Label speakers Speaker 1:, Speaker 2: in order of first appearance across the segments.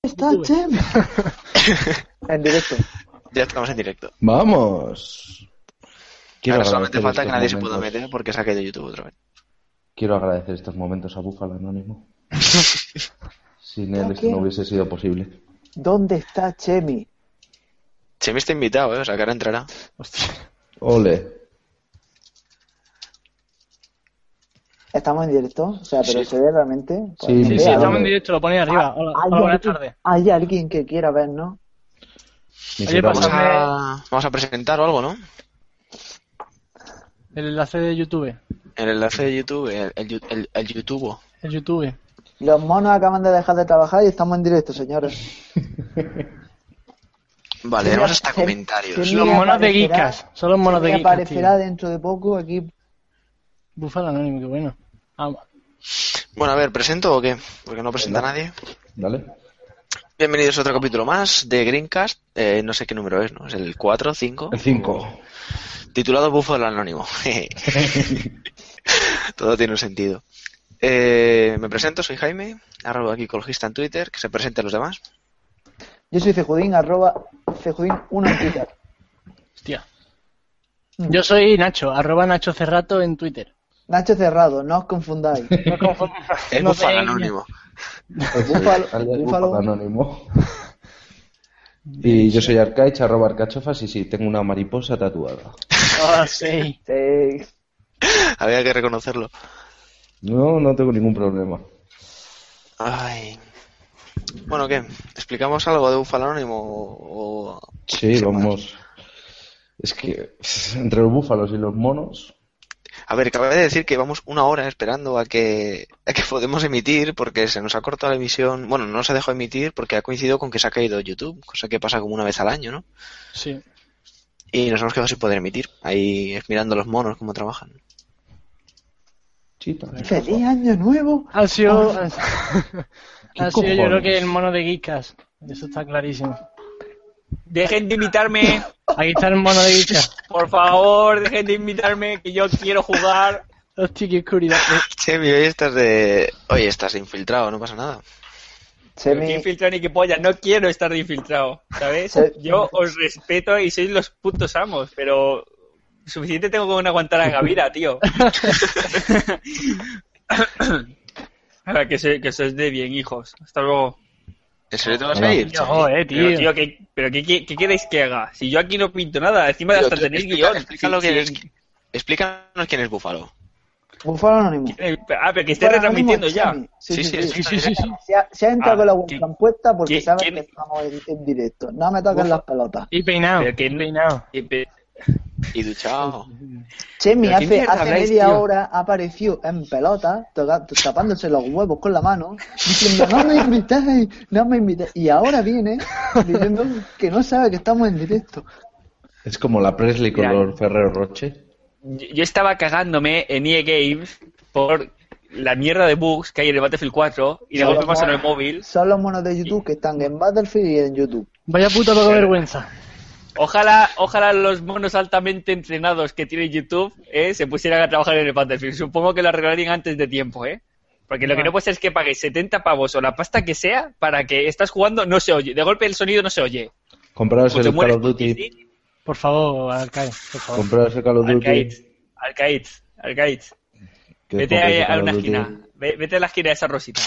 Speaker 1: está Chem?
Speaker 2: En directo.
Speaker 3: Ya estamos en directo.
Speaker 1: Vamos.
Speaker 3: Ahora solamente
Speaker 1: agradecer
Speaker 3: falta que
Speaker 1: estos
Speaker 3: nadie se pueda
Speaker 1: momentos-
Speaker 3: meter porque se ha caído YouTube otra vez.
Speaker 1: Quiero agradecer estos momentos a Búfalo Anónimo. Sin
Speaker 2: No
Speaker 1: él esto
Speaker 2: quiero.
Speaker 1: no hubiese sido posible.
Speaker 2: ¿Dónde está Chemi?
Speaker 3: Chemi está invitado, ¿eh? O sea, que ahora entrará.
Speaker 1: Ole.
Speaker 2: ¿Estamos en directo? O sea, pero
Speaker 3: Sí.
Speaker 2: se ve realmente. Pues
Speaker 1: Sí,
Speaker 2: no
Speaker 1: sí,
Speaker 4: Sí,
Speaker 2: sé,
Speaker 4: sí,
Speaker 1: Hombre,
Speaker 4: estamos
Speaker 1: hombre.
Speaker 4: en directo, lo pone arriba. Hola, hola, buenas
Speaker 2: alguien-
Speaker 4: tardes.
Speaker 2: hay alguien que quiera ver, ¿no?
Speaker 1: Miserable.
Speaker 3: Vamos
Speaker 4: pasa-
Speaker 3: a, vamos a presentar o algo, ¿no?
Speaker 4: El enlace de YouTube.
Speaker 3: El enlace de YouTube, el, el, yu- el- el YouTube.
Speaker 4: El YouTube.
Speaker 2: Los monos acaban de dejar de trabajar y estamos en directo, señores.
Speaker 3: Vale,
Speaker 2: Mira,
Speaker 3: tenemos hasta
Speaker 2: Chemi-
Speaker 3: comentarios.
Speaker 2: Chemi
Speaker 4: Los monos de
Speaker 2: aparecerá-
Speaker 4: Geekas. Son los monos de
Speaker 2: Chemi
Speaker 4: Geekas.
Speaker 2: aparecerá
Speaker 4: tío.
Speaker 2: dentro de poco aquí.
Speaker 4: Búfalo anónimo, qué bueno. Ah,
Speaker 3: Bueno, a ver, ¿presento o qué? Porque no presenta
Speaker 1: Venga.
Speaker 3: nadie.
Speaker 1: Dale.
Speaker 3: Bienvenidos a otro capítulo más de Greencast. Eh, no sé qué número es, ¿no? Es el 4, 5.
Speaker 1: El 5.
Speaker 3: Titulado Bufo del Anónimo. Todo tiene un sentido. Eh, me presento, soy Jaime, arroba aquí ecologista en Twitter, que se presenten los demás.
Speaker 2: Yo soy Cejudín, arroba Cejudín1 en Twitter.
Speaker 4: hostia. Yo soy Nacho, arroba Nacho Cerrato en Twitter.
Speaker 2: Nacho Cerrado, no os confundáis.
Speaker 4: No confundo-
Speaker 3: Es
Speaker 4: no
Speaker 3: Bufo del
Speaker 4: sé-
Speaker 3: Anónimo.
Speaker 4: Pues
Speaker 2: Búfalo- búfalo.
Speaker 1: Anónimo. Y yo soy Arcaich, arroba Arcachofas, y sí, tengo una mariposa tatuada.
Speaker 4: Ah, sí.
Speaker 2: Sí.
Speaker 3: Había que reconocerlo.
Speaker 1: No, no tengo ningún problema.
Speaker 3: Ay. Bueno, ¿qué? ¿Explicamos algo de Bufo del Anónimo o- o
Speaker 1: Sí, vamos. Es que entre los búfalos y los monos.
Speaker 3: A ver, cabe decir que vamos una hora esperando a que, a que podemos emitir porque se nos ha cortado la emisión. Bueno, no se dejó emitir porque ha coincidido con que se ha caído YouTube, cosa que pasa como una vez al año, ¿no?
Speaker 4: Sí.
Speaker 3: Y nos hemos quedado sin poder emitir. Ahí mirando los monos cómo trabajan.
Speaker 1: Chita.
Speaker 2: ¡Feliz Año Nuevo!
Speaker 4: Ha sido, ha
Speaker 1: ¿Qué
Speaker 4: ha sido yo creo
Speaker 1: cojones?
Speaker 4: que el mono de Geekas. Eso está clarísimo.
Speaker 5: Dejen de invitarme,
Speaker 4: Aquí está el mono de Geekas.
Speaker 5: por favor, dejen de invitarme, que yo quiero jugar.
Speaker 4: Hostia, qué oscuridad.
Speaker 3: Chemi, hoy estás de. Hoy estás infiltrado, no pasa nada.
Speaker 5: Pero qué
Speaker 2: Chemi,
Speaker 5: infiltrado ni qué polla, no quiero estar de infiltrado, ¿sabes?
Speaker 2: Se-
Speaker 5: Yo os respeto y sois los putos amos, pero suficiente tengo con aguantar a Gavira, tío. Ahora, que, se, que sois de bien, hijos. Hasta luego.
Speaker 3: ¿En serio te vas
Speaker 1: Hola.
Speaker 3: a ir?
Speaker 4: Tío, joder,
Speaker 5: Pero,
Speaker 4: eh, tío.
Speaker 5: tío, ¿qué, pero qué, qué- qué queréis que haga? Si yo aquí no pinto nada, encima
Speaker 3: Tío,
Speaker 5: hasta
Speaker 3: tú
Speaker 5: tenéis
Speaker 3: explica-
Speaker 5: guión.
Speaker 3: explica
Speaker 5: Sí,
Speaker 3: lo que
Speaker 5: sí.
Speaker 3: es- Explícanos quién es Búfalo.
Speaker 2: Búfalo Anónimo.
Speaker 5: Eh, Ah, pero que esté retransmitiendo ya.
Speaker 2: Chemi.
Speaker 3: Sí, sí,
Speaker 4: Sí, sí, sí, sí.
Speaker 2: Se ha, se ha entrado
Speaker 5: Ah,
Speaker 2: con la
Speaker 5: ¿qué-
Speaker 2: webcam puesta porque
Speaker 5: qué-
Speaker 2: saben
Speaker 5: qué-
Speaker 2: que estamos en, en directo. No me toquen
Speaker 5: Ufa.
Speaker 2: las pelotas.
Speaker 4: Y peinado.
Speaker 5: Pero que-
Speaker 4: y peinado.
Speaker 5: Eh, pe-
Speaker 3: Y duchado.
Speaker 2: Chemi
Speaker 5: ¿Pero qué
Speaker 2: hace,
Speaker 5: mierda
Speaker 2: hace
Speaker 5: habláis,
Speaker 2: media
Speaker 5: tío?
Speaker 2: hora apareció en pelota, toca- tapándose los huevos con la mano, diciendo no me invitáis, no me invitáis. Y ahora viene diciendo que no sabe que estamos en directo.
Speaker 1: Es como la Presley
Speaker 5: Mira.
Speaker 1: color Ferrero Roche.
Speaker 5: Yo yo estaba cagándome en EA Games por la mierda de bugs que hay en el Battlefield 4 y de
Speaker 2: Solo
Speaker 5: golpe pasan en el
Speaker 2: monos-
Speaker 5: móvil.
Speaker 2: Son los monos de YouTube que están en Battlefield y en YouTube.
Speaker 4: Vaya puta poca vergüenza.
Speaker 5: Ojalá, ojalá los monos altamente entrenados que tiene YouTube eh, se pusieran a trabajar en el Battlefield. Supongo que lo arreglarían antes de tiempo, ¿eh? Porque lo que
Speaker 4: Ah.
Speaker 5: no puede ser es que pagues 70 pavos o la pasta que sea para que estás jugando, no se oye. De golpe el sonido no se oye.
Speaker 1: Compraros
Speaker 5: O te
Speaker 1: el Call
Speaker 5: mueres
Speaker 1: of
Speaker 5: porque
Speaker 1: Duty.
Speaker 5: sí.
Speaker 4: Por favor, Alcaide, por favor.
Speaker 1: Compraros el Call of Duty.
Speaker 5: Arcaids, Arcaids, Arcaids.
Speaker 1: que
Speaker 5: Vete
Speaker 1: compréis el
Speaker 5: a, a
Speaker 1: Call of
Speaker 5: una
Speaker 1: Duty.
Speaker 5: esquina. Ve- Vete a la esquina de esa rosita.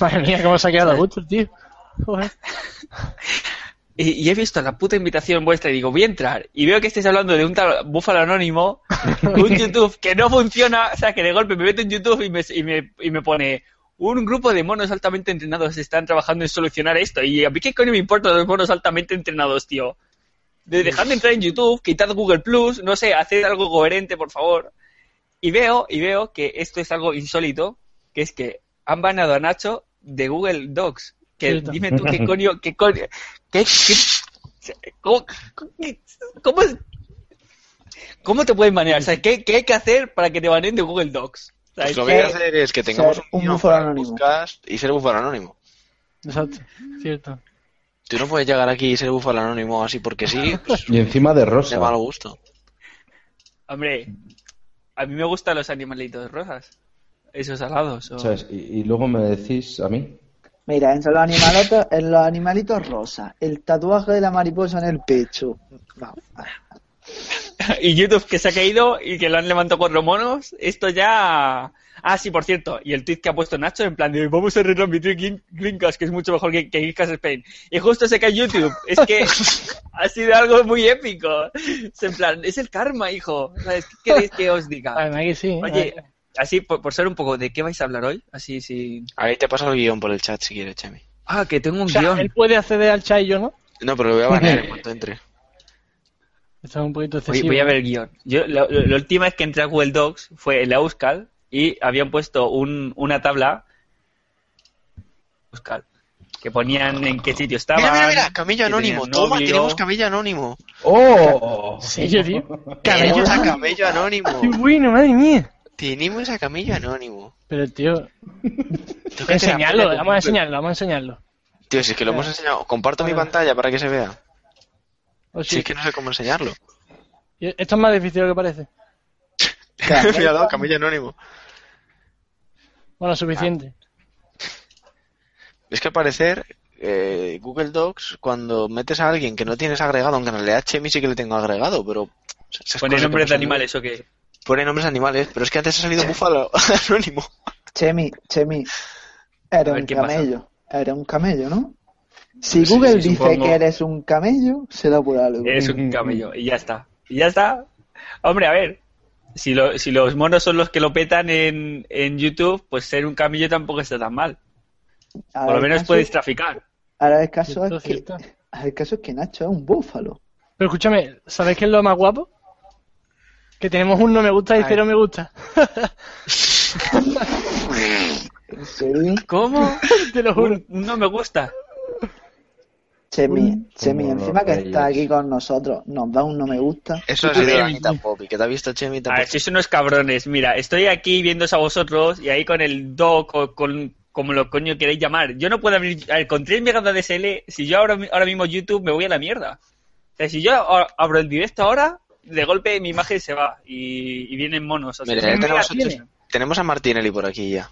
Speaker 4: Madre mía, cómo se ha quedado gusto, el tío. Joder.
Speaker 5: Y, y he visto la puta invitación vuestra y digo, voy a entrar. Y veo que estáis hablando de un tal búfalo anónimo, un YouTube que no funciona. O sea, que de golpe me meto en YouTube y me, y me, y me pone, un grupo de monos altamente entrenados están trabajando en solucionar esto. Y a mí qué coño me importa los monos altamente entrenados, tío. De dejar de entrar en YouTube, quitad Google Plus, no sé, haced algo coherente, por favor. Y veo, y veo que esto es algo insólito, que es que han banado a Nacho de Google Docs. Que
Speaker 4: Cierto.
Speaker 5: dime tú qué coño, qué coño, qué, qué- cómo, cómo, es- cómo te pueden banear? O sea, ¿qué, qué hay que hacer para que te baneen de Google Docs? O sea,
Speaker 3: Pues lo
Speaker 5: es
Speaker 3: que voy a
Speaker 5: que-
Speaker 3: hacer es que tengamos
Speaker 2: ser
Speaker 3: un,
Speaker 2: un
Speaker 3: guión
Speaker 2: Búfalo
Speaker 3: para el
Speaker 2: Anónimo.
Speaker 3: podcast y ser Búfalo Anónimo.
Speaker 4: Exacto, cierto.
Speaker 3: Tú no puedes llegar aquí y ser Búfalo Anónimo así porque sí, pues,
Speaker 1: Y encima de
Speaker 3: de
Speaker 1: rosa.
Speaker 3: mal gusto.
Speaker 5: Hombre, a mí me gustan los animalitos rosas. esos alados. o-
Speaker 1: ¿Sabes? Y, y luego me decís a mí.
Speaker 2: Mira, en los animalitos, en los animalitos rosa, el tatuaje de la mariposa en el pecho. Vamos.
Speaker 5: Y YouTube que se ha caído y que lo han levantado cuatro monos. Esto ya. Ah, sí, por cierto. Y el tweet que ha puesto Nacho en plan de vamos a retransmitir Green- Greencast, que es mucho mejor que, que Greencast Spain. Y justo se cae YouTube. Es que ha sido algo muy épico. Es en plan, es el karma, hijo. ¿Sabes? ¿Qué queréis que os diga?
Speaker 4: Además que sí.
Speaker 5: Oye, así, por, por ser un poco, ¿de qué vais a hablar hoy? Así, sí.
Speaker 3: Ahí te paso el guión por el chat si quieres, Chami.
Speaker 5: Ah, que tengo un
Speaker 4: O sea,
Speaker 5: guión.
Speaker 4: él puede acceder al chat y yo no.
Speaker 3: No, pero lo voy a banear en cuanto entre.
Speaker 4: Esto es un poquito
Speaker 5: Oye,
Speaker 4: excesivo.
Speaker 5: voy a ver el guión. Yo, la, la- la última vez que entré a Google Docs fue en la Euskal y habían puesto un, una tabla Euskal que ponían en qué sitio estaba.
Speaker 3: Mira, mira, mira, camello anónimo. Toma, tenemos camello anónimo.
Speaker 1: ¡Oh!
Speaker 4: Sí, yo, tío.
Speaker 3: Tenemos a camello anónimo.
Speaker 4: Qué bueno, madre mía.
Speaker 3: Tenemos a camello anónimo.
Speaker 4: Pero, tío,
Speaker 3: Tengo que hacer la
Speaker 4: enseñarlo,
Speaker 3: peli
Speaker 4: vamos a
Speaker 3: con Google.
Speaker 4: enseñarlo, vamos a enseñarlo.
Speaker 3: Tío, si es que lo hemos enseñado. Comparto mi pantalla para que se vea.
Speaker 4: O
Speaker 3: Si
Speaker 4: sí.
Speaker 3: es que no sé cómo enseñarlo.
Speaker 4: Esto es más difícil de lo que parece.
Speaker 3: Cuidado, camello anónimo.
Speaker 4: Bueno, suficiente.
Speaker 3: Es que al parecer, eh, Google Docs, cuando metes a alguien que no tienes agregado, aunque en realidad Chemi sí que le tengo agregado, pero. esas
Speaker 5: Poner
Speaker 3: cosas
Speaker 5: nombres
Speaker 3: que
Speaker 5: de
Speaker 3: no
Speaker 5: animales o qué.
Speaker 3: son- Pone nombres de animales, pero es que antes ha salido búfalo anónimo.
Speaker 2: Chemi, Chemi,
Speaker 5: A
Speaker 2: era
Speaker 5: ver,
Speaker 2: un
Speaker 5: ¿qué pasa?
Speaker 2: camello. Era un camello, ¿no? Si Google
Speaker 5: sí,
Speaker 2: dice
Speaker 5: supongo.
Speaker 2: que eres un camello, será por algo.
Speaker 5: Es un camello y ya está. Y ya está. Hombre, a ver. Si, lo- si los monos son los que lo petan en, en YouTube, pues ser un camello tampoco está tan mal. Por
Speaker 2: Ahora
Speaker 5: lo
Speaker 2: el
Speaker 5: menos
Speaker 2: caso-
Speaker 5: puedes traficar.
Speaker 2: Ahora el caso
Speaker 4: Cierto,
Speaker 2: es que.
Speaker 4: cierto.
Speaker 2: ahora El caso es que Nacho es un búfalo.
Speaker 4: Pero escúchame, ¿sabéis qué es lo más guapo? Que tenemos un no me gusta y cero me gusta.
Speaker 2: ¿En serio?
Speaker 5: ¿Cómo?
Speaker 4: Te lo juro.
Speaker 5: Un- No me gusta.
Speaker 2: Chemi, Chemi,
Speaker 1: Como los
Speaker 2: encima que está
Speaker 1: reyes.
Speaker 2: aquí con nosotros, nos da un no me gusta.
Speaker 3: Eso ha sido Anita Poppy, que te ha visto Chemi. te ha
Speaker 5: A ver,
Speaker 3: puesto-
Speaker 5: si son unos cabrones. Mira, estoy aquí viéndoos a vosotros y ahí con el doc o con como lo coño queréis llamar. Yo no puedo abrir... A ver, con 3 megas de ADSL, si yo ahora, mi- ahora mismo YouTube, me voy a la mierda. O sea, si yo a- abro el directo ahora, de golpe mi imagen se va y, y vienen monos. O sea,
Speaker 3: Mira,
Speaker 5: ¿qué
Speaker 3: ya tenemos,
Speaker 5: megas
Speaker 3: ocho-
Speaker 5: tiene?
Speaker 3: tenemos a Martinelli por aquí ya.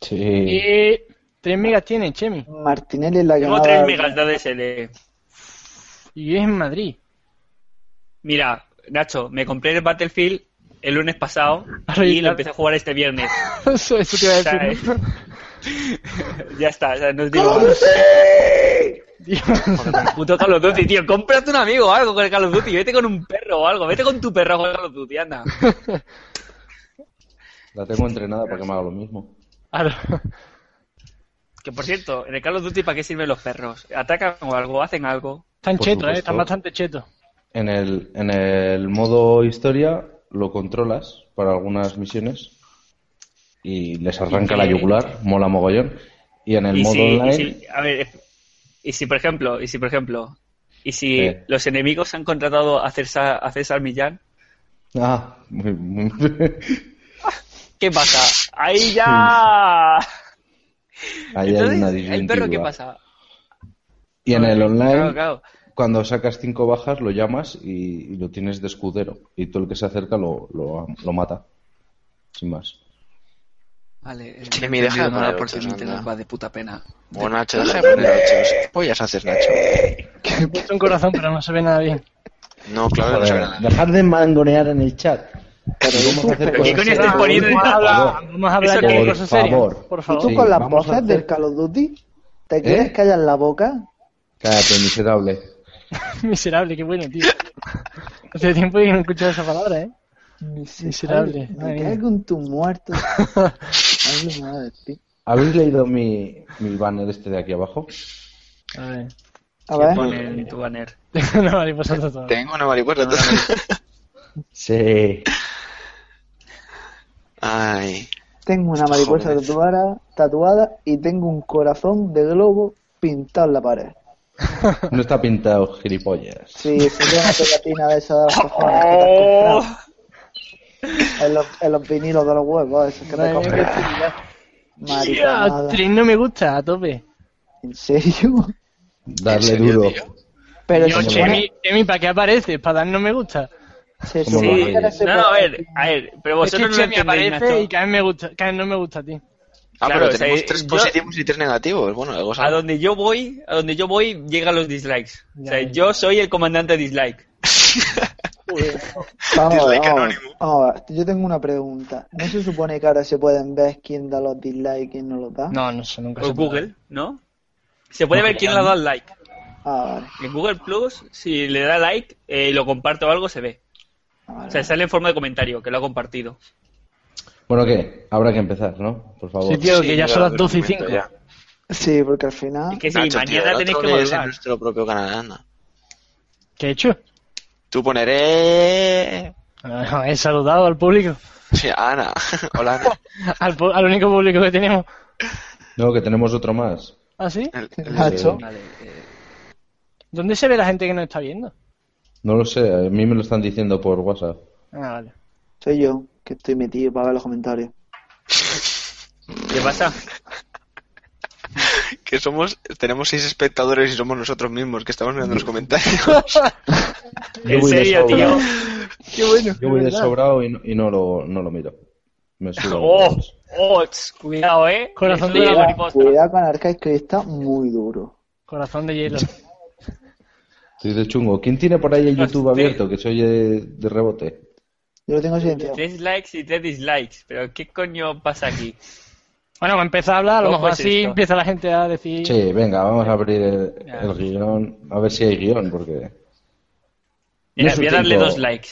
Speaker 1: Sí.
Speaker 4: Y... Tres megas tiene, Chemi.
Speaker 2: Martinelli es la que
Speaker 5: Tengo
Speaker 2: más
Speaker 5: 3
Speaker 2: da-
Speaker 5: megas de ADSL.
Speaker 4: Y es en Madrid.
Speaker 5: Mira, Nacho, me compré el Battlefield el lunes pasado
Speaker 4: Ahora
Speaker 5: y
Speaker 4: ya-
Speaker 5: lo empecé a jugar este viernes.
Speaker 4: eso, eso te iba a
Speaker 5: O sea,
Speaker 4: decir.
Speaker 5: ya está, o sea, no os digo más.
Speaker 4: Dios.
Speaker 5: Puto Call of Duty, tío. Cómprate un amigo o algo con el Call of Duty. Vete con un perro o algo. Vete con tu perro a jugar al Call of Duty, anda.
Speaker 1: La tengo entrenada para que me haga lo mismo.
Speaker 4: Ahora-
Speaker 5: Que por cierto, en el Call of Duty, ¿para qué sirven los perros? ¿Atacan o algo? ¿Hacen algo?
Speaker 4: Están
Speaker 1: Por
Speaker 4: chetos, eh,
Speaker 1: supuesto.
Speaker 4: están bastante chetos.
Speaker 1: En el, en el modo historia lo controlas para algunas misiones y les arranca
Speaker 5: Y-
Speaker 1: la yugular, mola mogollón. Y en el
Speaker 5: y
Speaker 1: modo
Speaker 5: si, y
Speaker 1: online,
Speaker 5: si- a ver, y si por ejemplo, y si por ejemplo, y si
Speaker 1: Eh.
Speaker 5: los enemigos han contratado a César, a César Millán,
Speaker 1: ah, muy- muy-
Speaker 5: ¿qué pasa? Ahí ya.
Speaker 1: ahí hay
Speaker 5: Entonces,
Speaker 1: una
Speaker 5: el perro, ¿qué
Speaker 1: disyuntiva.
Speaker 5: pasa?
Speaker 1: Y en el online,
Speaker 5: Claro, claro.
Speaker 1: cuando sacas cinco bajas, lo llamas y, y lo tienes de escudero. Y todo el que se acerca lo, lo, lo mata. Sin más.
Speaker 5: Vale, eh,
Speaker 3: Chemi,
Speaker 5: no he
Speaker 3: deja de
Speaker 5: entendido nada
Speaker 3: poner
Speaker 5: porque
Speaker 3: ocho,
Speaker 5: mi internet
Speaker 3: anda.
Speaker 5: va de puta pena.
Speaker 3: O Nacho, deja de poner ocho. ¿Qué pollas haces, Nacho?
Speaker 4: He puesto un corazón, pero no se ve nada bien.
Speaker 3: No, claro, no se ve nada.
Speaker 1: dejad de mangonear en el chat.
Speaker 5: ¿Pero qué coño estáis
Speaker 1: Por
Speaker 5: poniendo en
Speaker 4: Vamos
Speaker 5: el
Speaker 4: a hablar,
Speaker 5: tabla?
Speaker 4: vamos a hablar
Speaker 5: Eso
Speaker 4: ya
Speaker 5: que-
Speaker 4: de cosas serias.
Speaker 1: favor.
Speaker 4: Por
Speaker 2: ¿Y
Speaker 4: favor.
Speaker 2: tú
Speaker 1: Sí,
Speaker 2: con las
Speaker 1: vamos a
Speaker 2: voces
Speaker 1: hacer- ¿Eh?
Speaker 2: del Call of Duty? ¿Te quieres callar la boca?
Speaker 1: Cállate, miserable.
Speaker 4: Miserable, qué bueno, tío. Hace tiempo que no he escuchado esa palabra, eh. Miserable,
Speaker 2: Ay,
Speaker 4: madre
Speaker 2: Me
Speaker 4: mía.
Speaker 2: cago en tu muerto. Ay, madre de ti.
Speaker 1: ¿Habéis leído mi, mi banner este de aquí abajo?
Speaker 4: A ver.
Speaker 2: A ver,
Speaker 5: Pone en tu banner.
Speaker 4: Tengo una mariposa tatuada.
Speaker 3: Tengo una mariposa.
Speaker 1: Sí.
Speaker 3: Ay.
Speaker 2: tengo una mariposa
Speaker 3: Joder.
Speaker 2: tatuada, tatuada y tengo un corazón de globo pintado en la pared.
Speaker 1: No está pintado gilipollas.
Speaker 2: Sí, se ve una pegatina de esas cojones que te has comprado en, los, en los vinilos de los huevos, esos que te
Speaker 4: Madre mía, qué
Speaker 2: compras.
Speaker 4: chulidad.
Speaker 2: Mariconada.
Speaker 4: Tía, no me gusta, a tope.
Speaker 2: ¿En serio?
Speaker 1: Darle
Speaker 3: serio,
Speaker 1: duro.
Speaker 3: tío?
Speaker 2: Pero
Speaker 4: Yo,
Speaker 2: se supone-
Speaker 4: Chemi, Chemi, ¿para qué apareces? ¿Para dar no me gusta?
Speaker 2: Se
Speaker 1: Como
Speaker 2: supone
Speaker 1: los
Speaker 5: Sí,
Speaker 2: que era
Speaker 1: reyes.
Speaker 5: no, no, a ver, a ver, pero
Speaker 4: Es que
Speaker 5: vosotros no
Speaker 4: Chemi
Speaker 5: entendéis,
Speaker 4: aparece y
Speaker 5: Nacho.
Speaker 4: cada vez me gusta, cada vez no me gusta a ti.
Speaker 3: Ah,
Speaker 5: Claro, o
Speaker 3: pero
Speaker 5: sea,
Speaker 3: tenemos tres
Speaker 5: yo-
Speaker 3: positivos y tres negativos. Bueno, algo es
Speaker 5: A
Speaker 3: algo.
Speaker 5: donde yo voy, a donde yo voy, llegan los dislikes. O
Speaker 4: Ya,
Speaker 5: sea,
Speaker 4: ya.
Speaker 5: yo soy el comandante dislike.
Speaker 2: Vamos, a ver,
Speaker 3: Dislike
Speaker 2: vamos a ver,
Speaker 3: anónimo.
Speaker 2: vamos a ver. Yo tengo una pregunta. ¿No se supone que ahora se pueden ver quién da los dislikes y quién no los da?
Speaker 4: No, no sé, nunca
Speaker 5: Por
Speaker 4: se puede.
Speaker 5: Pues Google, ¿no? Se puede ver quién le ha dado al like.
Speaker 2: Ah, vale.
Speaker 5: En Google Plus, si le da like eh, y lo comparto o algo, se ve.
Speaker 2: ah, vale.
Speaker 5: O sea, sale en forma de comentario, que lo ha compartido.
Speaker 1: Bueno, ¿qué? Habrá que empezar, ¿no? Por favor.
Speaker 4: Sí, tío, que ya
Speaker 6: Sí,
Speaker 4: son las
Speaker 6: claro,
Speaker 4: 12 y
Speaker 6: momento
Speaker 4: 5.
Speaker 6: ya.
Speaker 2: Sí, porque al
Speaker 4: Ah.
Speaker 2: final...
Speaker 5: Es que si
Speaker 3: Nacho, tío,
Speaker 5: mañana
Speaker 3: el
Speaker 5: tenéis que
Speaker 3: otro es en
Speaker 5: madrugar.
Speaker 3: nuestro propio canal, anda.
Speaker 4: ¿Qué he hecho?
Speaker 3: Tú poneré...
Speaker 4: Ah, He saludado al público,
Speaker 3: Sí, Ana. Hola, Ana.
Speaker 4: al, pu- al único público que tenemos.
Speaker 1: No, que tenemos otro más.
Speaker 4: ¿Ah, sí?
Speaker 3: El- el-
Speaker 2: Nacho.
Speaker 5: Vale, eh,
Speaker 4: ¿Dónde se ve la gente que nos está viendo?
Speaker 1: No lo sé, a mí me lo están diciendo por WhatsApp.
Speaker 4: Ah, vale.
Speaker 2: Soy yo, que estoy metido para ver los comentarios.
Speaker 5: eh, ¿Qué pasa?
Speaker 3: que somos... Tenemos seis espectadores y somos nosotros mismos que estamos mirando los comentarios.
Speaker 1: Yo
Speaker 5: En
Speaker 1: voy de
Speaker 5: serio, tío.
Speaker 1: sobrado.
Speaker 4: Qué bueno.
Speaker 1: Yo voy de sobrado y no, y no lo, no lo miro. Me subo.
Speaker 5: Oh, oh, tss, cuidado, eh.
Speaker 4: Corazón
Speaker 5: Estoy
Speaker 4: de
Speaker 5: en
Speaker 4: la
Speaker 5: mariposa.
Speaker 2: Cuidado con Arcais que hoy está muy duro.
Speaker 4: Corazón de hielo.
Speaker 1: Estoy de chungo. ¿Quién tiene por ahí el
Speaker 5: Los
Speaker 1: YouTube
Speaker 5: tres.
Speaker 1: abierto que se oye de rebote?
Speaker 2: Yo lo tengo silenciado.
Speaker 5: Tres likes y tres dislikes. Pero ¿qué coño pasa aquí?
Speaker 4: Bueno, pues empieza a hablar, a lo
Speaker 5: ¿Cómo
Speaker 4: mejor
Speaker 5: es
Speaker 4: así
Speaker 5: esto?
Speaker 4: empieza la gente a decir...
Speaker 1: Sí, venga, vamos a abrir el,
Speaker 5: Ya.
Speaker 1: el guión. A ver si hay guión, porque.
Speaker 5: Mira,
Speaker 1: Nesus
Speaker 5: voy a darle
Speaker 1: 5,
Speaker 5: dos likes.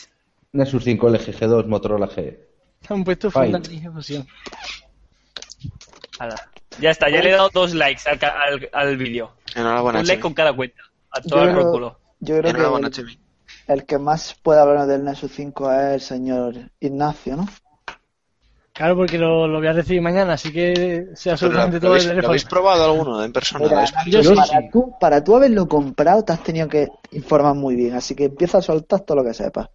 Speaker 1: Nexus 5, LG G2, Motorola G.
Speaker 4: Han puesto
Speaker 1: Fight.
Speaker 4: funda de ejecución.
Speaker 5: Ala. Ya está, ya le he dado dos likes al, ca- al, al vídeo.
Speaker 3: Enhorabuena,
Speaker 5: Un like
Speaker 3: Chemi.
Speaker 5: con cada cuenta. A
Speaker 2: Yo
Speaker 5: todo el
Speaker 2: creo-
Speaker 5: culo.
Speaker 2: Yo creo
Speaker 3: Enhorabuena,
Speaker 2: que el,
Speaker 3: Chemi.
Speaker 2: el que más puede hablarnos del Nexus 5 es el señor Ignacio, ¿no?
Speaker 4: Claro, porque lo, lo voy a recibir mañana, así que sea
Speaker 3: Pero ¿Lo
Speaker 4: absolutamente
Speaker 3: lo
Speaker 4: todo el
Speaker 3: habéis, lo habéis
Speaker 4: teléfono.
Speaker 3: probado alguno en persona?
Speaker 2: Mira,
Speaker 3: ¿Lo habéis-
Speaker 2: yo
Speaker 1: yo
Speaker 2: para,
Speaker 1: sí.
Speaker 2: tú, para tú haberlo comprado te has tenido que informar muy bien, así que empieza a soltar todo lo que sepas.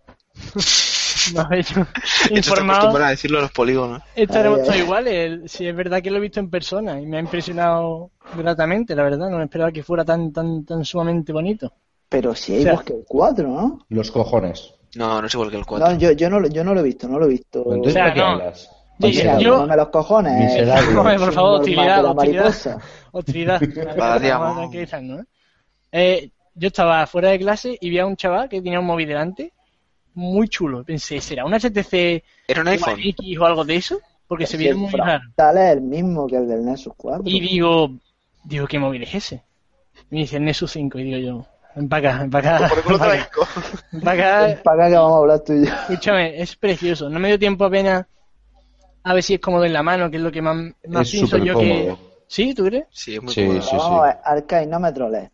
Speaker 4: Me habéis
Speaker 3: Nacho está
Speaker 4: informado.
Speaker 3: acostumbrado a decirlo a los polígonos.
Speaker 4: Estaremos
Speaker 2: Ay, ay.
Speaker 4: todos iguales. el- Si es verdad que lo he visto en persona y me ha impresionado gratamente, la verdad. No me esperaba que fuera tan, tan, tan sumamente bonito.
Speaker 2: Pero si hay
Speaker 4: O sea-
Speaker 2: más que el 4, ¿no?
Speaker 1: Los cojones.
Speaker 3: No, no es igual que el 4.
Speaker 2: No, yo, yo no, lo- yo no lo he visto, no lo he visto.
Speaker 1: Pues Entonces,
Speaker 4: sea,
Speaker 1: ¿para qué
Speaker 4: no.
Speaker 1: hablas?
Speaker 4: Sí,
Speaker 2: Mira,
Speaker 1: Miserable.
Speaker 4: yo-
Speaker 2: póngame los cojones.
Speaker 1: Miserable.
Speaker 4: Hombre, por
Speaker 2: Subnormal
Speaker 4: favor,
Speaker 2: de
Speaker 4: utilidad,
Speaker 2: la
Speaker 4: utilidad.
Speaker 2: mariposa.
Speaker 4: Utilidad.
Speaker 3: Vale, vamos.
Speaker 4: Vamos a tranquilizarnos, ¿no? Eh, yo estaba fuera de clase y vi a un chaval que tenía un móvil delante muy chulo. Pensé, ¿será un HTC
Speaker 3: Era un iPhone.
Speaker 4: X o algo de eso? Porque se veía
Speaker 2: El
Speaker 4: muy
Speaker 2: frontal
Speaker 4: raro.
Speaker 2: es el mismo que el del Nexus 4.
Speaker 4: Y digo, digo, ¿qué móvil es ese? Me dice, el Nexus 5. Y digo yo, ven para acá, ven para acá.
Speaker 3: Por el culo
Speaker 4: ven pa' acá,
Speaker 3: traico.
Speaker 4: ven pa' acá".
Speaker 2: Para acá que vamos a hablar tú y yo.
Speaker 4: Escúchame, es precioso. No me dio tiempo apenas a ver si es cómodo en la mano, que es lo que más, más
Speaker 1: Es
Speaker 4: pienso yo que...
Speaker 1: supercómodo.
Speaker 4: ¿Sí? ¿Tú crees?
Speaker 3: Sí, es muy
Speaker 1: Sí,
Speaker 3: cómodo.
Speaker 1: sí.
Speaker 2: vamos a ver, Arcai, no me trolees.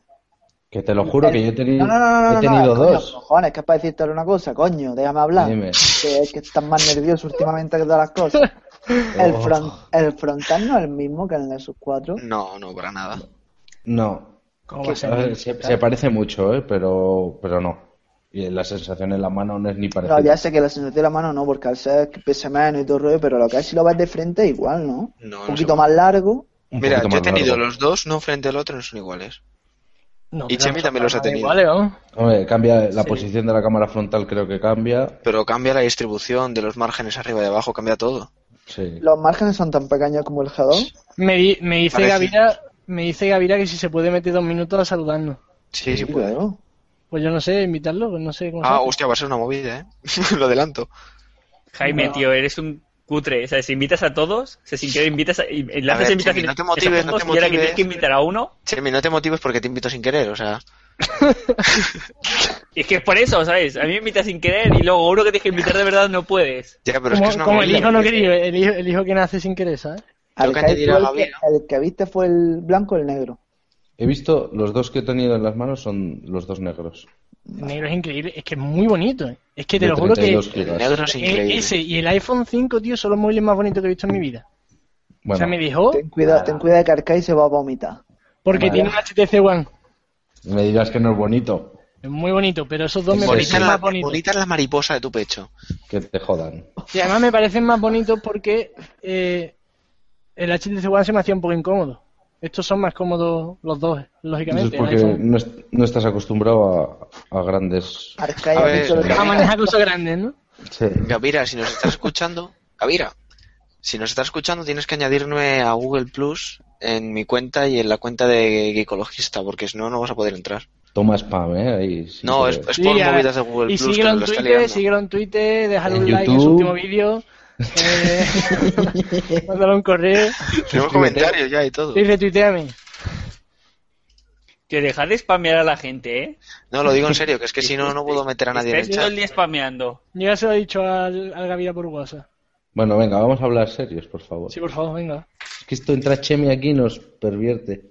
Speaker 1: Que te lo juro que yo he tenido,
Speaker 2: No, no, no, no, no,
Speaker 1: he tenido
Speaker 2: coño,
Speaker 1: dos.
Speaker 2: cojones, que es para decirte ahora una cosa, coño, déjame hablar.
Speaker 1: Dime.
Speaker 2: Que es que estás más nervioso últimamente que todas las cosas. El,
Speaker 1: Oh.
Speaker 2: front, el frontal no es el mismo que el Nexus 4.
Speaker 3: No, no, para nada.
Speaker 1: No.
Speaker 4: ¿Cómo va a ser?
Speaker 1: A ver, se, se parece mucho, ¿eh? pero, pero no. Y la sensación en la mano no es ni parecida.
Speaker 2: No, ya sé que la sensación de la mano no, porque al ser que pesa menos y todo el rollo, pero lo que es si lo ves de frente igual, ¿no?
Speaker 3: No,
Speaker 2: Un
Speaker 3: no
Speaker 2: poquito
Speaker 3: sé.
Speaker 2: más largo.
Speaker 1: Un
Speaker 3: Mira,
Speaker 1: poquito
Speaker 3: yo he
Speaker 1: más
Speaker 3: tenido
Speaker 1: largo.
Speaker 3: los dos, no frente al otro, no son iguales.
Speaker 4: No,
Speaker 3: Y
Speaker 4: pero
Speaker 3: Chemi
Speaker 4: no,
Speaker 3: también los ha
Speaker 4: no,
Speaker 3: tenido.
Speaker 4: Vale, ¿eh? vamos.
Speaker 1: Hombre, cambia la
Speaker 4: Sí.
Speaker 1: posición de la cámara frontal, creo que cambia.
Speaker 3: Pero cambia la distribución de los márgenes arriba y abajo, cambia todo.
Speaker 1: Sí.
Speaker 2: Los márgenes son tan pequeños como el G2.
Speaker 4: Me, di- me dice
Speaker 3: Parece.
Speaker 4: Gavira, me dice Gavira que si se puede meter dos minutos a saludarnos.
Speaker 3: Sí, sí
Speaker 2: Y
Speaker 3: puede.
Speaker 2: luego,
Speaker 4: Pues yo no sé, invitarlo, pues no sé cómo se
Speaker 3: Ah,
Speaker 4: hace.
Speaker 3: hostia, va a ser una movida, ¿eh? Lo adelanto.
Speaker 5: Jaime,
Speaker 4: No.
Speaker 5: tío, eres un cutre. O sea, si invitas a todos, o sea, sin querer invitas a... y-
Speaker 3: A ver,
Speaker 5: Enlaces
Speaker 3: Chemi,
Speaker 5: invitaciones.
Speaker 3: no te motives,
Speaker 5: a
Speaker 3: no
Speaker 5: todos
Speaker 3: te
Speaker 5: y ahora que
Speaker 3: motives.
Speaker 5: tienes que invitar a uno.
Speaker 3: Chemi, no te motives porque te invito sin querer, o sea...
Speaker 5: Y es que es por eso, ¿sabes? A mí me invitas sin querer y luego uno que tienes que invitar de verdad no puedes.
Speaker 3: Ya, pero es
Speaker 4: Como,
Speaker 3: que es una
Speaker 4: como el
Speaker 3: movida.
Speaker 4: hijo no querido, el hijo, el hijo que nace sin querer, ¿sabes?
Speaker 3: Tócate
Speaker 2: Arcai
Speaker 3: dirá
Speaker 2: fue el que,
Speaker 3: Gabriela.
Speaker 2: el que viste fue el blanco o el negro.
Speaker 1: He visto los dos que he tenido en las manos son los dos negros.
Speaker 4: El negro es increíble, es que es muy bonito, ¿eh? es que te
Speaker 1: de
Speaker 4: lo juro que
Speaker 1: 32
Speaker 3: El
Speaker 1: gigas.
Speaker 3: negro es
Speaker 4: e-
Speaker 3: increíble.
Speaker 4: ese y el iPhone 5, tío, son los móviles más bonitos que he visto en mi vida.
Speaker 1: Bueno,
Speaker 4: o sea, me dijo
Speaker 2: Ten cuidado, ten cuidado que Arcai se va a vomitar.
Speaker 4: porque
Speaker 1: Vale.
Speaker 4: tiene un HTC One.
Speaker 1: me dirás que no es bonito,
Speaker 4: Es muy bonito, pero esos dos me
Speaker 1: Sí,
Speaker 3: Bonita
Speaker 4: parecen
Speaker 3: la,
Speaker 4: más bonitos.
Speaker 3: bonita es la mariposa de tu pecho.
Speaker 1: que te jodan.
Speaker 4: Y además me parecen más bonitos porque eh, el HTC One se me hacía un poco incómodo. Estos son más cómodos los dos,
Speaker 1: Eso es
Speaker 4: lógicamente. el
Speaker 1: porque
Speaker 4: iPhone.
Speaker 1: no, es- no estás acostumbrado a, a grandes.
Speaker 2: Arcaya
Speaker 3: A
Speaker 2: ha
Speaker 3: ver,
Speaker 2: dicho lo que-
Speaker 4: A manejar cosas grandes, ¿no?
Speaker 1: Sí.
Speaker 3: Gavira, si nos estás escuchando, Gavira, si nos estás escuchando tienes que añadirme a Google Plus en mi cuenta y en la cuenta de Geekologista, porque si no, no vas a poder entrar.
Speaker 1: Toma spam, ¿eh? Ahí sí
Speaker 3: no,
Speaker 1: que-
Speaker 3: es, es por
Speaker 4: Sí, a-
Speaker 3: movidas de Google
Speaker 4: y
Speaker 3: Plus.
Speaker 4: síguelo
Speaker 3: que
Speaker 4: en
Speaker 3: lo está
Speaker 4: Twitter,
Speaker 3: liando.
Speaker 4: síguelo en Twitter, déjale
Speaker 1: En
Speaker 4: un like en su
Speaker 1: YouTube.
Speaker 4: último vídeo, eh, mándale un correo,
Speaker 3: Tenemos comentarios ya y todo.
Speaker 4: dice tuiteame.
Speaker 5: Que dejar de spamear a la gente, ¿eh?
Speaker 3: No, lo digo en serio, que es que si no, no puedo meter a nadie en el
Speaker 5: Estáis todo
Speaker 3: chat.
Speaker 5: el día spameando.
Speaker 4: Yo ya se lo he dicho al, al Gavira por WhatsApp.
Speaker 1: Bueno, venga, vamos a hablar serios, por favor.
Speaker 4: Sí, por favor, venga.
Speaker 1: Es que esto entra Chemi aquí y nos pervierte.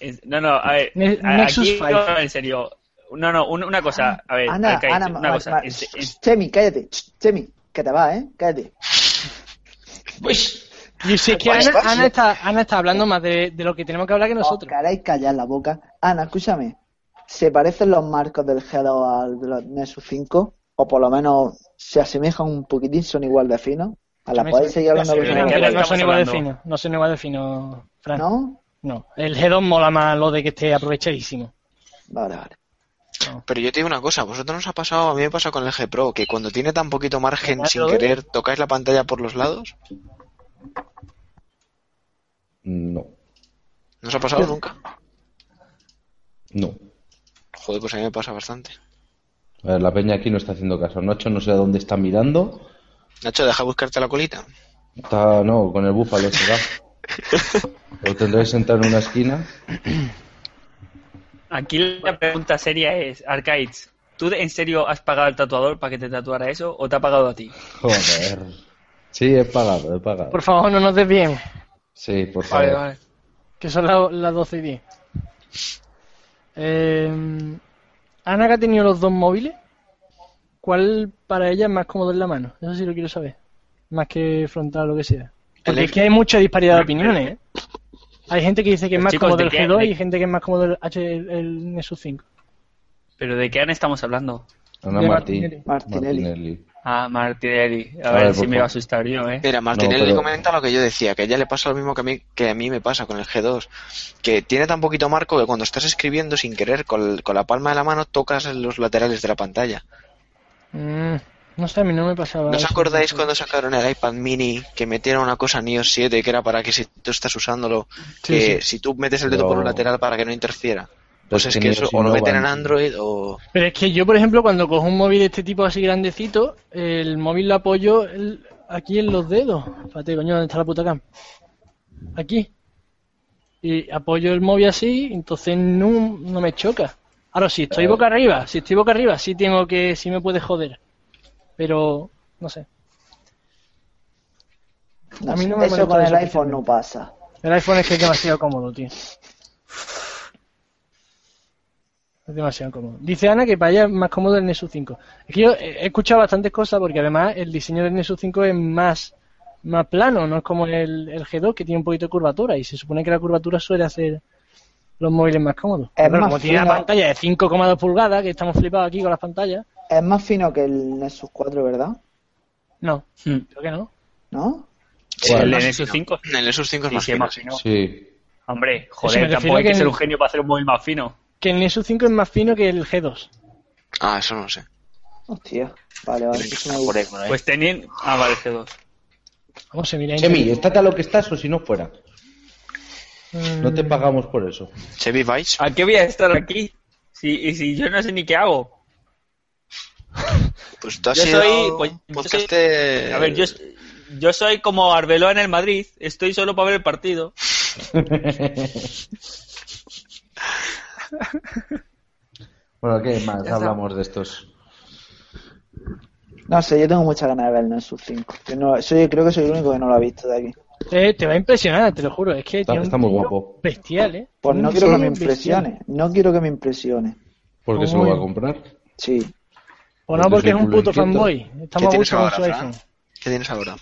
Speaker 5: Es- No, no, a ver.
Speaker 4: Ne-
Speaker 5: a-
Speaker 4: Nexus
Speaker 5: aquí,
Speaker 4: Five. Ah,
Speaker 5: no, en serio. No, no, un- una cosa. A ver,
Speaker 2: Ana,
Speaker 5: Arcaid,
Speaker 2: Ana,
Speaker 5: una
Speaker 2: ma-
Speaker 5: cosa.
Speaker 2: ma-
Speaker 5: en- en-
Speaker 2: Chemi, cállate. Ch, Chemi, que te va, ¿eh? Cállate.
Speaker 4: Y si es que
Speaker 3: Pues
Speaker 4: Ana,
Speaker 3: vas,
Speaker 4: Ana está, Ana está hablando más de, de lo que tenemos que hablar que
Speaker 2: Os
Speaker 4: nosotros.
Speaker 2: queréis callar Oh, la boca. Ana, escúchame. ¿Se parecen los marcos del Hello al de los Nexus 5? O por lo menos se asemejan un poquitín, son igual de finos. ¿A la
Speaker 4: Me
Speaker 2: podéis
Speaker 4: se-
Speaker 2: seguir hablando
Speaker 5: me
Speaker 4: Pero no,
Speaker 5: ¿De
Speaker 2: vosotros?
Speaker 4: pero
Speaker 5: qué
Speaker 4: no
Speaker 5: estamos
Speaker 4: son igual de
Speaker 5: hablando?
Speaker 4: finos, no son igual de finos, Fran. ¿No?
Speaker 2: ¿No?
Speaker 4: el G2 mola más lo de que esté aprovechadísimo.
Speaker 2: Vale, vale.
Speaker 3: Pero yo te digo una cosa, vosotros nos ha pasado, a mí me pasa con el G Pro, que cuando tiene tan poquito margen sin
Speaker 4: Claro.
Speaker 3: querer, tocáis la pantalla por los lados.
Speaker 1: No,
Speaker 3: ¿No os ha pasado nunca?
Speaker 1: no.
Speaker 3: Joder, pues a mí me pasa bastante.
Speaker 1: A ver, la peña aquí no está haciendo caso. Nacho no sé a dónde está mirando.
Speaker 3: Nacho, deja buscarte la colita.
Speaker 1: Está, no, con el búfalo se va. Lo tendréis sentado en una esquina.
Speaker 5: Aquí la pregunta seria es, Arcaids, ¿tú de- en serio has pagado al tatuador para que te tatuara eso o te ha pagado a ti?
Speaker 1: Joder. Sí, he pagado, he pagado.
Speaker 4: Por favor, no nos desviemos,
Speaker 1: Sí, por favor.
Speaker 4: que son las las 12 y 10. Eh, Ana que ha tenido los dos móviles, ¿cuál para ella es más cómodo en la mano? Eso sí lo quiero saber, más que frontal o lo que sea. Porque
Speaker 3: El
Speaker 4: es que hay mucha disparidad de opiniones, ¿eh? Hay gente que dice que es
Speaker 5: Pero,
Speaker 4: más
Speaker 5: Eh, chicos,
Speaker 4: cómodo
Speaker 5: ¿de
Speaker 4: el
Speaker 5: qué-
Speaker 4: G2
Speaker 5: de-
Speaker 4: y gente que es más cómodo el, H, el, el Nexus 5.
Speaker 5: ¿Pero de qué Ana estamos hablando?
Speaker 1: Ana
Speaker 4: De
Speaker 1: Martí-
Speaker 4: Martinelli.
Speaker 2: Martinelli.
Speaker 5: Ah, Martinelli. A,
Speaker 1: A
Speaker 5: ver,
Speaker 1: ver,
Speaker 5: si
Speaker 1: por
Speaker 5: me iba a
Speaker 1: favor.
Speaker 5: asustar yo, ¿eh?
Speaker 3: Mira, Martinelli
Speaker 1: No, pero-
Speaker 3: comenta lo que yo decía, que a ella le pasa lo mismo que a mí, que a mí me pasa con el G2, que tiene tan poquito marco que cuando estás escribiendo sin querer con, con la palma de la mano tocas los laterales de la pantalla.
Speaker 4: Mm, no sé, a mí no me pasaba.
Speaker 3: ¿No os
Speaker 4: eso.
Speaker 3: acordáis cuando sacaron el iPad mini que metieron una cosa en iOS 7 que era para que si tú estás usándolo,
Speaker 4: Sí,
Speaker 3: que si tú metes el dedo por un
Speaker 1: Pero-
Speaker 3: lateral para que no interfiera? Pues
Speaker 1: Pero
Speaker 3: es que
Speaker 1: es que
Speaker 3: eso
Speaker 1: ellos
Speaker 3: o lo meten en
Speaker 1: innovan.
Speaker 3: Android o...
Speaker 4: Pero es que yo, por ejemplo, cuando cojo un móvil de este tipo así grandecito, el móvil lo apoyo el- aquí en los dedos. Espérate, coño, ¿dónde está la puta cam? Aquí. Y apoyo el móvil así, entonces no, no me choca. Ahora, si estoy
Speaker 1: Eh.
Speaker 4: boca arriba, si estoy boca arriba, sí tengo que, sí me puede joder. Pero, no sé.
Speaker 2: No
Speaker 4: A mí
Speaker 2: sé,
Speaker 4: no me molesta
Speaker 2: Eso con el
Speaker 4: eso,
Speaker 2: iPhone no pasa.
Speaker 4: El iPhone es que es demasiado cómodo, tío. Es demasiado cómodo. Dice Ana que para ella es más cómodo el Nexus 5. Es que yo he he escuchado bastantes cosas porque además el diseño del Nexus 5 es más, más plano, no es como el, el G2 que tiene un poquito de curvatura y se supone que la curvatura suele hacer los móviles más cómodos.
Speaker 2: Es
Speaker 4: Pero
Speaker 2: más
Speaker 4: como tiene
Speaker 2: fino.
Speaker 4: la pantalla de 5,2 pulgadas, que estamos flipados aquí con las pantallas,
Speaker 2: Es más fino que el Nexus 4, ¿verdad?
Speaker 4: no,
Speaker 5: Hmm.
Speaker 4: creo que no.
Speaker 2: ¿No?
Speaker 5: Sí,
Speaker 1: ¿Cuál?
Speaker 5: el
Speaker 3: más
Speaker 5: de Nexus
Speaker 3: fino.
Speaker 5: 5.
Speaker 3: El Nexus 5 es
Speaker 5: Sí,
Speaker 3: más
Speaker 5: sí,
Speaker 3: fino,
Speaker 5: más
Speaker 3: sí.
Speaker 5: fino.
Speaker 1: Sí.
Speaker 5: Hombre,
Speaker 4: Eso me
Speaker 5: joder,
Speaker 4: refiero
Speaker 5: tampoco hay
Speaker 4: que
Speaker 5: que ser
Speaker 4: en-
Speaker 5: un genio para hacer un móvil más fino.
Speaker 4: Que el Nexus 5 es más fino que el G2.
Speaker 3: Ah, eso no lo sé.
Speaker 2: Hostia. Vale, vale.
Speaker 3: Tienes que
Speaker 2: eso me
Speaker 3: estar por
Speaker 2: gusta.
Speaker 3: ahí, por ahí.
Speaker 5: Pues teniendo... Ah, vale, G2.
Speaker 4: Vamos, se mira
Speaker 1: Chemi, estate a lo que estás o si no fuera. No
Speaker 4: Mm.
Speaker 1: te pagamos por eso.
Speaker 3: Chevy Vice.
Speaker 5: ¿A qué voy a estar aquí? Si, y si yo no sé ni qué hago.
Speaker 3: Pues tú has
Speaker 5: Yo
Speaker 3: sido
Speaker 5: soy- pues, yo
Speaker 3: podcaster-
Speaker 5: A ver, yo, yo soy como Arbeloa en el Madrid, estoy solo para ver el partido.
Speaker 1: Bueno, ¿qué más hablamos de estos?
Speaker 2: No sé, yo tengo muchas ganas de ver el Nexus 5. Yo no- soy, creo que soy el único que no lo ha visto de aquí.
Speaker 4: Eh, te va a impresionar, te lo juro. Es que
Speaker 1: Está-
Speaker 4: tiene un
Speaker 1: está muy
Speaker 4: diseño
Speaker 1: guapo.
Speaker 4: Bestial, ¿eh?
Speaker 2: Pues
Speaker 4: Tiene
Speaker 2: no
Speaker 4: un
Speaker 2: quiero que me
Speaker 4: diseño bestial.
Speaker 2: impresione. No quiero que me impresione.
Speaker 1: Porque se lo va a
Speaker 4: Uy.
Speaker 1: comprar.
Speaker 2: Sí.
Speaker 4: O Pues no,
Speaker 1: Porque
Speaker 4: porque es
Speaker 1: soy
Speaker 4: un
Speaker 1: culo
Speaker 4: puto
Speaker 1: inquieto.
Speaker 4: fanboy.
Speaker 3: ¿Qué
Speaker 4: Estamos a
Speaker 3: tienes
Speaker 4: gusto con
Speaker 3: ahora,
Speaker 4: su
Speaker 3: Fran?
Speaker 4: iPhone.
Speaker 3: ¿Qué tienes ahora?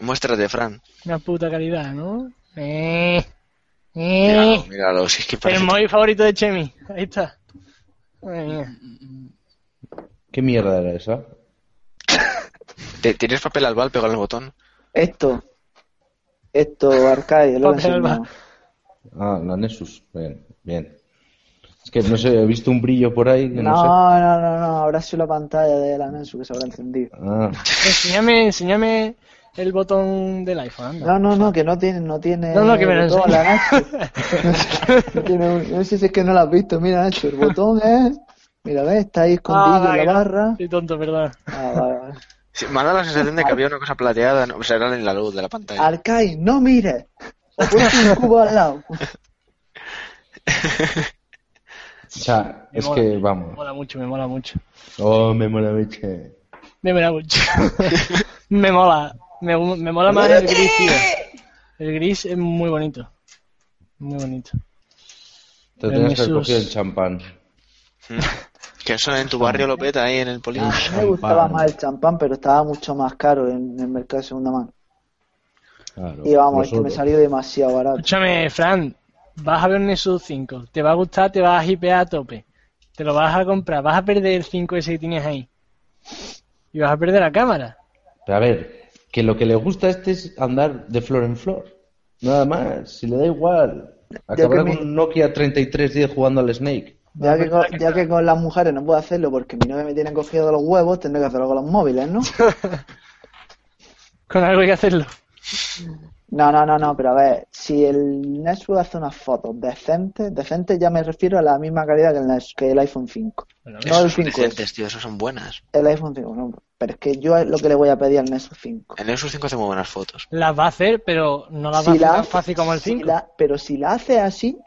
Speaker 3: Muéstrate, Fran.
Speaker 4: Una puta calidad, ¿no? Eh. Eh.
Speaker 3: Míralo, míralo. Si es que
Speaker 4: El
Speaker 3: parece...
Speaker 4: móvil favorito de Chemi. Ahí está. Madre mía.
Speaker 1: ¿Qué mierda era esa?
Speaker 3: Te- Tienes papel al bal, pegado en el botón.
Speaker 2: Esto. Esto, Arcade, lo he
Speaker 4: Papel,
Speaker 2: enseñado.
Speaker 4: va.
Speaker 1: Ah, la Nexus. Bien, bien. Es que no sé, he visto un brillo por ahí. Que
Speaker 2: No,
Speaker 1: no, sé.
Speaker 2: no, no, no, habrá sido la pantalla de la Nensu que se habrá encendido.
Speaker 1: Ah,
Speaker 4: Enséñame, enséñame el botón del iPhone, anda.
Speaker 2: No, no, no, que no tiene, no tiene.
Speaker 4: No, no, que me lo
Speaker 2: botón la
Speaker 4: enseñe.
Speaker 2: Nacho. No sé, no tiene un- no sé si es que no lo has visto, mira Nacho, el botón es, mira ves, está ahí escondido
Speaker 4: Ah,
Speaker 2: en
Speaker 4: vale,
Speaker 2: la barra.
Speaker 4: Soy tonto, perdad.
Speaker 2: Ah, vale, vale.
Speaker 3: Sí, me ha dado la sensación
Speaker 5: Ah.
Speaker 3: de que había una cosa plateada, no, o sea, era en la luz de la pantalla.
Speaker 2: Arcai, no mires. O pones un cubo al lado.
Speaker 1: o sea,
Speaker 4: Me
Speaker 1: Ah, es
Speaker 4: mola.
Speaker 1: que
Speaker 4: Me
Speaker 1: vamos.
Speaker 4: mola mucho, me mola mucho.
Speaker 1: Oh, me mola mucho.
Speaker 4: Me mola mucho. me mola. Me, me mola más el gris, tío. El gris es muy bonito. Muy bonito.
Speaker 1: Te
Speaker 4: El
Speaker 1: tenías que haber
Speaker 4: Nexus.
Speaker 1: cogido el champán.
Speaker 3: Que eso en tu barrio lo peta ahí en el polígono.
Speaker 2: A mí me gustaba más el champán, pero estaba mucho más caro en el mercado de segunda mano.
Speaker 1: Claro,
Speaker 2: Y vamos, es que
Speaker 1: nosotros.
Speaker 2: me salió demasiado barato.
Speaker 4: Escúchame, Fran. Vas a ver un Nexus 5. Te va a gustar, te vas a hipear a tope. Te lo vas a comprar. Vas a perder el 5S que tienes ahí. Y vas a perder la cámara.
Speaker 1: Pero a ver, que lo que le gusta a este es andar de flor en flor. Nada más, si le da igual. Acabará
Speaker 2: que
Speaker 1: con
Speaker 2: me-
Speaker 1: un Nokia 3310 jugando al Snake.
Speaker 2: Ya que, con, ya que con las mujeres no puedo hacerlo porque mi novia me tiene cogido de los huevos, tendré que hacerlo con los móviles, ¿no?
Speaker 4: Con algo hay que hacerlo.
Speaker 2: No, no, no, no, pero a ver, si el Nexus hace unas fotos decentes, decentes ya me refiero a la misma calidad que el, Nexus- que el iPhone 5. No el
Speaker 3: Esos son
Speaker 2: 5
Speaker 3: decentes, tío, esos son buenas.
Speaker 2: El iPhone 5, no, pero es que yo es lo que le voy a pedir al Nexus 5.
Speaker 3: En esos 5 hace muy buenas fotos.
Speaker 4: Las va a hacer, pero no las va a
Speaker 2: Si
Speaker 4: hacer
Speaker 2: la
Speaker 4: tan
Speaker 2: hace-
Speaker 4: fácil como el
Speaker 2: si
Speaker 4: 5.
Speaker 2: la- pero si la hace así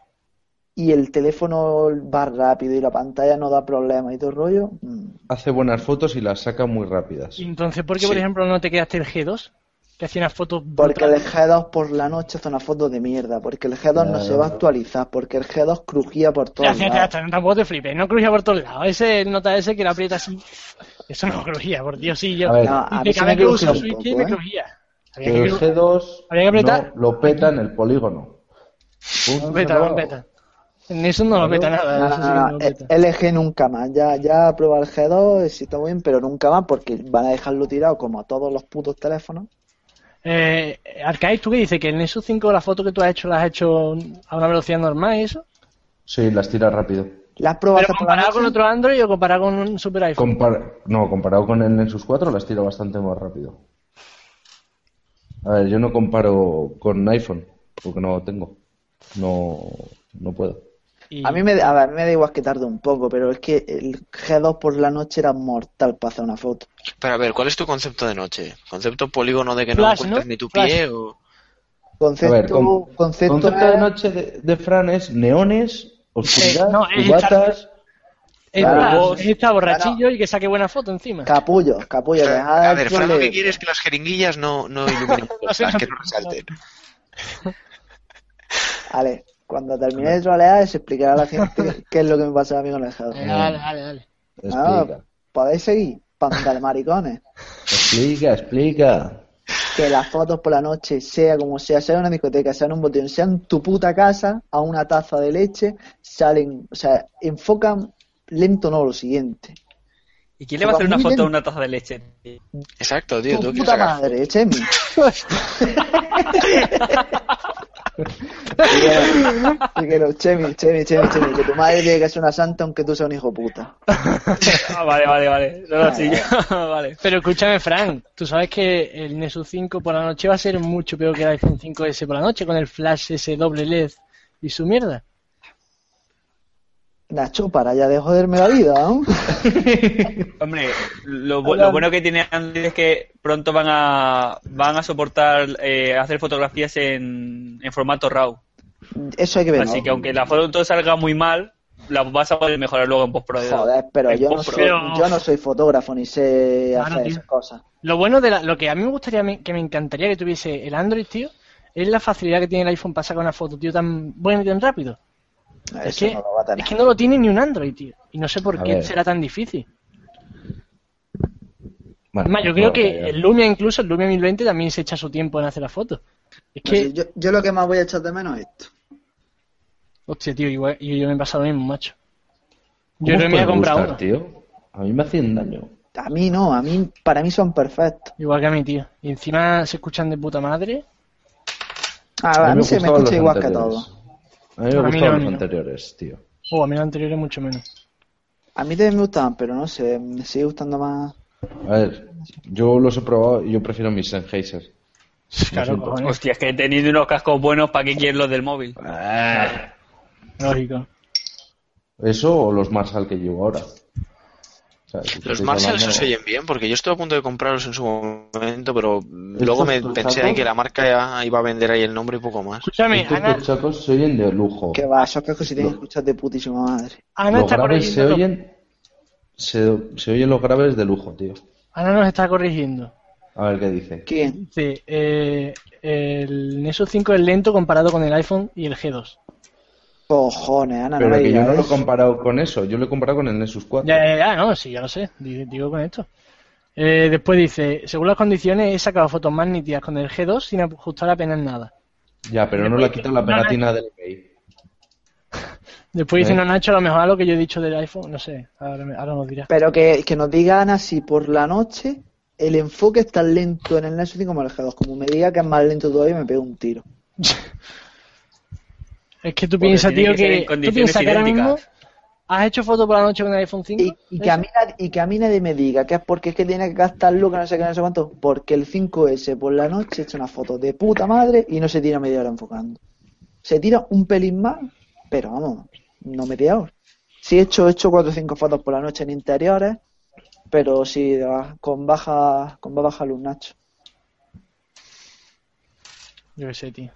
Speaker 2: y el teléfono va rápido y la pantalla no da problemas y todo el rollo, mm,
Speaker 1: Hace buenas fotos y las saca muy rápidas.
Speaker 4: Y Entonces, ¿por qué, por
Speaker 3: Sí.
Speaker 4: ejemplo, no te quedaste el G2? Que hacía unas fotos
Speaker 2: Porque el
Speaker 4: brutales.
Speaker 2: G2 por la noche hace una foto de mierda, porque el G2 no se va a actualizar, porque el G2 crujía por
Speaker 4: Ya,
Speaker 2: todos
Speaker 4: ya,
Speaker 2: lados.
Speaker 4: ya, tampoco te flipes, no crujía por todos lados. Ese nota ese que la aprieta así. Eso no crujía, por Dios, sí, yo.
Speaker 1: A ver.
Speaker 2: No, a
Speaker 4: de
Speaker 2: mí sí
Speaker 4: cada
Speaker 2: me
Speaker 4: vez que uso
Speaker 2: crujía un
Speaker 4: Switch
Speaker 2: poco,
Speaker 4: me
Speaker 2: ¿eh?
Speaker 4: crujía. Había
Speaker 1: Pero
Speaker 4: que
Speaker 1: el
Speaker 4: cru-
Speaker 1: G2
Speaker 4: Habría que apretar.
Speaker 1: no lo peta en el polígono. Punto,
Speaker 4: No
Speaker 1: se
Speaker 4: peta,
Speaker 1: acabó.
Speaker 4: no peta. En eso no lo peta nada.
Speaker 2: No,
Speaker 4: eso
Speaker 2: no, no,
Speaker 4: sí que
Speaker 2: no,
Speaker 4: no lo
Speaker 2: eh,
Speaker 4: peta.
Speaker 2: LG nunca más. Ya, ya prueba el G2, si está muy bien, pero nunca más, porque van a dejarlo tirado como a todos los putos teléfonos.
Speaker 4: Eh, Arcade, ¿tú qué dices? ¿Que el Nexus 5 la foto que tú has hecho la has hecho a una velocidad normal y eso?
Speaker 1: Sí, las tira rápido.
Speaker 2: Las pruebas
Speaker 4: ¿Pero comparado con otro Android o comparado con un Super iPhone?
Speaker 1: Compar- No, comparado con el Nexus 4 las tira bastante más rápido. A ver, yo no comparo con iPhone, porque no tengo. No, no puedo.
Speaker 4: Y-
Speaker 2: A mí me, a ver, me da igual que tarde un poco, pero es que el G2 por la noche era mortal para hacer una foto.
Speaker 3: Pero a ver, ¿cuál es tu concepto de noche? ¿Concepto polígono de que no
Speaker 4: Flash,
Speaker 3: encuentras
Speaker 4: ¿no?
Speaker 3: ni tu
Speaker 4: Flash.
Speaker 3: pie o...?
Speaker 1: A
Speaker 2: Concepto,
Speaker 1: ver, con-
Speaker 2: concepto,
Speaker 1: concepto de
Speaker 2: era-
Speaker 1: noche de, de Fran es neones, oscuridad,
Speaker 4: Eh, no, es
Speaker 1: cubatas.
Speaker 4: Está,
Speaker 2: Claro.
Speaker 4: está borrachillo y que saque buena foto encima.
Speaker 2: Capullo, capullo. dejad de
Speaker 3: a ver, Fran, lo
Speaker 2: decirle-
Speaker 3: que quiere es que las jeringuillas no, no iluminen,
Speaker 4: sé,
Speaker 3: las
Speaker 4: no
Speaker 3: que
Speaker 4: sé.
Speaker 3: no resalten.
Speaker 2: Vale, cuando termine de trolear, os explicaré a la gente qué es lo que me pasaba a mí con el G2.
Speaker 4: Venga, dale, dale, dale.
Speaker 2: Ah,
Speaker 1: Eh, Explica,
Speaker 2: podéis seguir, panda de maricones.
Speaker 1: explica, explica.
Speaker 2: Que las fotos por la noche, sea como sea, sea en una discoteca, sea en un botellón, sea en tu puta casa, a una taza de leche, salen, o sea, enfocan lento no lo siguiente.
Speaker 5: ¿Y quién le va a hacer una
Speaker 2: Muy
Speaker 5: foto a
Speaker 2: bien.
Speaker 5: una taza de leche? tío?
Speaker 3: Exacto, tío, tú
Speaker 2: tu
Speaker 3: quieres
Speaker 2: puta
Speaker 3: sacar...
Speaker 2: madre, Chemi. Y que no, Chemi, Chemi, Chemi, Chemi, que tu madre tiene que ser una santa aunque tú seas un hijo puta.
Speaker 5: Ah, vale, vale, vale. Solo así. vale.
Speaker 4: Pero escúchame, Frank, tú sabes que el Nexus 5 por la noche va a ser mucho peor que el iPhone 5S por la noche con el flash ese doble LED y su mierda.
Speaker 2: Nacho, para ya de joderme la vida, ¿no?
Speaker 5: Hombre, lo, bu- lo bueno que tiene Android es que pronto van a van a soportar eh, hacer fotografías en, en formato RAW.
Speaker 2: Eso hay que ver.
Speaker 5: Así que aunque la foto todo salga muy mal, la vas a poder mejorar luego en postpro.
Speaker 2: Joder, pero
Speaker 5: en
Speaker 2: yo no,
Speaker 5: postpro.
Speaker 2: soy,
Speaker 4: Pero-
Speaker 2: yo no soy fotógrafo ni sé
Speaker 4: Claro,
Speaker 2: hacer
Speaker 4: tío.
Speaker 2: esas cosas.
Speaker 4: Lo bueno de la- lo que a mí me gustaría, me- que me encantaría que tuviese el Android, tío, es la facilidad que tiene el iPhone para sacar una foto, tío, tan buena y tan rápido. es,
Speaker 2: Eso
Speaker 4: que,
Speaker 2: no lo va a tener.
Speaker 4: es que no lo tiene ni un Android, tío. Y no sé por
Speaker 1: A
Speaker 4: qué
Speaker 1: ver.
Speaker 4: será tan difícil.
Speaker 1: Bueno,
Speaker 4: Es más, yo creo
Speaker 1: Ah, no,
Speaker 4: que el Lumia, incluso el Lumia 1020, también se echa su tiempo en hacer la foto. Es
Speaker 2: No
Speaker 4: que,
Speaker 2: sé, yo, yo lo que más voy a echar de menos es esto.
Speaker 4: hostia, tío, igual, yo, yo me he pasado lo mismo, macho. Yo
Speaker 1: ¿Cómo
Speaker 4: creo que me voy a
Speaker 1: puede
Speaker 4: comprar
Speaker 1: gustar,
Speaker 4: uno.
Speaker 1: tío? A mí me hacen daño.
Speaker 2: A mí no, a mí, para mí son perfectos.
Speaker 4: Igual que a mí, tío. Y encima se escuchan de puta madre.
Speaker 2: A, ver, a mí se me
Speaker 1: gustaban
Speaker 2: escucha
Speaker 1: los
Speaker 2: igual que
Speaker 1: anteriores.
Speaker 2: todo.
Speaker 1: A mí me
Speaker 4: A mí no, a
Speaker 1: gustaban
Speaker 4: mí
Speaker 1: los
Speaker 4: no.
Speaker 1: anteriores, tío.
Speaker 4: O a mí los anteriores mucho menos.
Speaker 2: A mí también me gustaban, pero no sé, me sigue gustando más.
Speaker 1: A ver, yo los he probado y yo prefiero mis Sennheiser.
Speaker 4: Claro,
Speaker 1: siento.
Speaker 4: cojones.
Speaker 5: Hostia, es que he tenido unos cascos buenos para que quieres los del móvil.
Speaker 4: Lógico.
Speaker 1: Eso o los Marshall que llevo ahora. O sea, si
Speaker 3: Los
Speaker 1: estáis
Speaker 3: Marshall
Speaker 1: hablando-
Speaker 3: esos se oyen bien, porque yo estuve a punto de comprarlos en su momento, pero
Speaker 1: Estos
Speaker 3: luego me
Speaker 1: tus
Speaker 3: pensé ahí
Speaker 1: tacos.
Speaker 3: que la marca ya iba a vender ahí el nombre y poco más.
Speaker 4: Escúchame,
Speaker 1: Estos
Speaker 4: Ana,
Speaker 1: dos chacos se oyen de lujo.
Speaker 2: Que va, esos cascos si tienen escuchas de putísima madre.
Speaker 4: Ana
Speaker 1: Los
Speaker 4: está
Speaker 1: graves se
Speaker 4: corrigiendo.
Speaker 1: oyen. Se, se oyen los graves de lujo, tío.
Speaker 4: Ana nos está corrigiendo.
Speaker 1: A ver qué dice.
Speaker 2: ¿Quién?
Speaker 4: Dice, eh, el Nexus 5 es lento comparado con el iPhone y el G2.
Speaker 2: Cojones, Ana,
Speaker 1: Pero
Speaker 2: no me
Speaker 1: que yo
Speaker 2: digas
Speaker 1: no lo he
Speaker 2: eso.
Speaker 1: comparado con eso, yo lo he comparado con el Nexus 4.
Speaker 4: Ya, ya, ya, no, sí, ya lo sé, di- digo con esto. Eh, después dice, según las condiciones he sacado fotos más nítidas con el G2 sin ajustar apenas nada.
Speaker 1: Ya, pero no le ha quitado la
Speaker 4: No, no.
Speaker 1: pegatina del eBay.
Speaker 4: Después dice,
Speaker 1: ¿Eh?
Speaker 4: no, Nacho, a lo mejor a lo que yo he dicho del iPhone, no sé, ahora, me- ahora nos dirá.
Speaker 2: Pero que, que nos diga Ana si por la noche el enfoque es tan lento en el Nexus 5 como el G2. Como me diga que es más lento todavía, me pego un tiro.
Speaker 4: Es que tú
Speaker 5: Porque
Speaker 4: piensas,
Speaker 5: tiene
Speaker 4: tío,
Speaker 5: que ser en
Speaker 4: que, tú
Speaker 5: condiciones
Speaker 4: piensas que ahora mismo
Speaker 5: idénticas.
Speaker 4: has hecho fotos por la noche con el iPhone 5.
Speaker 2: Y, y que a mí, nad- y que a mí nadie me diga que es porque es que tiene que gastarlo, que no sé qué, no sé cuánto. Porque el 5S por la noche echa una foto de puta madre y no se tira media hora enfocando. Se tira un pelín más, pero vamos, no media hora. Si he hecho, he hecho 4 o 5 fotos por la noche en interiores, pero sí, de ba- con baja, con baja luz, Nacho.
Speaker 4: Yo qué sé, tío.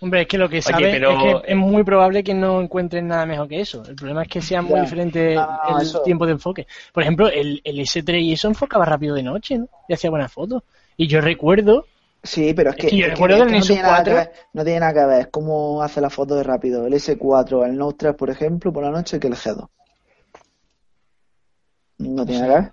Speaker 4: Hombre, es que lo que
Speaker 5: Oye,
Speaker 4: sabe
Speaker 5: pero- eh,
Speaker 4: es que es muy probable que no encuentren nada mejor que eso. El problema es que sea muy
Speaker 2: Ya.
Speaker 4: diferente
Speaker 2: Ah,
Speaker 4: el
Speaker 2: eso.
Speaker 4: tiempo de enfoque. Por ejemplo, el, el S3 y eso enfocaba rápido de noche, ¿no? Y hacía buenas fotos. Y yo recuerdo,
Speaker 2: Sí, pero es que,
Speaker 4: Es que yo
Speaker 2: es que-
Speaker 4: recuerdo
Speaker 2: es
Speaker 4: del
Speaker 2: que
Speaker 4: Nexus
Speaker 2: no, tiene nada que
Speaker 4: 4.
Speaker 2: ver, no tiene nada que ver es cómo hace la foto de rápido el S4, el Note 3, por ejemplo, por la noche que el G2. No tiene nada que ver.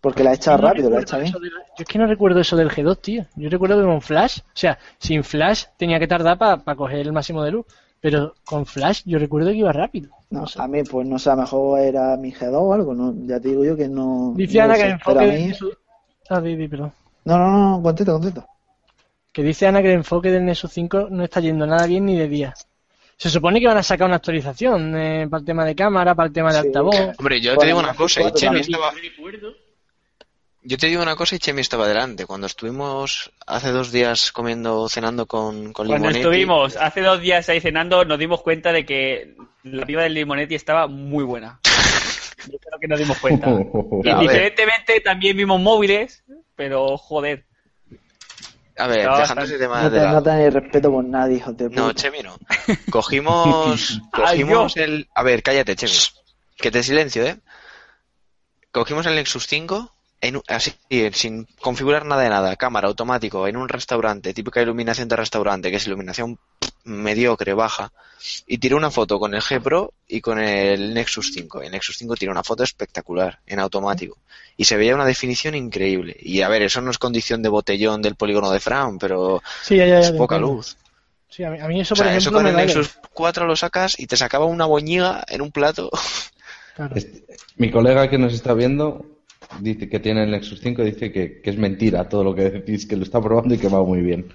Speaker 2: Porque la echa
Speaker 4: Pues yo no
Speaker 2: rápido, la echa
Speaker 4: recuerdo
Speaker 2: bien.
Speaker 4: eso de la- yo es que no recuerdo eso del G2, tío. Yo recuerdo que con Flash, o sea, sin Flash tenía que tardar para coger el máximo de luz. Pero con Flash yo recuerdo que iba rápido.
Speaker 2: No,
Speaker 4: No sé.
Speaker 2: A mí, pues no sé, a lo mejor era mi G2 o algo, no, ya te digo yo que no. no
Speaker 4: Dice
Speaker 2: lo
Speaker 4: Ana que
Speaker 2: sé,
Speaker 4: el
Speaker 2: pero
Speaker 4: enfoque
Speaker 2: a
Speaker 4: de
Speaker 2: mí-
Speaker 4: Nexus- Ah, di, di, perdón.
Speaker 2: No, no, no, no, contento, contento.
Speaker 4: Que dice Ana que el enfoque del Nexus 5 no está yendo nada bien ni de día. Se supone que van a sacar una actualización eh, para el tema de cámara, para el tema de
Speaker 2: Sí.
Speaker 4: altavoz.
Speaker 3: Hombre, yo te
Speaker 2: Bueno,
Speaker 3: digo una
Speaker 2: el
Speaker 3: cosa, y
Speaker 2: G4
Speaker 3: Chemi
Speaker 2: también.
Speaker 3: estaba... Yo te digo una cosa y Chemi estaba delante. Cuando estuvimos hace dos días comiendo, cenando con, con
Speaker 5: Cuando
Speaker 3: Limonetti,
Speaker 5: estuvimos Pues hace dos días ahí cenando, nos dimos cuenta de que la piba del Limonetti estaba muy buena. Yo creo que nos dimos
Speaker 3: Pues
Speaker 5: cuenta. Y
Speaker 3: A ver.
Speaker 5: diferentemente también vimos móviles, pero joder.
Speaker 3: A ver,
Speaker 5: No,
Speaker 3: dejando ese
Speaker 5: está-
Speaker 3: tema
Speaker 2: No,
Speaker 3: de
Speaker 2: te,
Speaker 3: lado.
Speaker 2: no tenéis respeto por nadie, hijos de puta.
Speaker 3: No, Chemi no. Cogimos,
Speaker 5: Ay,
Speaker 3: cogimos
Speaker 5: Dios.
Speaker 3: el... A ver, cállate, Chemi. Que te silencio, ¿eh? Cogimos el Nexus 5 en, un- así, sin configurar nada de nada. Cámara, automático, en un restaurante. Típica iluminación de restaurante, que es iluminación pff, mediocre, baja. Y tiré una foto con el G Pro y con el Nexus 5. El Nexus 5 tiró una foto espectacular, en automático. Y se veía una definición increíble. Y a ver, eso no es condición de botellón del polígono de Fran, pero
Speaker 4: Sí, ya, ya, ya,
Speaker 3: es
Speaker 4: te
Speaker 3: poca
Speaker 4: entiendo.
Speaker 3: luz.
Speaker 4: Sí, a mí, a mí eso,
Speaker 3: O
Speaker 4: por
Speaker 3: sea, eso
Speaker 4: ejemplo,
Speaker 3: con
Speaker 4: me
Speaker 3: el
Speaker 4: vale.
Speaker 3: Nexus 4 lo sacas y te sacaba una boñiga en un plato.
Speaker 4: Claro.
Speaker 1: Este- mi colega que nos está viendo dice que tiene el Nexus 5 dice que, que es mentira todo lo que decís, que lo está probando y que va muy bien.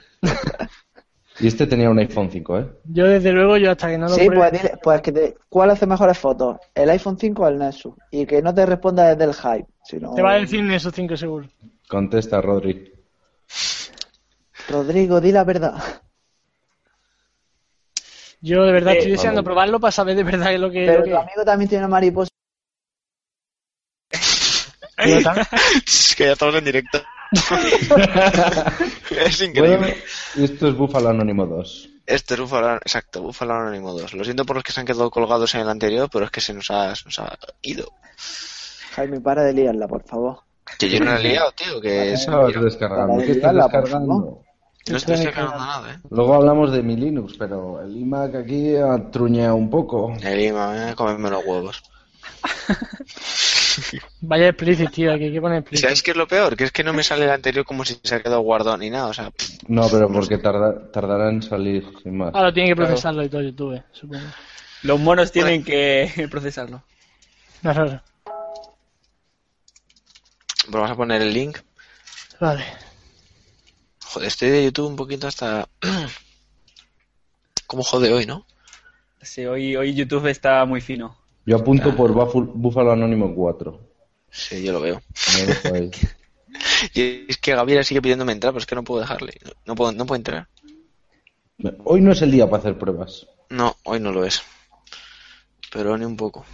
Speaker 1: y este tenía un iPhone 5, ¿eh?
Speaker 4: Yo, desde luego, yo hasta que no lo
Speaker 2: Sí,
Speaker 4: pruebe-
Speaker 2: pues, dile- pues que te- ¿cuál hace mejores fotos? ¿El iPhone 5 o el Nexus? Y que no te responda desde el hype. Sino...
Speaker 4: te va a decir Nexus 5 seguro.
Speaker 1: Contesta, Rodri.
Speaker 2: Rodrigo, di la verdad.
Speaker 4: Yo, de verdad, estoy
Speaker 5: Eh,
Speaker 4: deseando
Speaker 1: vamos.
Speaker 4: probarlo para saber de verdad lo que...
Speaker 2: Pero
Speaker 4: lo que-
Speaker 2: tu amigo también tiene una mariposa.
Speaker 4: Pero tam-
Speaker 3: que ya estamos en directo. es increíble.
Speaker 1: Bueno, y esto es Buffalo Anónimo 2.
Speaker 3: Este es Buffalo, exacto, Buffalo Anónimo 2. Lo siento por los que se han quedado colgados en el anterior, pero es que se nos ha, se nos ha ido.
Speaker 2: Jaime, para de liarla, por favor.
Speaker 3: Que yo no la he liado, tío,
Speaker 4: Eh,
Speaker 3: que es-
Speaker 1: Eso es descargando. ¿Qué estás
Speaker 2: Para descargarla,
Speaker 1: descargando?
Speaker 3: no estoy sacando nada, eh.
Speaker 1: Luego hablamos de mi Linux, pero el iMac aquí ha truñado un poco.
Speaker 3: El IMA, eh, comerme los huevos.
Speaker 4: Vaya explicit, tío, aquí hay que poner
Speaker 3: ¿Y
Speaker 4: explicit.
Speaker 3: ¿Sabes qué es lo peor? Que es que no me sale el anterior como si se ha quedado guardado ni nada, o sea, pff,
Speaker 1: No, pero porque tarda- tardará en salir sin más.
Speaker 4: Ahora tiene que procesarlo y todo YouTube, eh, supongo.
Speaker 5: Los monos tienen que procesarlo.
Speaker 4: No, no, no.
Speaker 3: pero vamos a poner el link.
Speaker 4: Vale.
Speaker 3: Joder, estoy de YouTube un poquito hasta. ¿Cómo jode hoy, no?
Speaker 5: Sí, hoy, hoy YouTube está muy fino.
Speaker 1: Yo apunto por Buffalo, Buffalo Anónimo 4.
Speaker 3: Sí, yo lo veo.
Speaker 1: Me lo dejo ahí.
Speaker 3: Y es que Gabriela sigue pidiéndome entrar, pero es que no puedo dejarle. No puedo, no puedo entrar.
Speaker 1: Hoy no es el día para hacer pruebas.
Speaker 3: No, hoy no lo es. Pero ni un poco.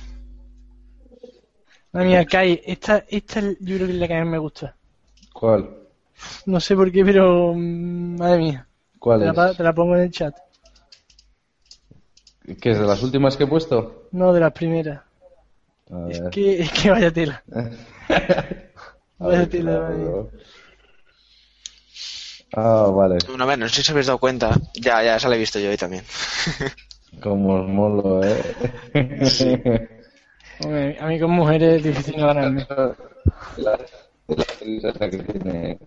Speaker 4: Madre mía, Kai, esta, esta yo creo que es la que a mí me gusta.
Speaker 1: ¿Cuál?
Speaker 4: No sé por qué, pero. mm, Madre mía.
Speaker 1: ¿Cuál
Speaker 4: Te la, pa-
Speaker 1: es?
Speaker 4: te la pongo en el chat.
Speaker 1: ¿Qué es de las últimas que he puesto?
Speaker 4: No, de las primeras.
Speaker 1: A ver.
Speaker 4: Es que, es que vaya tela.
Speaker 1: A ver,
Speaker 4: Vaya tela,
Speaker 1: claro.
Speaker 4: madre mía.
Speaker 1: Ah, vale.
Speaker 3: Bueno, a ver, no sé si habéis dado cuenta. Ya, ya, esa la he visto yo hoy también.
Speaker 1: Como os molo, ¿eh?
Speaker 4: Hombre, a mí con mujeres es difícil no ganarme.
Speaker 1: La- la actriz esa que tiene.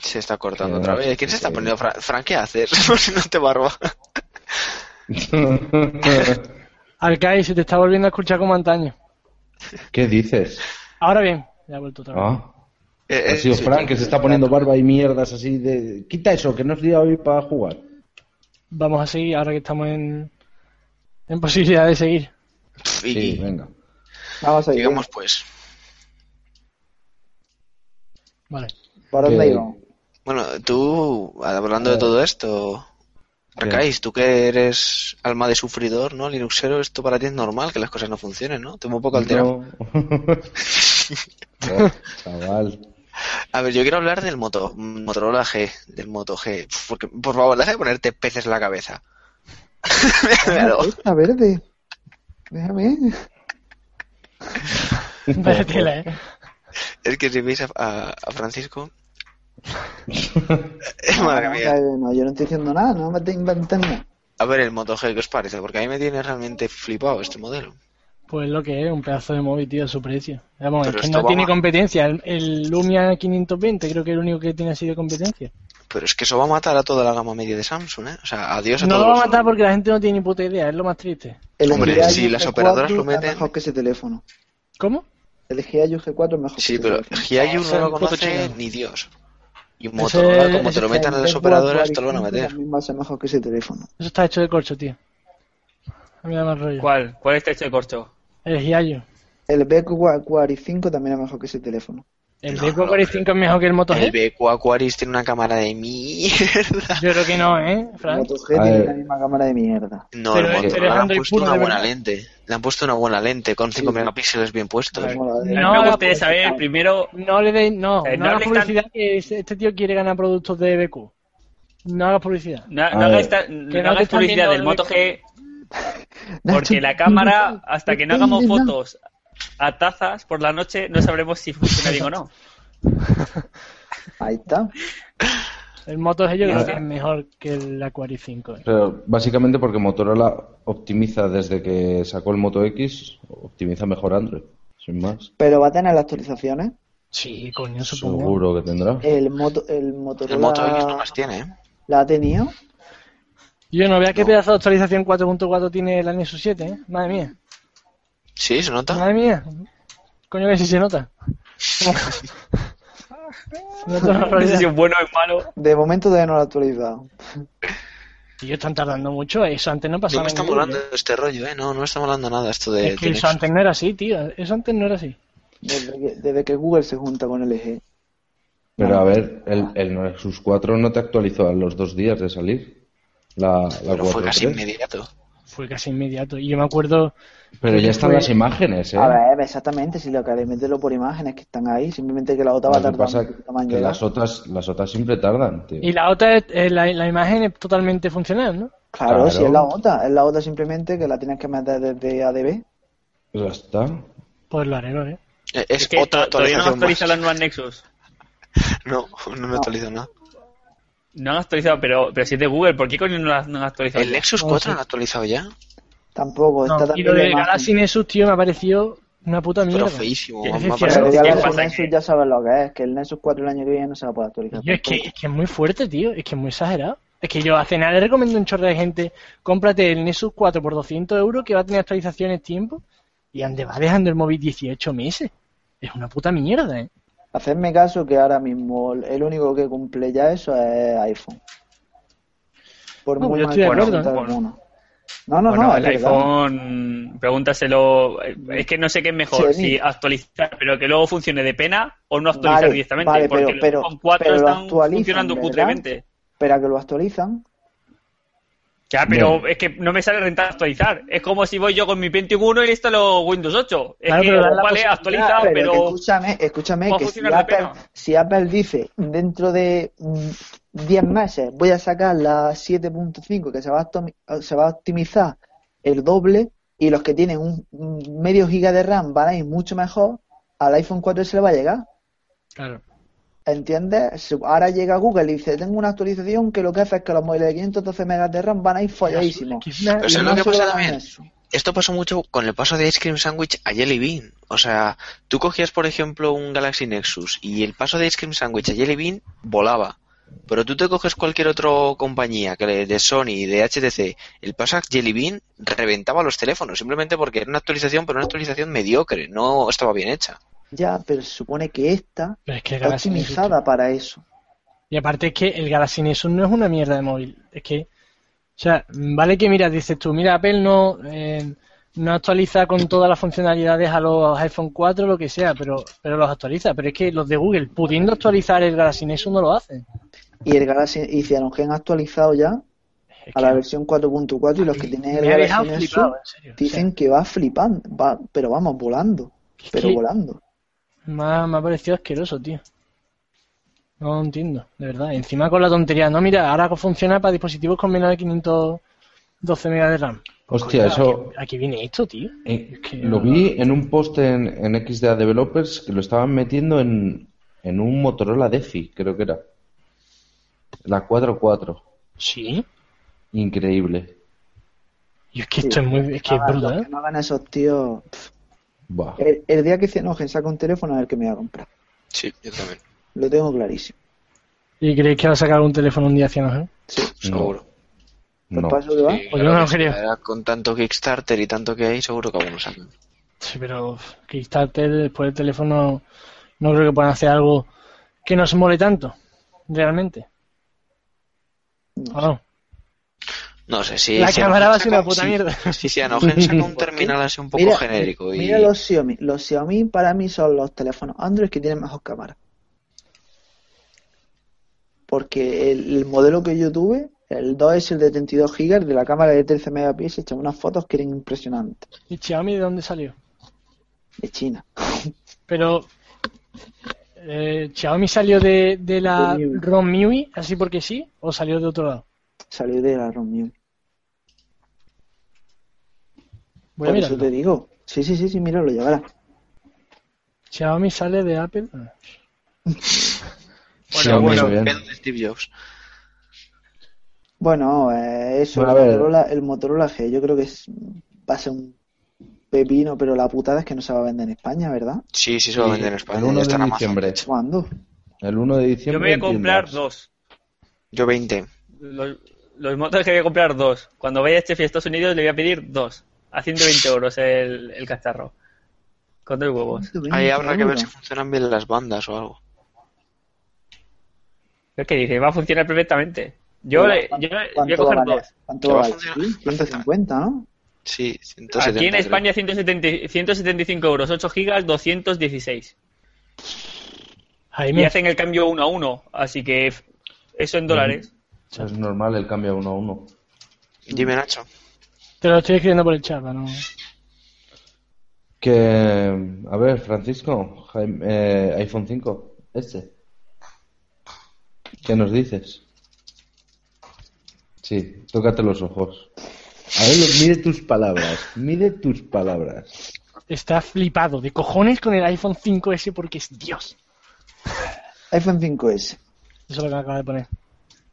Speaker 3: Se está cortando
Speaker 1: Que
Speaker 3: otra
Speaker 1: no,
Speaker 3: vez. ¿Quién se está
Speaker 1: que-
Speaker 3: poniendo? Fra- Fran, ¿qué haces? no te barba.
Speaker 4: Al Kai se te está volviendo a escuchar como antaño.
Speaker 1: ¿Qué dices?
Speaker 4: Ahora bien, ya ha vuelto otra vez.
Speaker 1: Ah,
Speaker 3: Eh,
Speaker 1: ha
Speaker 3: eh,
Speaker 1: sido
Speaker 3: sí,
Speaker 1: Frank que se está poniendo barba y mierdas así de... Quita eso, que no es día hoy para jugar.
Speaker 4: Vamos a seguir ahora que estamos en, en posibilidad de seguir.
Speaker 3: pf, y-
Speaker 1: Sí, venga.
Speaker 2: Vamos a ir.
Speaker 3: Digamos pues.
Speaker 4: Vale.
Speaker 2: ¿Por dónde
Speaker 3: Eh,
Speaker 1: que-
Speaker 2: íbamos?
Speaker 3: Bueno, tú, hablando de
Speaker 1: Eh.
Speaker 3: todo esto,
Speaker 1: ¿Qué?
Speaker 3: Arcais, tú que eres alma de sufridor, ¿no? Linuxero, esto para ti es normal que las cosas no funcionen, ¿no? Te un poco alterado.
Speaker 1: No. Oh, chaval.
Speaker 3: A ver, yo quiero hablar del moto, Motorola G, del Moto G, Uf, porque, por favor, deja de ponerte peces en la cabeza. Claro.
Speaker 2: Está Ah, verde. Déjame.
Speaker 4: Vaya tela, eh.
Speaker 3: es que si veis a, a- a Francisco... Eh, Madre
Speaker 2: No,
Speaker 3: mía.
Speaker 2: No, yo no estoy diciendo nada, no me te inventes nada.
Speaker 3: A ver, el Moto G, ¿qué os parece? Porque a mí me tiene realmente flipado este modelo.
Speaker 4: Pues lo que es, un pedazo de móvil, tío, a su precio. Vamos,
Speaker 3: Pero
Speaker 4: es que
Speaker 3: esto
Speaker 4: no
Speaker 3: va
Speaker 4: tiene
Speaker 3: mal.
Speaker 4: competencia. El, el Lumia 520 creo que es el único que tiene así de competencia.
Speaker 3: Pero es que eso va a matar a toda la gama media de Samsung, ¿eh? O sea, adiós a
Speaker 4: No
Speaker 3: todos
Speaker 4: lo va a
Speaker 3: los-
Speaker 4: matar porque la gente no tiene ni puta idea, es lo más triste.
Speaker 2: El
Speaker 3: Hombre,
Speaker 2: GIA
Speaker 3: si las
Speaker 2: G4
Speaker 3: operadoras lo meten-
Speaker 2: Es mejor que ese teléfono.
Speaker 4: ¿Cómo?
Speaker 2: El GIA G4 es mejor que
Speaker 3: Sí,
Speaker 2: ese
Speaker 3: pero
Speaker 2: teléfono.
Speaker 3: Giayu
Speaker 4: Eso
Speaker 3: no
Speaker 4: es
Speaker 3: lo
Speaker 4: un poco
Speaker 3: conoce
Speaker 4: chino.
Speaker 3: ni Dios. Y
Speaker 4: Ese-
Speaker 3: Motorola, como te
Speaker 4: ese
Speaker 3: lo metan en las
Speaker 2: G4
Speaker 3: operadoras, te lo van a meter.
Speaker 2: También va a ser mejor que ese teléfono.
Speaker 4: Eso está hecho de corcho, tío. A mí me da más rollo.
Speaker 5: ¿Cuál? ¿Cuál está hecho de corcho?
Speaker 4: El Giallo.
Speaker 2: El B45 también es mejor que ese teléfono.
Speaker 4: El
Speaker 3: No,
Speaker 4: b 45 es mejor que el Moto
Speaker 3: El
Speaker 4: G.
Speaker 3: BQ Aquaris tiene una cámara de mierda.
Speaker 4: Yo creo que no, ¿eh,
Speaker 2: El
Speaker 4: Frank?
Speaker 2: Moto G
Speaker 1: A
Speaker 2: tiene
Speaker 1: ver.
Speaker 2: la misma cámara de mierda.
Speaker 3: No,
Speaker 4: Pero er-,
Speaker 3: el
Speaker 4: es-
Speaker 3: Motorola
Speaker 4: pero es
Speaker 3: le han
Speaker 4: Android
Speaker 3: puesto
Speaker 4: puro,
Speaker 3: una
Speaker 4: de
Speaker 3: buena
Speaker 4: verdad.
Speaker 3: lente. Le han puesto una buena lente con 5
Speaker 2: Sí.
Speaker 3: megapíxeles bien puestos.
Speaker 2: La cámara de-
Speaker 5: A mí
Speaker 4: No,
Speaker 5: me
Speaker 4: la
Speaker 5: gustaría
Speaker 4: publicidad.
Speaker 5: saber primero.
Speaker 4: No le deis, no,
Speaker 5: Eh,
Speaker 4: no,
Speaker 5: no
Speaker 4: hagas
Speaker 5: hables tan-
Speaker 4: publicidad que este este tío quiere ganar productos de BQ. No hagas publicidad.
Speaker 5: No, no
Speaker 1: A ver.
Speaker 5: hagas, ta-
Speaker 4: Que
Speaker 5: no
Speaker 4: no te
Speaker 5: hagas
Speaker 4: están
Speaker 5: publicidad
Speaker 4: viendo
Speaker 5: del
Speaker 4: el
Speaker 5: Moto G, porque
Speaker 2: Nacho,
Speaker 5: la cámara, hasta que no hagamos
Speaker 2: entiendes nada.
Speaker 5: fotos a tazas por la noche, no sabremos si funciona bien o no.
Speaker 2: Ahí está.
Speaker 4: El Moto G yo creo
Speaker 5: Nada.
Speaker 4: que es mejor que el Aquari 5. ¿eh?
Speaker 1: Pero básicamente porque Motorola optimiza desde que sacó el Moto X, optimiza mejor Android, sin más.
Speaker 2: Pero va a tener las actualizaciones.
Speaker 4: Sí, coño, supongo.
Speaker 1: Seguro que tendrá.
Speaker 2: El moto, el Motorola
Speaker 3: El Moto X no las tiene, ¿eh?
Speaker 2: la ha tenido.
Speaker 4: Yo no vea qué
Speaker 3: No.
Speaker 4: pedazo de actualización 4.4 tiene el Nexus 7, ¿eh? Madre mía.
Speaker 3: Sí, se nota.
Speaker 4: Madre mía. Coño, que sí se nota. Se nota una
Speaker 5: No sé si
Speaker 4: barbaridad.
Speaker 5: es bueno o es malo.
Speaker 2: De momento todavía no la ha actualizado.
Speaker 4: Tío, están tardando mucho. Eso antes no
Speaker 3: No
Speaker 4: pasaba.
Speaker 3: me está
Speaker 4: en ningún,
Speaker 3: molando
Speaker 4: ¿eh?
Speaker 3: este rollo, ¿eh? No, no me está molando nada esto de...
Speaker 4: Es que
Speaker 3: de
Speaker 4: eso
Speaker 3: Nexus.
Speaker 4: antes no era así, tío. Eso antes no era así.
Speaker 2: Desde que, desde que Google se junta con LG.
Speaker 1: Pero a ver, el, el Nexus 4 no te actualizó a los dos días de salir. La, la
Speaker 3: Pero fue
Speaker 1: 4.3.
Speaker 3: casi inmediato.
Speaker 4: Fue casi inmediato. Y yo me acuerdo.
Speaker 1: Pero ya están
Speaker 4: Fue-
Speaker 1: las imágenes, ¿eh?
Speaker 2: A ver, exactamente, si lo que meterlo por imágenes que están ahí, simplemente que la otra va a
Speaker 1: Lo que
Speaker 2: tardar
Speaker 1: pasa
Speaker 2: un poquito más en
Speaker 1: que
Speaker 2: llegar.
Speaker 1: las otras, las otras siempre tardan, tío.
Speaker 4: Y la otra, es- eh, la, la imagen es totalmente funcional, ¿no?
Speaker 2: Claro,
Speaker 1: Claro.
Speaker 2: si es la otra, es la otra simplemente que la tienes que meter desde ADB.
Speaker 1: Ya está.
Speaker 4: Pues lo haré, lo haré.
Speaker 3: Eh, Es,
Speaker 5: Es que
Speaker 3: otra
Speaker 5: to- todavía no han
Speaker 3: actualización más.
Speaker 5: actualizado las nuevas Nexus.
Speaker 3: No, no me actualizo nada.
Speaker 5: No han actualizado, pero, pero si es de Google, ¿por qué coño no las no han actualizado?
Speaker 3: ¿El Nexus
Speaker 4: No
Speaker 3: 4
Speaker 4: sé.
Speaker 3: lo ha actualizado ya?
Speaker 2: Tampoco,
Speaker 4: No,
Speaker 2: está
Speaker 4: y
Speaker 2: Pues también
Speaker 4: lo
Speaker 2: la
Speaker 4: de
Speaker 2: imagen.
Speaker 4: Galaxy Nexus, tío, me ha parecido una puta mierda.
Speaker 3: Pero feísimo.
Speaker 4: pues, Qué
Speaker 3: me ha
Speaker 4: decepción.
Speaker 2: Pero
Speaker 3: parecido-
Speaker 2: ya
Speaker 5: ¿Qué
Speaker 2: Galaxy
Speaker 5: pasa?
Speaker 2: Nexus ya sabes lo que es, que el Nexus 4 el año que viene no se va a poder actualizar.
Speaker 4: Yo es, que, es que es muy fuerte, tío. Es que es muy exagerado. Es que yo hace nada le recomiendo a un chorro de gente, cómprate el Nexus 4 por 200 euros que va a tener actualizaciones tiempo y ande va dejando el móvil 18 meses. Es una puta mierda, ¿eh?
Speaker 2: Hacedme caso que ahora mismo el único que cumple ya eso es iPhone. Por
Speaker 4: No, pues
Speaker 2: muy
Speaker 4: yo
Speaker 2: mal
Speaker 4: estoy de
Speaker 2: que
Speaker 4: acuerdo,
Speaker 2: sea
Speaker 5: ¿eh?
Speaker 2: el mono. No, no,
Speaker 5: bueno,
Speaker 2: no, es
Speaker 5: el
Speaker 2: verdad.
Speaker 5: iPhone, pregúntaselo. Es que no sé qué es mejor,
Speaker 2: Sí, a mí.
Speaker 5: si actualizar, pero que luego funcione de pena o no actualizar
Speaker 2: Vale,
Speaker 5: directamente.
Speaker 2: vale,
Speaker 5: porque
Speaker 2: pero- pero-
Speaker 5: los iPhone 4
Speaker 2: pero lo
Speaker 5: están
Speaker 2: actualizan,
Speaker 5: funcionando
Speaker 2: ¿verdad?
Speaker 5: putremente.
Speaker 2: Pero a que lo actualizan.
Speaker 5: Ya, pero
Speaker 1: Bien.
Speaker 5: es que no me sale rentable actualizar. Es como si voy yo con mi Pentium 1 y instalo Windows 8. Es
Speaker 4: Claro,
Speaker 5: que,
Speaker 4: pero da la
Speaker 5: vale,
Speaker 4: posibilidad,
Speaker 5: actualiza,
Speaker 2: pero, que
Speaker 5: pero.
Speaker 2: escúchame, escúchame,
Speaker 5: va a
Speaker 2: que si
Speaker 5: funcionar de
Speaker 2: Apple,
Speaker 5: pena.
Speaker 2: si Apple dice dentro de mm, 10 meses voy a sacar la 7.5 que se va, a optimi- se va a optimizar el doble y los que tienen un un medio giga de RAM van a ir mucho mejor, al iPhone 4 se le va a llegar.
Speaker 4: Claro.
Speaker 2: ¿Entiendes? Si Ahora llega Google y dice, tengo una actualización que lo que hace es que los móviles de 512 megas de RAM van a ir folladísimos.
Speaker 4: Que es una-
Speaker 3: Pero ¿sabes
Speaker 2: no
Speaker 3: lo que
Speaker 2: solo
Speaker 3: pasa
Speaker 2: van a
Speaker 3: también?
Speaker 2: eso.
Speaker 3: Esto pasó mucho con el paso de Ice Cream Sandwich a Jelly Bean. O sea, tú cogías, por ejemplo, un Galaxy Nexus y el paso de Ice Cream Sandwich a Jelly Bean volaba. Pero tú te coges cualquier otra compañía que le- de Sony, de HTC, el paso a Jelly Bean reventaba los teléfonos, simplemente porque era una actualización, pero una actualización mediocre, no estaba bien hecha.
Speaker 2: Ya, pero se supone que esta
Speaker 4: Pero es que el
Speaker 2: está
Speaker 4: Galaxy Nexus-
Speaker 2: optimizada para eso.
Speaker 4: Y aparte es que el Galaxy Nexus no es una mierda de móvil. Es que, o sea, vale que mira, dices tú, mira, Apple no, eh, no actualiza con todas las funcionalidades a los iPhone 4 lo que sea, pero, pero los actualiza. Pero es que los de Google, pudiendo actualizar el Galaxy Nexus, no lo hacen.
Speaker 2: Y el Galaxy y Cyanogen ha actualizado ya
Speaker 4: Es
Speaker 2: a
Speaker 4: que-
Speaker 2: la versión 4.4 y los que
Speaker 4: y-
Speaker 2: tienen
Speaker 4: me
Speaker 2: el
Speaker 4: ha dejado
Speaker 2: Galaxy Nexus
Speaker 4: flipado, en serio. O sea,
Speaker 2: dicen que va flipando, va, pero vamos, volando.
Speaker 4: Es
Speaker 2: Pero
Speaker 4: que-
Speaker 2: volando.
Speaker 4: me, ha, me ha parecido asqueroso, tío. No lo entiendo, de verdad. Encima con la tontería, no, mira, ahora funciona para dispositivos con menos de 512 megas de RAM.
Speaker 1: Hostia, eso
Speaker 4: Aquí viene esto, tío.
Speaker 1: eh,
Speaker 4: Es que-
Speaker 1: lo vi en un post en, en XDA Developers que lo estaban metiendo en, en un Motorola Defi, creo que era. La 4.4.
Speaker 4: Sí.
Speaker 1: Increíble.
Speaker 4: Y es que esto es muy, es que es
Speaker 2: Hagan lo
Speaker 4: brutal.
Speaker 2: Ah,
Speaker 4: ¿eh?
Speaker 2: que no hagan esos tíos. pff.
Speaker 1: Buah.
Speaker 2: El, el día que Cyanogen saca un teléfono, a ver qué me voy a comprar.
Speaker 3: Sí, yo también.
Speaker 2: Lo tengo clarísimo.
Speaker 4: ¿Y creéis que va a sacar algún teléfono un día hacia nosotros?
Speaker 2: Sí.
Speaker 3: Seguro.
Speaker 2: Pues
Speaker 1: No.
Speaker 2: para eso que va.
Speaker 3: Sí,
Speaker 4: Pues yo no
Speaker 3: que
Speaker 4: lo
Speaker 3: sí,
Speaker 4: creo.
Speaker 3: ahora Con tanto Kickstarter y tanto que hay, seguro que algunos sacan.
Speaker 4: Sí, pero uf, Kickstarter, después del teléfono, no creo que puedan hacer algo que nos mole tanto, realmente. ¿O no?
Speaker 3: No sé si.
Speaker 4: La
Speaker 3: si
Speaker 4: cámara
Speaker 3: Anogen
Speaker 4: va
Speaker 3: saca-
Speaker 4: a ser una puta
Speaker 3: sí,
Speaker 4: mierda.
Speaker 3: Sí, sí, Anogen saca un terminal así un poco
Speaker 2: Mira-
Speaker 3: genérico. Y...
Speaker 2: Mira los Xiaomi. Los Xiaomi para mí son los teléfonos Android que tienen mejor cámara. Porque el, el modelo que yo tuve, el 2 es el de 32 GB, de la cámara de 13 megapíxeles, echa unas fotos que eran impresionantes.
Speaker 4: ¿Y Xiaomi de dónde salió?
Speaker 2: De China.
Speaker 4: Pero eh, Xiaomi salió de, de la
Speaker 2: De MIUI.
Speaker 4: ROM MIUI, así porque sí, o salió de otro lado.
Speaker 2: Salió de la reunión.
Speaker 4: Voy a
Speaker 2: Por eso
Speaker 4: mirarlo.
Speaker 2: te digo. Sí, sí, sí, sí, míralo, ya verás.
Speaker 4: Xiaomi sale de Apple. Ah.
Speaker 1: Sí, hombre,
Speaker 5: bueno,
Speaker 1: muy bien.
Speaker 3: Pero de Steve Jobs.
Speaker 2: Bueno, eh, eso,
Speaker 1: Bueno,
Speaker 2: el
Speaker 1: a ver.
Speaker 2: Motorola, el Motorola G, yo creo que es, va a ser un pepino, pero la putada es que no se va a vender en España, ¿verdad?
Speaker 3: Sí, sí, se va a vender en España.
Speaker 1: el 1
Speaker 3: ya
Speaker 1: de
Speaker 3: está en Amazon.
Speaker 1: diciembre.
Speaker 2: ¿Cuándo?
Speaker 1: El 1 de
Speaker 5: yo
Speaker 1: diciembre.
Speaker 5: me voy a
Speaker 1: en
Speaker 5: comprar
Speaker 1: tiendas.
Speaker 5: dos.
Speaker 3: Yo 20.
Speaker 5: Los, los motos que voy a comprar dos. Cuando vaya este fiesta a Estados Unidos le voy a pedir dos. A 120 euros el, el cacharro. Con dos huevos.
Speaker 3: Ahí habrá que ver si
Speaker 2: Seguro.
Speaker 3: funcionan bien las bandas o algo.
Speaker 5: Es que dice, va a funcionar perfectamente. Yo, le, yo le- voy a
Speaker 2: ¿Cuánto va
Speaker 5: coger
Speaker 2: a valer?
Speaker 5: dos.
Speaker 2: ¿Cuánto
Speaker 3: Que
Speaker 2: va
Speaker 3: va
Speaker 2: a
Speaker 3: a
Speaker 2: valer? Sí,
Speaker 3: funcionar.
Speaker 2: 150, ¿no?
Speaker 3: Sí, 170.
Speaker 5: Aquí en
Speaker 3: creo.
Speaker 5: España 170, 175 euros, 8 gigas, 216.
Speaker 4: Ahí
Speaker 5: Y
Speaker 4: me
Speaker 5: hacen el cambio uno a uno. Así que f- eso en dólares.
Speaker 1: Es normal el cambio a 1 a 1.
Speaker 3: Dime, Nacho.
Speaker 4: Te lo estoy escribiendo por el chat, para ¿no?
Speaker 1: Que. A ver, Francisco, Jaime, eh, iPhone 5, este. ¿Qué nos dices? Sí, tócate los ojos. A ver, lo- mide tus palabras. Mide tus palabras.
Speaker 4: Está flipado de cojones con el iPhone 5S porque es Dios.
Speaker 2: iPhone 5S.
Speaker 4: Eso es lo que me acaba de poner.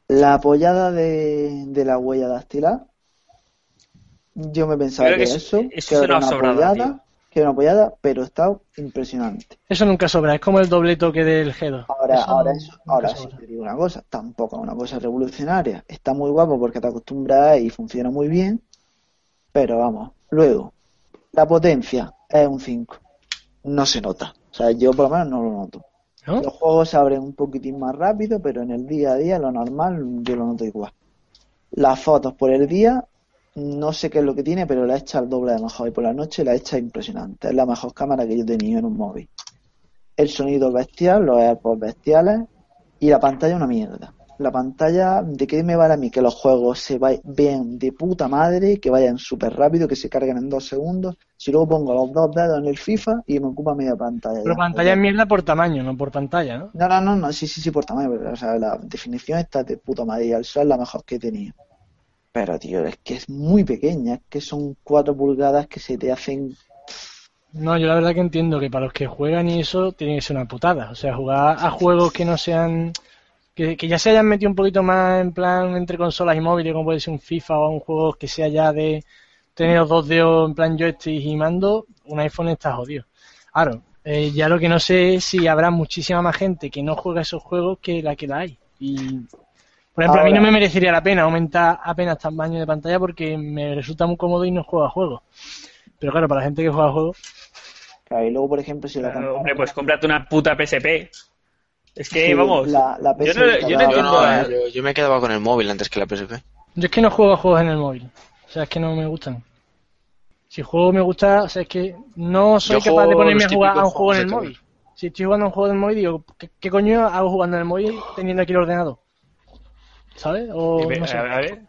Speaker 2: La apoyada de, de la huella dactilar. Yo me pensaba
Speaker 5: Creo
Speaker 2: que,
Speaker 5: que
Speaker 2: era
Speaker 5: eso-
Speaker 2: eso,
Speaker 5: eso
Speaker 2: que era
Speaker 5: suena
Speaker 2: una
Speaker 5: sobrada,
Speaker 2: apoyada,
Speaker 5: tío.
Speaker 2: que era una apoyada, pero está impresionante.
Speaker 4: Eso nunca sobra, es como el doble toque del G2.
Speaker 2: Ahora,
Speaker 4: Eso
Speaker 2: ahora,
Speaker 4: nunca
Speaker 2: eso- ahora sí
Speaker 4: sobra.
Speaker 2: te digo una cosa, tampoco es una cosa revolucionaria. Está muy guapo porque te acostumbras y funciona muy bien, pero vamos, luego, la potencia es un 5. No se nota. O sea, yo por lo menos no lo noto.
Speaker 4: ¿No?
Speaker 2: Los juegos se abren un poquitín más rápido, pero en el día a día, lo normal, yo lo noto igual. Las fotos por el día, no sé qué es lo que tiene, pero la echa al doble de mejor. Y por la noche la echa impresionante. Es la mejor cámara que yo he tenido en un móvil. El sonido bestial, los AirPods bestiales y la pantalla una mierda. La pantalla, ¿de qué me vale a mí que los juegos se vai- vean de puta madre, que vayan súper rápido, que se carguen en dos segundos? Si luego pongo los dos dedos en el FIFA y me ocupa media pantalla.
Speaker 4: Pero
Speaker 2: ya.
Speaker 4: pantalla es mierda por tamaño, no por pantalla, ¿no?
Speaker 2: No, no, no, no, sí, sí, sí, por tamaño, pero, o sea, la definición está de puta madre y al sol es la mejor que he tenido. Pero, tío, es que es muy pequeña, es que son cuatro pulgadas que se te hacen.
Speaker 4: No, yo la verdad que entiendo que para los que juegan y eso tiene que ser una putada. O sea, jugar a juegos que no sean. Que, que ya se hayan metido un poquito más en plan entre consolas y móviles, como puede ser un FIFA o un juego que sea ya de tener los dos dedos en plan joystick y mando, un iPhone está jodido. Claro, eh, ya lo que no sé es si habrá muchísima más gente que no juega esos juegos que la que la hay. Y, por ejemplo, a mí
Speaker 2: Ahora.
Speaker 4: no me merecería la pena aumentar apenas tamaño de pantalla porque me resulta muy cómodo y no juego a juegos. Pero claro, para la gente que juega a juegos,
Speaker 2: Claro, y luego, por ejemplo, si la
Speaker 5: Claro,
Speaker 2: comparas-
Speaker 5: hombre, pues cómprate una puta PSP. Es que,
Speaker 2: Sí,
Speaker 5: vamos.
Speaker 2: la- la
Speaker 5: yo
Speaker 2: PSP
Speaker 5: no,
Speaker 2: está
Speaker 5: yo
Speaker 2: la-
Speaker 5: no
Speaker 3: Yo,
Speaker 5: entiendo.
Speaker 3: no,
Speaker 5: a-
Speaker 3: eh, yo- yo me quedaba con el móvil antes que la PSP.
Speaker 4: Yo es que no juego a juegos en el móvil. O sea, es que no me gustan. Si juego me gusta, o sea, es que no soy
Speaker 3: Yo
Speaker 4: capaz de
Speaker 3: juego
Speaker 4: ponerme a
Speaker 3: los
Speaker 4: jugar a un
Speaker 3: típicos
Speaker 4: juego en el
Speaker 3: juegos de
Speaker 4: móvil. Si estoy jugando a un juego en el móvil, digo, ¿qué, qué coño hago jugando en el móvil teniendo aquí el ordenador? ¿Sabes? O
Speaker 5: Dime,
Speaker 4: no sé.
Speaker 5: Eh,
Speaker 3: eh,
Speaker 5: a ver, a ver. pues-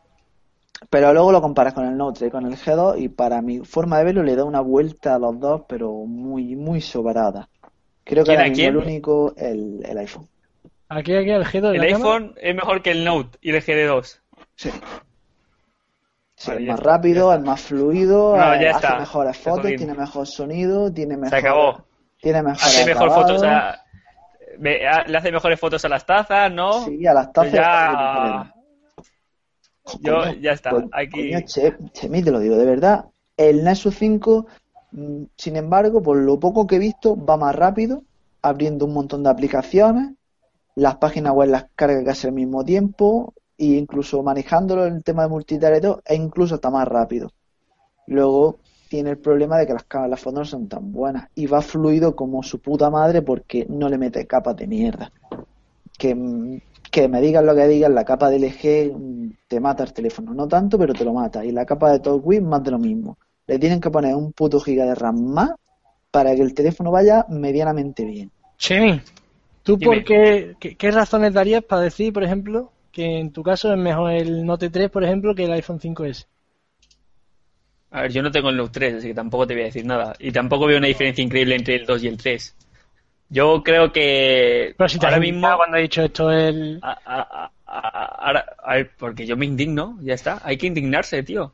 Speaker 2: Pero luego lo comparas con el Note, con el G2, y para mi forma de verlo le da una vuelta a los dos, pero muy, muy sobrada. Creo que
Speaker 5: ¿Quién
Speaker 2: ahora
Speaker 5: a
Speaker 2: mismo
Speaker 5: quién?
Speaker 2: el único, el, el iPhone.
Speaker 4: Aquí, aquí, el G2 de
Speaker 5: El
Speaker 4: la cámara.
Speaker 5: iPhone es mejor que el Note y el GD2.
Speaker 2: Sí. Sí,
Speaker 5: Vale,
Speaker 2: es
Speaker 5: ya
Speaker 2: más
Speaker 5: está,
Speaker 2: rápido, es más fluido,
Speaker 5: No,
Speaker 2: eh,
Speaker 5: ya
Speaker 2: hace
Speaker 5: está.
Speaker 2: mejores
Speaker 5: Te
Speaker 2: fotos,
Speaker 5: jodimos.
Speaker 2: tiene mejor sonido, tiene mejor.
Speaker 5: acabó.
Speaker 2: Tiene mejor.
Speaker 5: Hace mejor
Speaker 2: acabado.
Speaker 5: fotos a. ve- a- ah, Le hace mejores fotos a las tazas, ¿no? Pues
Speaker 2: Sí, a las tazas.
Speaker 5: ya. ah, Yo,
Speaker 2: Coño,
Speaker 5: ya está.
Speaker 2: coño,
Speaker 5: Aquí.
Speaker 2: coño, che, Chemi, te lo digo de verdad. El Nexus 5, mm, sin embargo, por lo poco que he visto, va más rápido, abriendo un montón de aplicaciones. Las páginas web las carga casi al mismo tiempo, e incluso manejándolo en el tema de multitarea y todo, e incluso está más rápido. Luego tiene el problema de que las, ca- las fotos no son tan buenas y va fluido como su puta madre porque no le mete capas de mierda. Que, mm, que me digan lo que digan, la capa de LG mm, te mata el teléfono. No tanto, pero te lo mata. Y la capa de TalkWiz más de lo mismo. Le tienen que poner un puto giga de RAM más para que el teléfono vaya medianamente bien.
Speaker 4: Chemi, ¿tú
Speaker 5: Dime.
Speaker 4: por qué, qué, qué razones darías para decir, por ejemplo, que en tu caso es mejor el Note 3, por ejemplo, que el iPhone 5S?
Speaker 5: A ver, yo no tengo el Note 3, así que tampoco te voy a decir nada. Y tampoco veo una diferencia increíble entre el 2 y el 3. Yo creo que.
Speaker 4: Pero si te
Speaker 5: ahora
Speaker 4: has
Speaker 5: mismo.
Speaker 4: indignado cuando he dicho esto el...
Speaker 5: a- a- a- ahora- a ver, porque yo me indigno, ya está. Hay que indignarse, tío.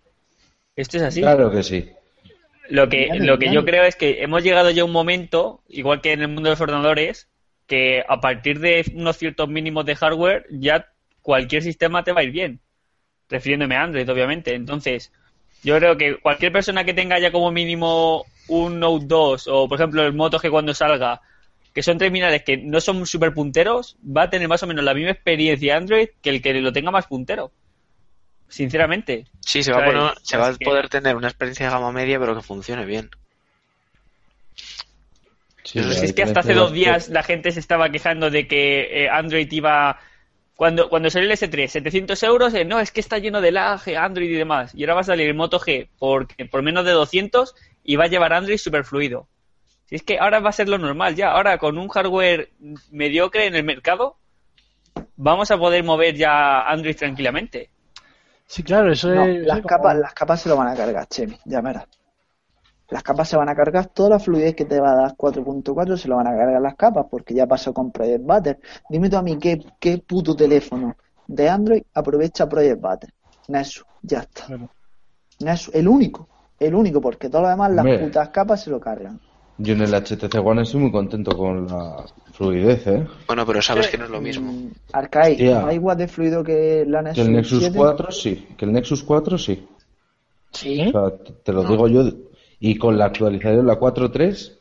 Speaker 5: Esto es así.
Speaker 1: Claro que sí.
Speaker 5: Lo que,
Speaker 2: Claro,
Speaker 5: lo que yo
Speaker 2: claro.
Speaker 5: creo es que hemos llegado ya a un momento, igual que en el mundo de los ordenadores, que a partir de unos ciertos mínimos de hardware, ya cualquier sistema te va a ir bien. Refiriéndome a Android, obviamente. Entonces, yo creo que cualquier persona que tenga ya como mínimo un Note 2 o, por ejemplo, el Moto G cuando salga, que son terminales que no son super punteros, va a tener más o menos la misma experiencia Android que el que lo tenga más puntero. Sinceramente.
Speaker 3: Sí, se va, a,
Speaker 5: Claro,
Speaker 3: poner- se va a
Speaker 5: es que-
Speaker 3: poder tener una experiencia de gama media, pero que funcione bien.
Speaker 1: Sí,
Speaker 5: Pero si
Speaker 1: ahí
Speaker 5: es que hasta
Speaker 1: tienes
Speaker 5: hace
Speaker 1: ver
Speaker 5: dos
Speaker 1: que-
Speaker 5: días la gente se estaba quejando de que eh, Android iba... Cuando, cuando salió el S3, 700 euros, eh, no, es que está lleno de lag, eh, Android y demás. Y ahora va a salir el Moto G por, por menos de 200 y va a llevar Android super fluido. Si es que ahora va a ser lo normal ya. Ahora con un hardware mediocre en el mercado, vamos a poder mover ya Android tranquilamente.
Speaker 4: Sí, claro, eso
Speaker 2: No,
Speaker 4: es...
Speaker 2: las,
Speaker 4: eso es
Speaker 2: capas,
Speaker 4: como-
Speaker 2: las capas se lo van a cargar, Chemi, ya verás. Las capas se van a cargar, toda la fluidez que te va a dar 4.4 se lo van a cargar las capas, porque ya pasó con Project Butter. Dime tú a mí qué, qué puto teléfono de Android aprovecha Project Butter. Nexus, ya está.
Speaker 4: Claro.
Speaker 2: Nexus, el único, el único, porque todo lo demás las
Speaker 1: Hombre.
Speaker 2: putas capas se lo cargan.
Speaker 1: Yo en el HTC One estoy muy contento con la fluidez, ¿eh?
Speaker 3: Bueno, pero sabes que no es lo mismo.
Speaker 2: Mm, Arcai,
Speaker 1: Hostia.
Speaker 2: ¿no hay igual de fluido que la
Speaker 1: Que
Speaker 2: Nexus,
Speaker 1: el Nexus
Speaker 2: 7?
Speaker 1: 4 sí, que el Nexus 4 sí.
Speaker 4: Sí.
Speaker 1: O
Speaker 2: ¿Eh?
Speaker 1: sea, te- te lo digo yo. Y con la actualización, la 4.3,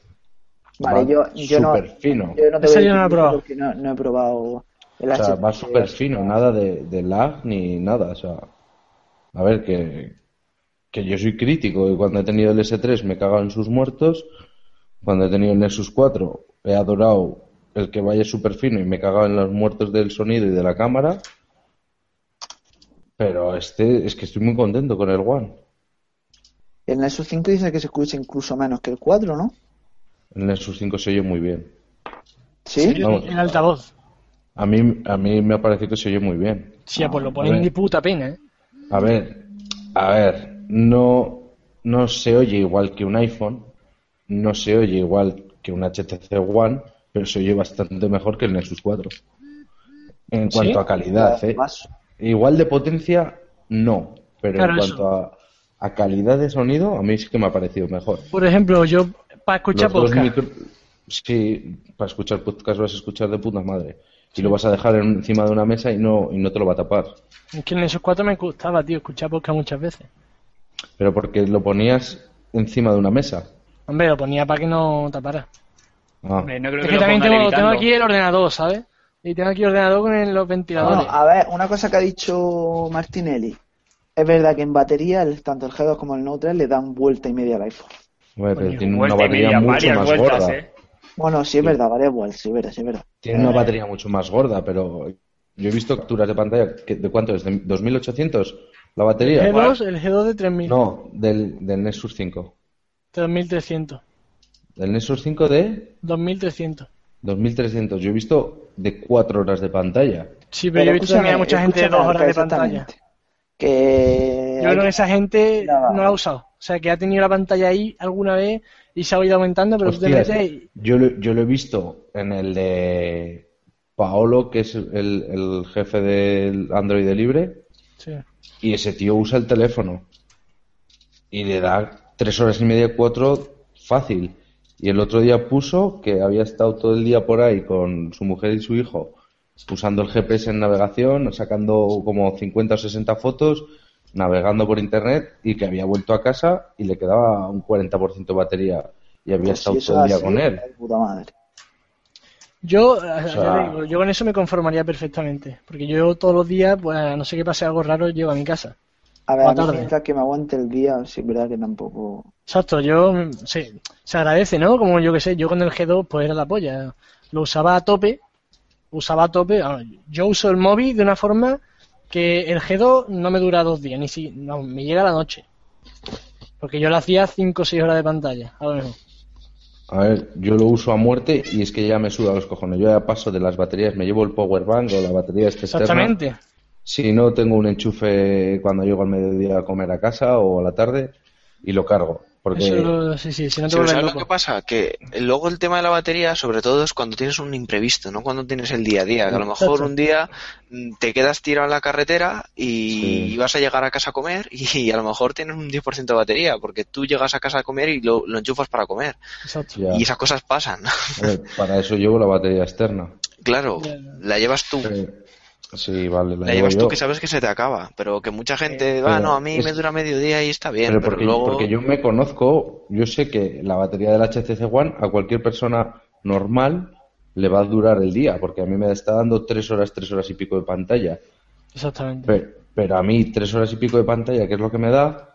Speaker 2: Vale,
Speaker 1: va
Speaker 2: yo, yo no,
Speaker 1: súper fino.
Speaker 2: yo no te
Speaker 4: Esa
Speaker 2: voy a
Speaker 4: yo no la he
Speaker 2: decir
Speaker 4: probado.
Speaker 2: porque no, no he probado el
Speaker 1: O sea,
Speaker 2: HTC.
Speaker 1: va súper fino, nada de, de lag ni nada. O sea, a ver, que, que yo soy crítico y cuando he tenido el S3 me cago en sus muertos. Cuando he tenido el Nexus 4 he adorado el que vaya súper fino y me he cagado en los muertos del sonido y de la cámara. Pero este es que estoy muy contento con el One.
Speaker 2: El Nexus 5 dice que se escucha incluso menos que el 4, ¿no?
Speaker 1: El Nexus 5 se oye muy bien.
Speaker 2: Sí.
Speaker 4: Sí,
Speaker 1: Vamos.
Speaker 4: en altavoz.
Speaker 1: A mí, a mí me ha parecido que se oye muy bien.
Speaker 4: Sí, pues lo
Speaker 1: a
Speaker 4: ponen
Speaker 1: ver.
Speaker 4: ni puta pena, ¿eh?
Speaker 1: A ver, a ver, no, no se oye igual que un iPhone, no se oye igual que un HTC One, pero se oye bastante mejor que el Nexus 4. En
Speaker 4: ¿Sí?
Speaker 1: cuanto a calidad, ¿eh?
Speaker 2: Más.
Speaker 1: Igual de potencia, no, pero
Speaker 4: Claro,
Speaker 1: en cuanto a, a calidad de sonido, a mí sí que me ha parecido mejor.
Speaker 4: Por ejemplo, yo para escuchar
Speaker 1: Los dos
Speaker 4: podcast.
Speaker 1: micro- Sí, para escuchar podcast vas a escuchar de puta madre. Y lo vas a dejar en- encima de una mesa y no, y no te lo va a tapar.
Speaker 4: Es que en esos cuatro me gustaba, tío, escuchar podcast muchas veces.
Speaker 1: Pero porque lo ponías encima de una mesa.
Speaker 4: Hombre, lo ponía para que no tapara.
Speaker 1: Ah.
Speaker 5: Hombre, no creo
Speaker 4: Es
Speaker 5: que,
Speaker 4: que
Speaker 5: lo
Speaker 4: también
Speaker 5: pongan
Speaker 4: tengo, tengo
Speaker 5: evitando.
Speaker 4: aquí el ordenador, ¿sabes? Y tengo aquí el ordenador con el-
Speaker 2: Bueno,
Speaker 4: los ventiladores.
Speaker 1: Ah,
Speaker 2: a ver, una cosa que ha dicho Martinelli. Es verdad que en batería, el- tanto el G2 como el Note 3 le dan vuelta y media al iPhone.
Speaker 1: Hombre, pero
Speaker 4: Coño,
Speaker 1: tiene una
Speaker 5: Vuelta y
Speaker 1: batería
Speaker 5: media,
Speaker 1: mucho
Speaker 5: varias
Speaker 1: más
Speaker 5: vueltas,
Speaker 1: gorda.
Speaker 5: ¿eh?
Speaker 2: Bueno, sí es verdad, varias vueltas, sí es verdad, sí es verdad. Eh,
Speaker 1: Tiene una batería mucho más gorda, pero yo he visto capturas de pantalla. que- ¿De cuánto es? ¿De 2800? ¿La
Speaker 4: el
Speaker 1: batería?
Speaker 4: G2, el G2 de 3000,
Speaker 1: ah, No, del, del Nexus 5.
Speaker 4: 3300,
Speaker 1: Del Nexus 5 de
Speaker 4: 2300.
Speaker 1: 2300. Yo he visto de 4 horas de pantalla.
Speaker 4: Sí, pero, yo he visto también
Speaker 2: escúchame,
Speaker 4: a mucha gente de
Speaker 2: escúchame,
Speaker 4: dos horas de
Speaker 2: exactamente.
Speaker 4: pantalla.
Speaker 2: Que...
Speaker 4: Yo creo que esa gente
Speaker 2: Nada.
Speaker 4: no la ha usado. O sea, que ha tenido la pantalla ahí alguna vez y se ha ido aumentando, pero tú te
Speaker 1: Hostias,
Speaker 4: metes y-
Speaker 1: yo, lo, yo lo he visto en el de Paolo, que es el, el jefe del Android de Libre,
Speaker 4: sí.
Speaker 1: y ese tío usa el teléfono y le da tres horas y media, cuatro, fácil. Y el otro día puso que había estado todo el día por ahí con su mujer y su hijo usando el GPS en navegación, sacando como 50 o 60 fotos, navegando por internet y que había vuelto a casa y le quedaba un 40% de batería y había
Speaker 2: Pues si
Speaker 1: estado
Speaker 2: eso
Speaker 1: todo
Speaker 2: es
Speaker 1: el día
Speaker 2: así, eh.
Speaker 1: con él.
Speaker 2: de puta madre.
Speaker 4: Yo, eh,
Speaker 1: sea-
Speaker 4: ya te digo, yo con eso me conformaría perfectamente. Porque yo todos los días, pues a no sé qué pase algo raro, llego a mi casa.
Speaker 2: A ver,
Speaker 4: Buena
Speaker 2: a mí
Speaker 4: tarde.
Speaker 2: mientras que me aguante el día, sí es verdad que tampoco...
Speaker 4: Exacto, yo mm, sí, se agradece, ¿no? Como yo que sé, yo con el G2 pues era la polla. Lo usaba a tope, usaba a tope. Ahora, Yo uso el móvil de una forma que el G2 no me dura dos días, ni si no, me llega a la noche. Porque yo lo hacía 5 o 6 horas de pantalla, a lo mejor.
Speaker 1: Este, A ver, yo lo uso a muerte y es que ya me suda los cojones. Yo ya paso de las baterías, me llevo el power bank o la batería este externa.
Speaker 4: Exactamente.
Speaker 1: Si no, tengo un enchufe cuando llego al mediodía a comer a casa o a la tarde y lo cargo. Porque
Speaker 4: Eso lo- sí, sí, si no te
Speaker 3: Sí, pero
Speaker 4: vuelves
Speaker 3: ¿Sabes lo
Speaker 4: loco.
Speaker 3: que pasa? Que luego el tema de la batería, sobre todo, es cuando tienes un imprevisto, no cuando tienes el día a día. Que a lo mejor
Speaker 4: Exacto.
Speaker 3: un día mm, te quedas tirado en la carretera y
Speaker 1: Sí.
Speaker 3: vas a llegar a casa a comer y a lo mejor tienes un 10% de batería porque tú llegas a casa a comer y lo, lo enchufas para comer.
Speaker 4: Exacto.
Speaker 1: ya,
Speaker 3: Y esas cosas pasan.
Speaker 1: a ver, para eso llevo la batería externa.
Speaker 3: claro,
Speaker 4: Ya, ya.
Speaker 3: la llevas tú.
Speaker 1: Eh, Sí, vale,
Speaker 3: La
Speaker 1: la, llevo
Speaker 3: llevas
Speaker 1: yo.
Speaker 3: tú que sabes que se te acaba, pero que mucha gente va,
Speaker 1: pero
Speaker 3: no, a mí
Speaker 1: es-
Speaker 3: me dura mediodía y está bien,
Speaker 1: Pero
Speaker 3: pero,
Speaker 1: porque,
Speaker 3: luego...
Speaker 1: porque yo me conozco, yo sé que la batería del HTC One a cualquier persona normal le va a durar el día, porque a mí me está dando tres horas, tres horas y pico de pantalla.
Speaker 4: Exactamente.
Speaker 1: Pe- Pero, a mí, tres horas y pico de pantalla, que es lo que me da,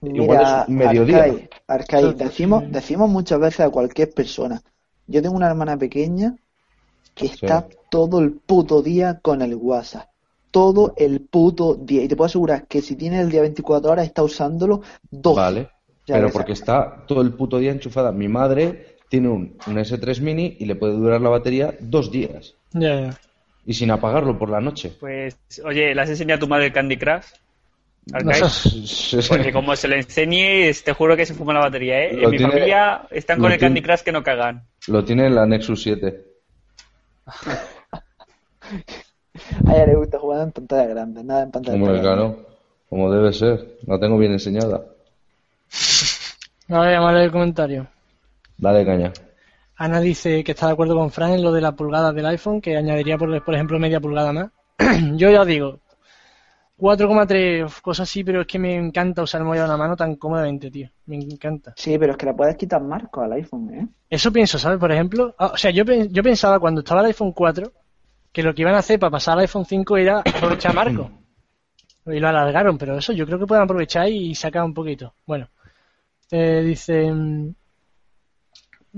Speaker 2: Mira,
Speaker 1: igual es un mediodía.
Speaker 2: Arcai, Arcai,
Speaker 4: Exacto,
Speaker 2: decimos,
Speaker 4: sí.
Speaker 2: decimos muchas veces a cualquier persona. Yo tengo una hermana pequeña que está todo el puto día con el WhatsApp. Todo el puto día. Y te puedo asegurar que si tiene el día 24 horas está usándolo dos.
Speaker 1: vale.
Speaker 2: Ya
Speaker 1: pero
Speaker 2: ves.
Speaker 1: porque está todo el puto día enchufada. Mi madre tiene un, un S3 mini y le puede durar la batería dos días.
Speaker 4: Ya, ya.
Speaker 1: Y sin apagarlo por la noche.
Speaker 5: Pues, oye, ¿le has enseñado a tu madre el Candy Crush? ¿Al
Speaker 1: ¿Eh?
Speaker 4: No Pues
Speaker 5: Kai?
Speaker 4: sé.
Speaker 5: Porque como se lo enseñe, es- te juro que se fuma la batería, ¿eh?
Speaker 1: Lo
Speaker 5: en mi
Speaker 1: tiene-
Speaker 5: familia están
Speaker 1: lo
Speaker 5: con el
Speaker 1: tiene-
Speaker 5: Candy Crush que no cagan.
Speaker 1: Lo tiene en la Nexus 7.
Speaker 2: A ella le gusta jugar en pantalla grande, nada en pantalla
Speaker 1: Hombre,
Speaker 2: grande.
Speaker 1: claro. Como debe ser. La tengo bien enseñada.
Speaker 4: A ver, vamos a leer el comentario.
Speaker 1: Dale caña.
Speaker 4: Ana dice que está de acuerdo con Fran en lo de la pulgada del iPhone, que añadiría, por, por ejemplo, media pulgada más. Yo ya os digo, 4,3, cosas así, pero es que me encanta usar el móvil a la mano tan cómodamente, tío. Me encanta.
Speaker 2: Sí, pero es que la puedes quitar marco al iPhone, ¿eh?
Speaker 4: Eso pienso, ¿sabes? Por ejemplo, ah, o sea, yo, pen- yo pensaba cuando estaba el iPhone 4 que lo que iban a hacer para pasar al iPhone 5 era aprovechar marco. Y lo alargaron, pero eso yo creo que pueden aprovechar y sacar un poquito. Bueno, eh, dice: mm,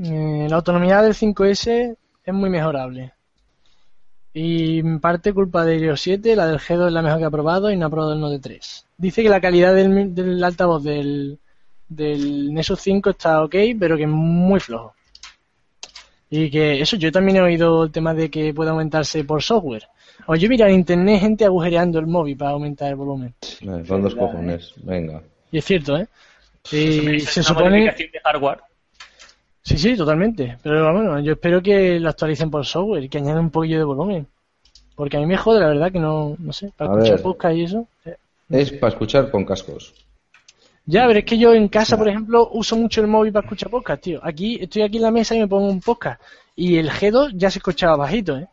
Speaker 4: eh, La autonomía del 5S es muy mejorable. Y en parte culpa de Helio 7, la del G2 es la mejor que ha probado y no ha probado el Note 3. Dice que la calidad del, mi- del altavoz del, del Nexus 5 está ok, pero que es muy flojo. Y que eso, yo también he oído el tema de que puede aumentarse por software. O yo mira en internet gente agujereando el móvil para aumentar el volumen.
Speaker 1: Eh, con dos cojones, venga.
Speaker 4: Y es cierto, ¿eh? Y se
Speaker 5: Una
Speaker 4: supone...
Speaker 5: modificación de hardware.
Speaker 4: Sí, sí, totalmente. Pero bueno, yo espero que lo actualicen por software, que añadan un poquillo de volumen. Porque a mí me jode, la verdad, que no, no sé, para
Speaker 1: A
Speaker 4: escuchar
Speaker 1: ver.
Speaker 4: podcast y eso. eh.
Speaker 1: Es para escuchar con cascos.
Speaker 4: Ya, pero es que yo en casa, por ejemplo, uso mucho el móvil para escuchar podcast, tío. Aquí estoy aquí en la mesa y me pongo un podcast. Y el G2 ya se escuchaba bajito, ¿eh?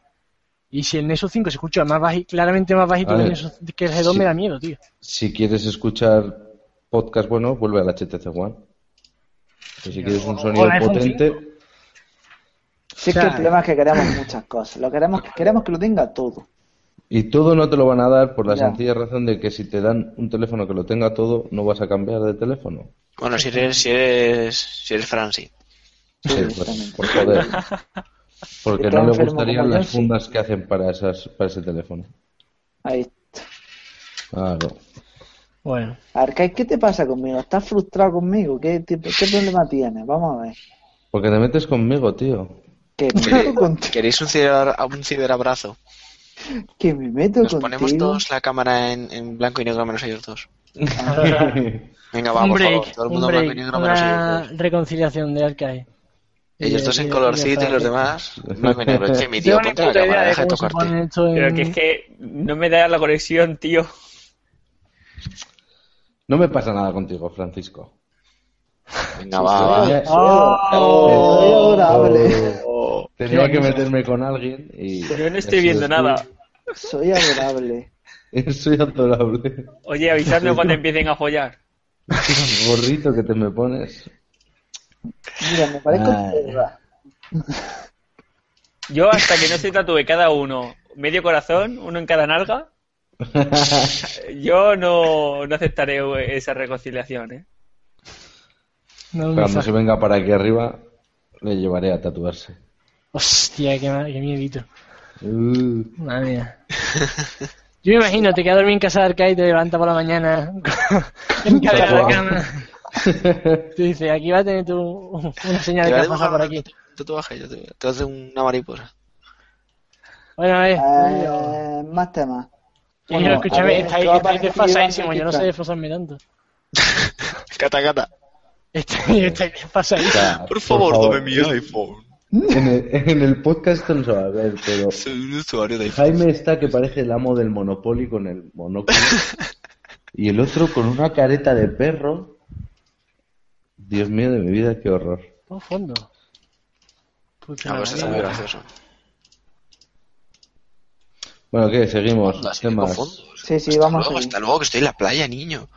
Speaker 4: Y si el Nexus 5 se escucha más bajito, claramente más bajito
Speaker 1: A
Speaker 4: que el,
Speaker 1: ver.
Speaker 4: Nexus- que el G2
Speaker 1: Sí.
Speaker 4: me da miedo, tío.
Speaker 1: Si quieres escuchar podcast bueno, vuelve al HTC One. Que si quieres un sonido
Speaker 4: al iPhone
Speaker 1: potente,
Speaker 2: Si es
Speaker 4: O sea,
Speaker 2: que el problema es que queremos muchas cosas. Lo queremos, queremos que lo tenga todo.
Speaker 1: y todo no te lo van a dar por la
Speaker 2: Ya.
Speaker 1: sencilla razón de que si te dan un teléfono que lo tenga todo, no vas a cambiar de teléfono.
Speaker 3: Bueno, si eres, si eres, si eres Franci.
Speaker 1: Sí, pues,
Speaker 2: Exactamente.
Speaker 1: por joder. Porque
Speaker 2: Está
Speaker 1: no le
Speaker 2: enfermo
Speaker 1: gustarían
Speaker 2: como yo,
Speaker 1: las
Speaker 2: sí.
Speaker 1: fundas que hacen para esas para ese teléfono.
Speaker 2: Ahí está.
Speaker 1: Claro.
Speaker 4: Bueno,
Speaker 2: Arcai, ¿qué te pasa conmigo? ¿Estás frustrado conmigo? ¿Qué, te- qué problema tienes? Vamos a ver.
Speaker 1: Porque te metes conmigo, tío.
Speaker 2: Que me meto contigo.
Speaker 3: ¿Queréis un, ciber, un ciberabrazo?
Speaker 2: Que me meto
Speaker 3: Nos
Speaker 2: contigo.
Speaker 3: ponemos todos la cámara en, en blanco y negro menos ellos dos. Venga,
Speaker 4: un
Speaker 3: vamos, por
Speaker 4: break,
Speaker 3: favor. Todo el
Speaker 4: un
Speaker 3: mundo en
Speaker 4: break,
Speaker 3: blanco y negro menos ellos
Speaker 4: una
Speaker 3: dos.
Speaker 4: reconciliación de Arcae.
Speaker 3: Ellos
Speaker 4: Y-
Speaker 3: dos en
Speaker 4: y-
Speaker 3: colorcito y
Speaker 4: está.
Speaker 3: los demás en blanco y negro. Che, mi tío,
Speaker 4: Tengo ni
Speaker 3: ponte la
Speaker 4: puta idea
Speaker 3: cámara,
Speaker 4: de
Speaker 3: deja de
Speaker 4: cómo se
Speaker 3: tocarte.
Speaker 4: pone esto en-
Speaker 5: Pero que es que no me da la conexión, tío.
Speaker 1: No me pasa nada contigo, Francisco.
Speaker 3: Venga, va, va.
Speaker 1: Tenía-
Speaker 2: Soy
Speaker 1: Oh.
Speaker 2: Ah. adorable.
Speaker 1: Tenía que meterme con alguien y...
Speaker 5: Yo no estoy viendo nada.
Speaker 1: Oh.
Speaker 2: Soy adorable.
Speaker 1: Soy adorable.
Speaker 5: Oye, avisadme cuando empiecen a follar.
Speaker 1: Gordito que te me pones.
Speaker 2: Mira, me parezco
Speaker 1: Ay.
Speaker 2: de verdad.
Speaker 5: Yo hasta que no se tatúe cada uno medio corazón, uno en cada nalga, yo no, no aceptaré esa reconciliación, ¿eh?
Speaker 4: No, un
Speaker 1: Cuando
Speaker 4: mensaje.
Speaker 1: se venga para aquí arriba, le llevaré a tatuarse.
Speaker 4: Hostia, qué, ma- qué miedito.
Speaker 1: Uh,
Speaker 4: Madre mía. Yo me imagino, te quedas dormido en casa de Arcade y te levantas por la mañana en cara de la cama. Tú dices, aquí va a tener tú una señal de
Speaker 3: Te va
Speaker 4: que has
Speaker 3: a
Speaker 4: pasado
Speaker 3: dibujar
Speaker 4: por
Speaker 3: un
Speaker 4: aquí.
Speaker 3: tatuaje, yo te, te hace una mariposa.
Speaker 4: Bueno, a ver.
Speaker 2: Eh, más temas.
Speaker 4: Y
Speaker 2: bueno,
Speaker 4: no,
Speaker 2: a
Speaker 4: escúchame,
Speaker 2: ver,
Speaker 4: estáis,
Speaker 2: esto va
Speaker 4: estáis
Speaker 2: para
Speaker 4: desfasadísimos, yo no sé
Speaker 2: Iván
Speaker 4: desfasarme tanto.
Speaker 3: Cata, cata.
Speaker 4: Estáis, estáis desfasadísimos.
Speaker 1: ya,
Speaker 3: Por favor, dame mi iPhone.
Speaker 1: En el, en el podcast esto no se va a ver, pero
Speaker 3: Soy un usuario de iPhone.
Speaker 1: Jaime está que parece el amo del Monopoly con el monóculo y el otro con una careta de perro. Dios mío de mi vida, qué horror.
Speaker 4: Oh, fondo. Puta
Speaker 3: Ah, pues está muy
Speaker 4: mierda.
Speaker 3: gracioso.
Speaker 1: Bueno, ¿qué? Seguimos.
Speaker 3: Así que
Speaker 1: Temas.
Speaker 3: confundo.
Speaker 2: Sí, sí,
Speaker 3: Pues Hasta
Speaker 2: vamos a
Speaker 3: luego,
Speaker 2: seguir.
Speaker 3: hasta luego, que estoy en la playa, niño.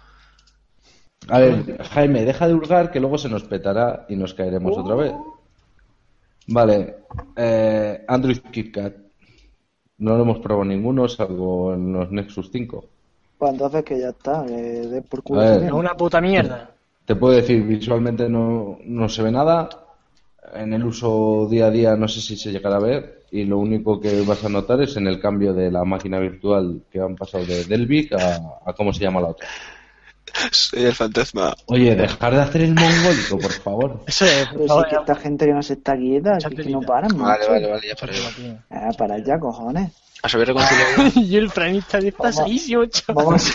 Speaker 1: A ver, Jaime, deja de hurgar que luego se nos petará y nos caeremos otra vez.
Speaker 3: Uh.
Speaker 1: Vale, eh, Android KitKat. No lo hemos probado ninguno, salvo en los Nexus 5.
Speaker 2: Pues entonces que ya está, que dé por culo.
Speaker 1: A ver.
Speaker 2: ese
Speaker 4: Es
Speaker 2: tema.
Speaker 4: una puta mierda.
Speaker 1: Te puedo decir, visualmente no, no se ve nada. En el uso día a día no sé si se llegará a ver. Y lo único que vas a notar es en el cambio de la máquina virtual que han pasado de Delvic a, a cómo se llama la otra.
Speaker 3: Soy el fantasma.
Speaker 1: Oye, dejar de hacer el mongólico, por favor.
Speaker 4: Eso es, por
Speaker 2: Pero si
Speaker 4: favor,
Speaker 2: es que esta gente que no se está quieta, si es que no
Speaker 4: Chapelita.
Speaker 2: paran,
Speaker 3: Vale,
Speaker 2: macho.
Speaker 3: vale, vale, ya paré.
Speaker 4: tío.
Speaker 2: Ah, para ya, cojones.
Speaker 3: A saber reconciliar.
Speaker 4: y el franista desfasadísimo, chaval.
Speaker 2: Vamos.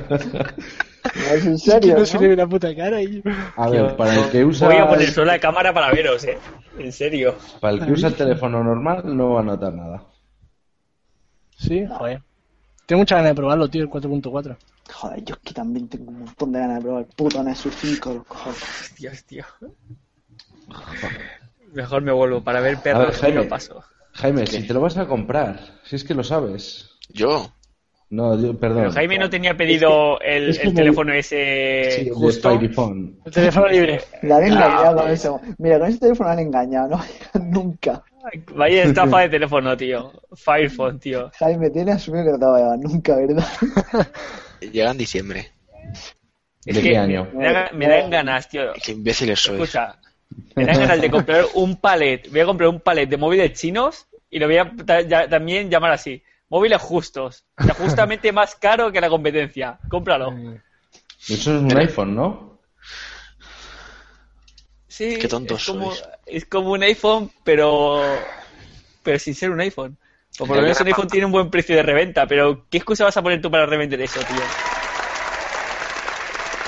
Speaker 2: No, es en
Speaker 4: Es que
Speaker 2: serio,
Speaker 4: no
Speaker 2: ¿no?
Speaker 4: se le ve la puta cara. Y...
Speaker 1: A ver, para el que usa,
Speaker 5: Voy a poner solo la cámara para veros, ¿eh? En serio.
Speaker 1: para el, que usa el teléfono normal no va a notar nada.
Speaker 4: Sí, joder. Ah, Tengo muchas ganas de probarlo, tío, el 4.4.
Speaker 2: Joder, yo es que también tengo un montón de ganas de probar el puto Nexus 5, los cojones.
Speaker 5: Dios, tío. Mejor me vuelvo para ver
Speaker 1: A ver,
Speaker 5: perros y
Speaker 1: Jaime.
Speaker 5: lo paso.
Speaker 1: Jaime, si te lo vas a comprar, si es que lo sabes.
Speaker 3: Yo.
Speaker 1: No, yo- perdón.
Speaker 5: Pero Jaime no tenía pedido el,
Speaker 1: es
Speaker 5: el
Speaker 1: como-
Speaker 5: teléfono
Speaker 1: Sí,
Speaker 5: ese
Speaker 1: de
Speaker 5: justo.
Speaker 1: Spiderphone.
Speaker 4: El teléfono libre.
Speaker 2: La han engañado con eso. Mira, con ese teléfono la han engañado, no nunca.
Speaker 5: Vaya estafa de teléfono, tío. Firephone, tío.
Speaker 2: Jaime, tiene asumido que no te va a llevar nunca, ¿verdad?
Speaker 3: Llega en diciembre.
Speaker 1: ¿De
Speaker 5: Es
Speaker 1: qué
Speaker 5: que
Speaker 1: año?
Speaker 5: Me, da- me dan ganas, tío.
Speaker 3: Qué imbéciles sois.
Speaker 5: Escucha, me dan ganas de comprar un palet. Voy a comprar un palet de móviles chinos y lo voy a ta- ya- también llamar así. Móviles justos. O sea, justamente más caro que la competencia. Cómpralo.
Speaker 4: Eh,
Speaker 1: Eso es un iPhone, ¿no?
Speaker 5: Sí,
Speaker 3: Qué tontos
Speaker 5: es como,
Speaker 3: sois.
Speaker 5: es como un iPhone, pero pero sin ser un iPhone. O por lo menos un iPhone tiene un buen precio de reventa, pero ¿qué excusa vas a poner tú para revender eso, tío?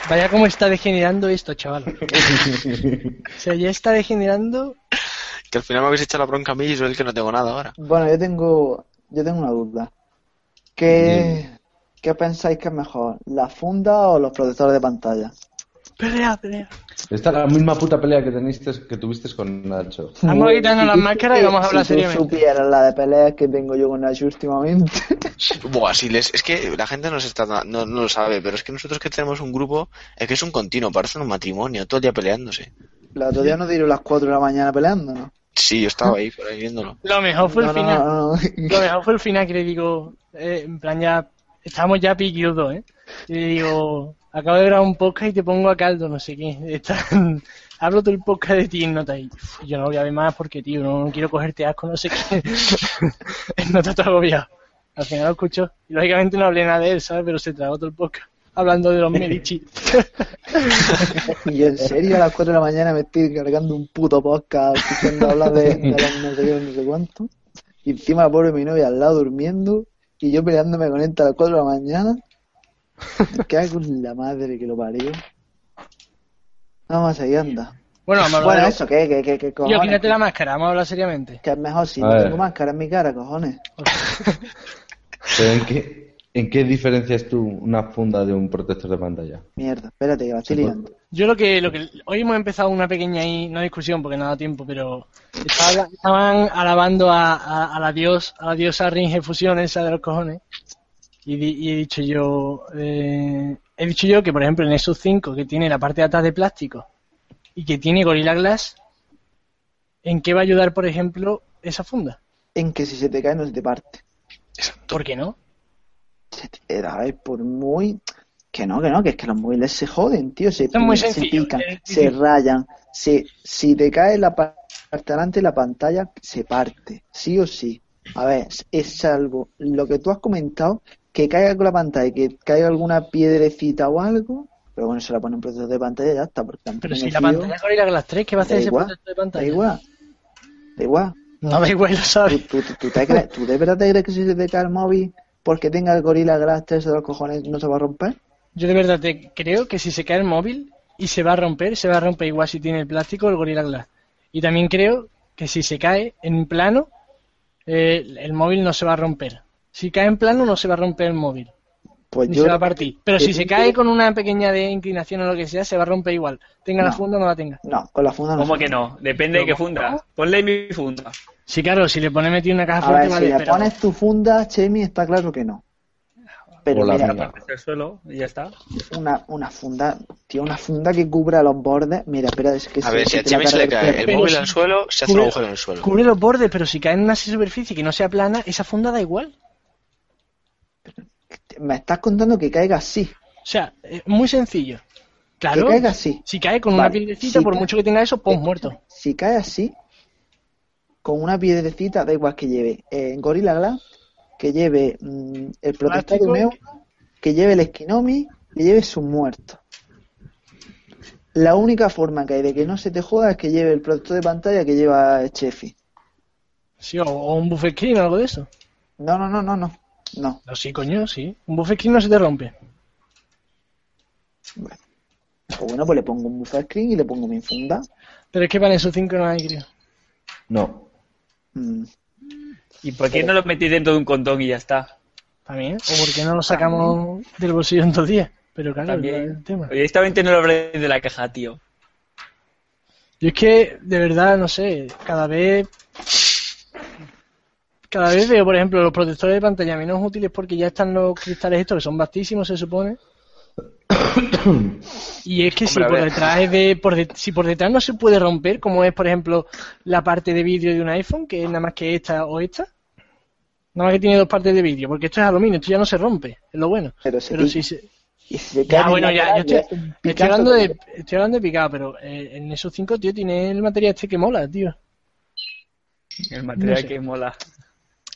Speaker 4: Vaya cómo está degenerando esto, chaval. o sea, ya está degenerando.
Speaker 3: Que al final me habéis echado la bronca a mí y soy el que no tengo nada ahora.
Speaker 2: Bueno, yo tengo, yo tengo una duda. ¿Qué, ¿Qué pensáis que es mejor? ¿La funda o los protectores de pantalla?
Speaker 4: Pelea, pelea.
Speaker 1: Esta es la misma puta pelea que, teniste, que tuviste con Nacho.
Speaker 4: Vamos a quitarnos las
Speaker 2: Si tú-
Speaker 4: máscaras y vamos a hablar
Speaker 2: si tú
Speaker 4: seriamente.
Speaker 2: supieras la de peleas que tengo yo con Nacho últimamente.
Speaker 3: Buah, si les, es que la gente no, se está, da- no, no lo sabe, pero es que nosotros que tenemos un grupo es que es un continuo, parece un matrimonio, todo el día peleándose.
Speaker 2: La otro día nos dieron las 4 de la mañana peleando, ¿no?
Speaker 3: Sí, yo estaba ahí, por ahí viéndolo.
Speaker 4: Lo mejor fue el
Speaker 2: No, no,
Speaker 4: final.
Speaker 2: no, no.
Speaker 4: Lo mejor fue el final que le digo, eh, en plan ya, estamos ya piquiudos, ¿eh? Y le digo, acabo de grabar un podcast y te pongo a caldo, no sé qué. Está- Hablo todo el podcast de ti en nota y "Uf, yo no lo voy a ver más porque, tío, no, no quiero cogerte asco, no sé qué. no te agobiado. Al final lo escucho y lógicamente no hablé nada de él, ¿sabes? Pero se tragó todo el podcast hablando de los Medici.
Speaker 2: Y yo en serio a las 4 de la mañana me estoy cargando un puto podcast escuchando hablar de, de los no sé qué, no sé cuánto. Y encima la pobre mi novia al lado durmiendo y yo peleándome con él a las 4 de la mañana. Me Cago en la madre que lo parió. Vamos a seguir, anda.
Speaker 4: bueno, vamos a hablar
Speaker 2: Bueno,
Speaker 4: de-
Speaker 2: eso, ¿qué, qué, qué, qué
Speaker 4: Yo,
Speaker 2: cojones?
Speaker 4: quítate la máscara, vamos a hablar seriamente.
Speaker 2: Que es mejor si
Speaker 1: A
Speaker 2: no
Speaker 1: ver.
Speaker 2: tengo máscara en mi cara, cojones.
Speaker 1: Pero ¿en qué, ¿En qué diferencias tú una funda de un protector de pantalla?
Speaker 2: Mierda, espérate que la estoy
Speaker 1: Sí, pues.
Speaker 2: liando.
Speaker 4: Yo lo que, lo que hoy hemos empezado una pequeña ahí, no discusión porque no ha dado tiempo, pero estaba- estaban alabando a, a- a la dios, a la diosa Ringe Fusión esa de los cojones. Y, di- y he dicho yo, eh, he dicho yo que por ejemplo en esos 5 que tiene la parte de atrás de plástico y que tiene Gorilla Glass, ¿en qué va a ayudar por ejemplo esa funda?
Speaker 2: En que si se te cae no se te parte.
Speaker 4: ¿Por qué no?
Speaker 2: Se te- eh, a ver, por muy. Que no, que no, que es que los móviles se joden, tío. Se,
Speaker 4: Esto es muy
Speaker 2: se
Speaker 4: sencillo,
Speaker 2: pican,
Speaker 4: eh,
Speaker 2: se
Speaker 4: sí.
Speaker 2: rayan. Se, si te cae la pa- parte delante la pantalla, se parte. Sí o sí. A ver, es- es algo. Lo que tú has comentado, que caiga con la pantalla, que caiga alguna piedrecita o algo. Pero bueno, se la pone en proceso de pantalla y ya está. Porque han
Speaker 4: Pero si la
Speaker 2: prometido-
Speaker 4: pantalla es Gorilla Glass 3, ¿qué va a hacer
Speaker 2: Da
Speaker 4: ese
Speaker 2: igual,
Speaker 4: protector de
Speaker 2: Da
Speaker 4: pantalla?
Speaker 2: igual. Da igual.
Speaker 4: No da igual, lo
Speaker 2: ¿Tú,
Speaker 4: sabes.
Speaker 2: tú, tú- tú te crees- ¿tú de verdad te crees que si se te cae el móvil porque tenga el gorila Glass 3 de los cojones no se va a romper?
Speaker 4: Yo de verdad te creo que si se cae el móvil y se va a romper, se va a romper igual si tiene el plástico o el Gorilla Glass. Y también creo que si se cae en plano, eh, el móvil no se va a romper. Si cae en plano, no se va a romper el móvil.
Speaker 2: Pues
Speaker 4: ni
Speaker 2: yo,
Speaker 4: se va a partir. Pero
Speaker 2: yo
Speaker 4: si se
Speaker 2: creo
Speaker 4: cae
Speaker 2: que-
Speaker 4: con una pequeña de inclinación o lo que sea, se va a romper igual. Tenga la
Speaker 2: No.
Speaker 4: funda o no la tenga.
Speaker 2: No, con la funda no.
Speaker 5: ¿Cómo
Speaker 2: se
Speaker 5: que no? Depende de qué funda. Ponle mi funda.
Speaker 4: Sí, claro, si le pones metido una caja
Speaker 2: A
Speaker 4: fuerte,
Speaker 2: ver, si
Speaker 4: vale,
Speaker 2: le
Speaker 4: pero
Speaker 2: pones tu funda, Chemi, está claro que no. Pero
Speaker 1: O la
Speaker 2: mira,
Speaker 1: mía.
Speaker 5: Desde el suelo y ya está.
Speaker 2: una, una funda, tío, una funda que cubra los bordes. Mira, espera, es que
Speaker 3: A ver, si a
Speaker 2: te la
Speaker 3: Chemi se le cae el
Speaker 4: Pero
Speaker 3: móvil
Speaker 4: si-
Speaker 3: al suelo, se hace un
Speaker 4: cubre-
Speaker 3: agujero en el suelo.
Speaker 4: cubre los bordes, pero si cae en una superficie que no sea plana, esa funda da igual.
Speaker 2: Me estás contando que caiga así.
Speaker 4: O sea, es muy sencillo. Claro.
Speaker 2: Que caiga así.
Speaker 4: Si cae con
Speaker 2: Vale,
Speaker 4: una piedrecita,
Speaker 2: si
Speaker 4: por
Speaker 2: cae-
Speaker 4: mucho que tenga eso, pum,
Speaker 2: Escúchame,
Speaker 4: muerto.
Speaker 2: Si cae así, con una piedrecita, da igual que lleve eh, Gorilla Glass, que lleve mm, el protector de
Speaker 4: Plástico.
Speaker 2: Neo, que lleve el esquinomi, que lleve su muerto. La única forma que hay de que no se te joda es que lleve el protector de pantalla que lleva Chefi.
Speaker 4: Sí, o, o un buffet screen o algo de eso.
Speaker 2: No, no, no, no, no. No.
Speaker 4: No, sí, coño, sí. Un buffet screen no se te rompe.
Speaker 2: O bueno, pues le pongo un buffet screen y le pongo mi funda.
Speaker 4: Pero es que para esos 5 no hay, creo.
Speaker 1: No.
Speaker 2: Mm,
Speaker 5: ¿Y por qué no lo metís dentro de un condón y ya está?
Speaker 4: Para mí, ¿eh? O porque no lo sacamos del bolsillo en dos días. Pero claro, es
Speaker 5: También.
Speaker 4: el tema.
Speaker 5: Directamente no lo abréis de la caja, tío.
Speaker 4: Yo es que, de verdad, no sé, cada vez... Cada vez veo, por ejemplo, los protectores de pantalla menos útiles porque ya están los cristales estos, que son vastísimos, se supone. Y es
Speaker 3: Hombre,
Speaker 4: que
Speaker 3: a
Speaker 4: si por
Speaker 3: ver.
Speaker 4: detrás es de, por de- si por detrás no se puede romper, como es, por ejemplo, la parte de vidrio de un iPhone, que es nada más que esta o esta, nada más que tiene dos partes de vidrio, porque esto es aluminio, esto ya no se rompe, es lo bueno.
Speaker 2: Pero se
Speaker 4: Pero
Speaker 2: pica.
Speaker 4: si se,
Speaker 2: Y si se cae
Speaker 4: ya,
Speaker 2: en
Speaker 4: bueno,
Speaker 2: la
Speaker 4: ya,
Speaker 2: cara,
Speaker 4: yo
Speaker 2: le
Speaker 4: estoy,
Speaker 2: hace un
Speaker 4: estoy
Speaker 2: picazo
Speaker 4: hablando
Speaker 2: que-
Speaker 4: de, estoy hablando de picado, pero eh, en esos cinco, tío, tiene el material este que mola, tío.
Speaker 5: El material
Speaker 4: No sé.
Speaker 5: que mola.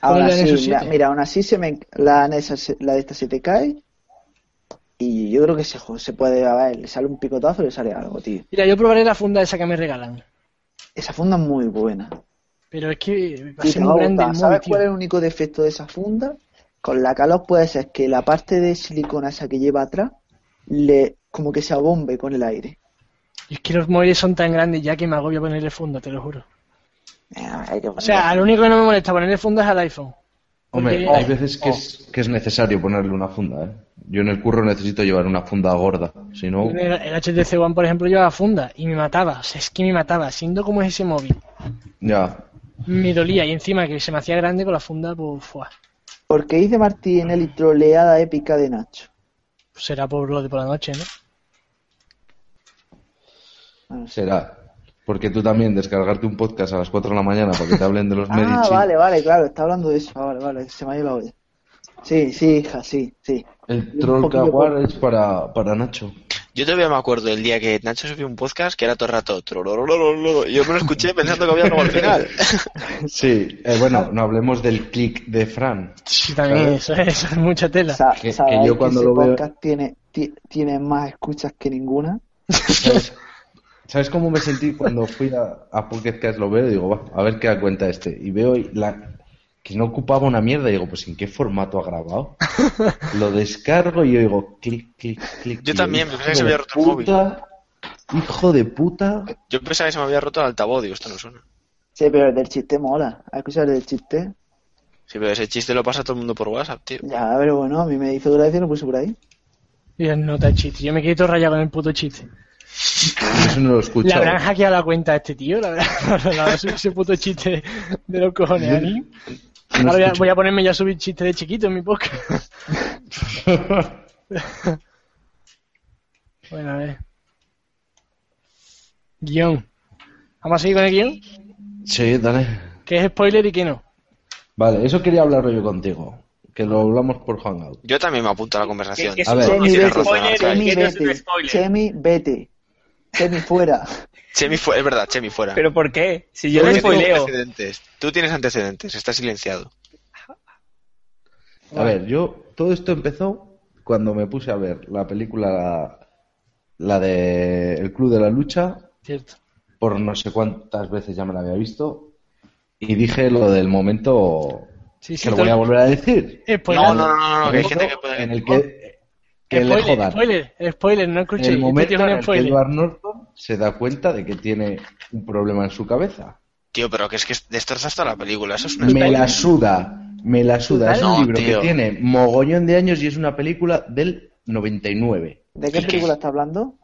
Speaker 2: Aún
Speaker 4: ¿Cuál es la
Speaker 2: así,
Speaker 4: Nexus
Speaker 2: mira,
Speaker 4: 7?
Speaker 2: mira, aún así se me, la, Nexus se- la de esta se te cae. Y yo creo que se, jo- se puede. A ver, le sale un picotazo le sale algo, tío.
Speaker 4: Mira, yo probaré la funda esa que me regalan.
Speaker 2: Esa funda es muy buena.
Speaker 4: Pero es que va
Speaker 2: Y te
Speaker 4: a ser
Speaker 2: va a
Speaker 4: muy grande el
Speaker 2: gustar. ¿Sabes
Speaker 4: móvil, tío.
Speaker 2: cuál es el único defecto de esa funda? Con la calor puede ser que la parte de silicona esa que lleva atrás le como que se abombe con el aire.
Speaker 4: Y Es que los móviles son tan grandes ya que me agobia ponerle funda, te lo juro.
Speaker 2: Eh, hay que
Speaker 4: O sea,
Speaker 2: ponerla.
Speaker 4: lo único que no me molesta ponerle funda es al iPhone.
Speaker 1: Hombre,
Speaker 4: Porque-
Speaker 1: hay veces que es, que es necesario ponerle una funda, ¿eh? Yo en el curro necesito llevar una funda gorda, si no...
Speaker 4: El, el HTC One, por ejemplo, llevaba funda y me mataba. O sea, es que me mataba. Siendo como es ese móvil,
Speaker 1: Ya,
Speaker 4: me dolía. Y encima que se me hacía grande con la funda, pues, fuah.
Speaker 2: Porque dice Martín el troleada épica de Nacho.
Speaker 4: Pues será por lo de por la noche, ¿no?
Speaker 2: Ah,
Speaker 1: será. Porque tú también descargarte un podcast a las 4 de la mañana para que te hablen de los
Speaker 2: Ah,
Speaker 1: Medici...
Speaker 2: vale, vale, claro, está hablando de eso. Ah, Vale, vale, se me ha ido la olla. Sí, sí, hija, sí, sí.
Speaker 1: El
Speaker 2: Un
Speaker 1: troll
Speaker 2: poquillo
Speaker 1: Jaguar
Speaker 2: poco.
Speaker 1: es para, para Nacho.
Speaker 3: Yo todavía me acuerdo el día que Nacho subió un podcast que era todo el rato. "Trololololo", y Yo me lo escuché pensando que había algo al final.
Speaker 1: Sí, eh, bueno, no hablemos del click de Fran.
Speaker 4: Sí, también, eso, es- eso es mucha tela.
Speaker 2: Sa-
Speaker 1: Que- que
Speaker 2: sabéis
Speaker 1: yo cuando
Speaker 2: ese
Speaker 1: lo veo-
Speaker 2: podcast tiene, ti- tiene más escuchas que ninguna.
Speaker 1: ¿Sabes, ¿Sabes cómo me sentí cuando fui a, a Pocket Cast? Lo veo y digo, va, a ver qué da cuenta este. Y veo y la, que no ocupaba una mierda. Y digo, pues ¿en qué formato ha grabado? Lo descargo y yo digo, clic, clic, clic.
Speaker 3: Yo
Speaker 1: Y
Speaker 3: también,
Speaker 1: digo,
Speaker 3: me pensaba que se
Speaker 1: hijo de
Speaker 3: había roto el móvil.
Speaker 1: puta, Hijo de puta.
Speaker 3: Yo pensaba que se me había roto el altavoz. Digo, esto no suena.
Speaker 2: Sí, pero el del chiste mola. ¿Has escuchado el del chiste?
Speaker 3: Sí, pero ese chiste lo pasa todo el mundo por WhatsApp, tío.
Speaker 2: Ya, pero bueno, a mí me hizo gracia y lo puse por ahí.
Speaker 4: Dios, no está el chiste. Yo me quedé todo rayado con el puto chiste.
Speaker 1: Eso no lo he
Speaker 4: Le
Speaker 1: escuchado.
Speaker 4: habrán hackeado la cuenta a este tío, la verdad. La verdad, su- ese puto chiste de los cojones. a mí.
Speaker 1: No
Speaker 4: Ahora voy a,
Speaker 1: escucho.
Speaker 4: voy a ponerme ya a subir chistes de chiquito en mi podcast. bueno, a ver. Guión. Vamos a seguir con el guión.
Speaker 1: Sí, dale.
Speaker 4: ¿Qué es spoiler y qué no?
Speaker 1: Vale, eso quería hablarlo yo contigo. Que lo hablamos por Hangout.
Speaker 3: Yo también me apunto a la conversación.
Speaker 5: Que- que
Speaker 1: A ver.
Speaker 5: un-
Speaker 2: Chemi,
Speaker 3: Sí, tienes
Speaker 2: vete.
Speaker 3: razón,
Speaker 5: spoiler,
Speaker 3: ¿sabes?
Speaker 2: Chemi,
Speaker 5: que no es un
Speaker 2: vete.
Speaker 5: spoiler.
Speaker 2: Chemi, vete. Chemi, fuera.
Speaker 3: Chemi fue, es verdad, Chemi fuera.
Speaker 5: ¿Pero por qué? Si yo
Speaker 3: Porque
Speaker 5: lo
Speaker 3: tengo
Speaker 5: spoileo.
Speaker 3: antecedentes. Tú tienes antecedentes, está silenciado.
Speaker 1: A ver, yo todo esto empezó cuando me puse a ver la película la, la de El Club de la Lucha
Speaker 4: Cierto.
Speaker 1: por no sé cuántas veces ya me la había visto y dije lo del momento
Speaker 4: Sí, sí,
Speaker 1: que lo
Speaker 4: todo-
Speaker 1: voy a volver a decir.
Speaker 4: Spoiler.
Speaker 3: No, no, no, no, no, que hay gente que puede-
Speaker 1: en el que, que le
Speaker 4: spoiler,
Speaker 1: jodan.
Speaker 4: spoiler, spoiler, no
Speaker 1: En
Speaker 4: escuché.
Speaker 1: el
Speaker 4: Este
Speaker 1: momento
Speaker 4: tío es
Speaker 1: en
Speaker 4: un
Speaker 1: el que
Speaker 4: spoiler.
Speaker 1: Edward Norton se da cuenta de que tiene un problema en su cabeza.
Speaker 3: Tío, pero que es que destrozas toda la película. Eso es una
Speaker 1: Me la suda, me la suda. Es
Speaker 3: No,
Speaker 1: un libro
Speaker 3: tío.
Speaker 1: que tiene mogollón de años y es una película del 99.
Speaker 2: ¿De qué
Speaker 3: ¿Y qué?
Speaker 2: película está hablando?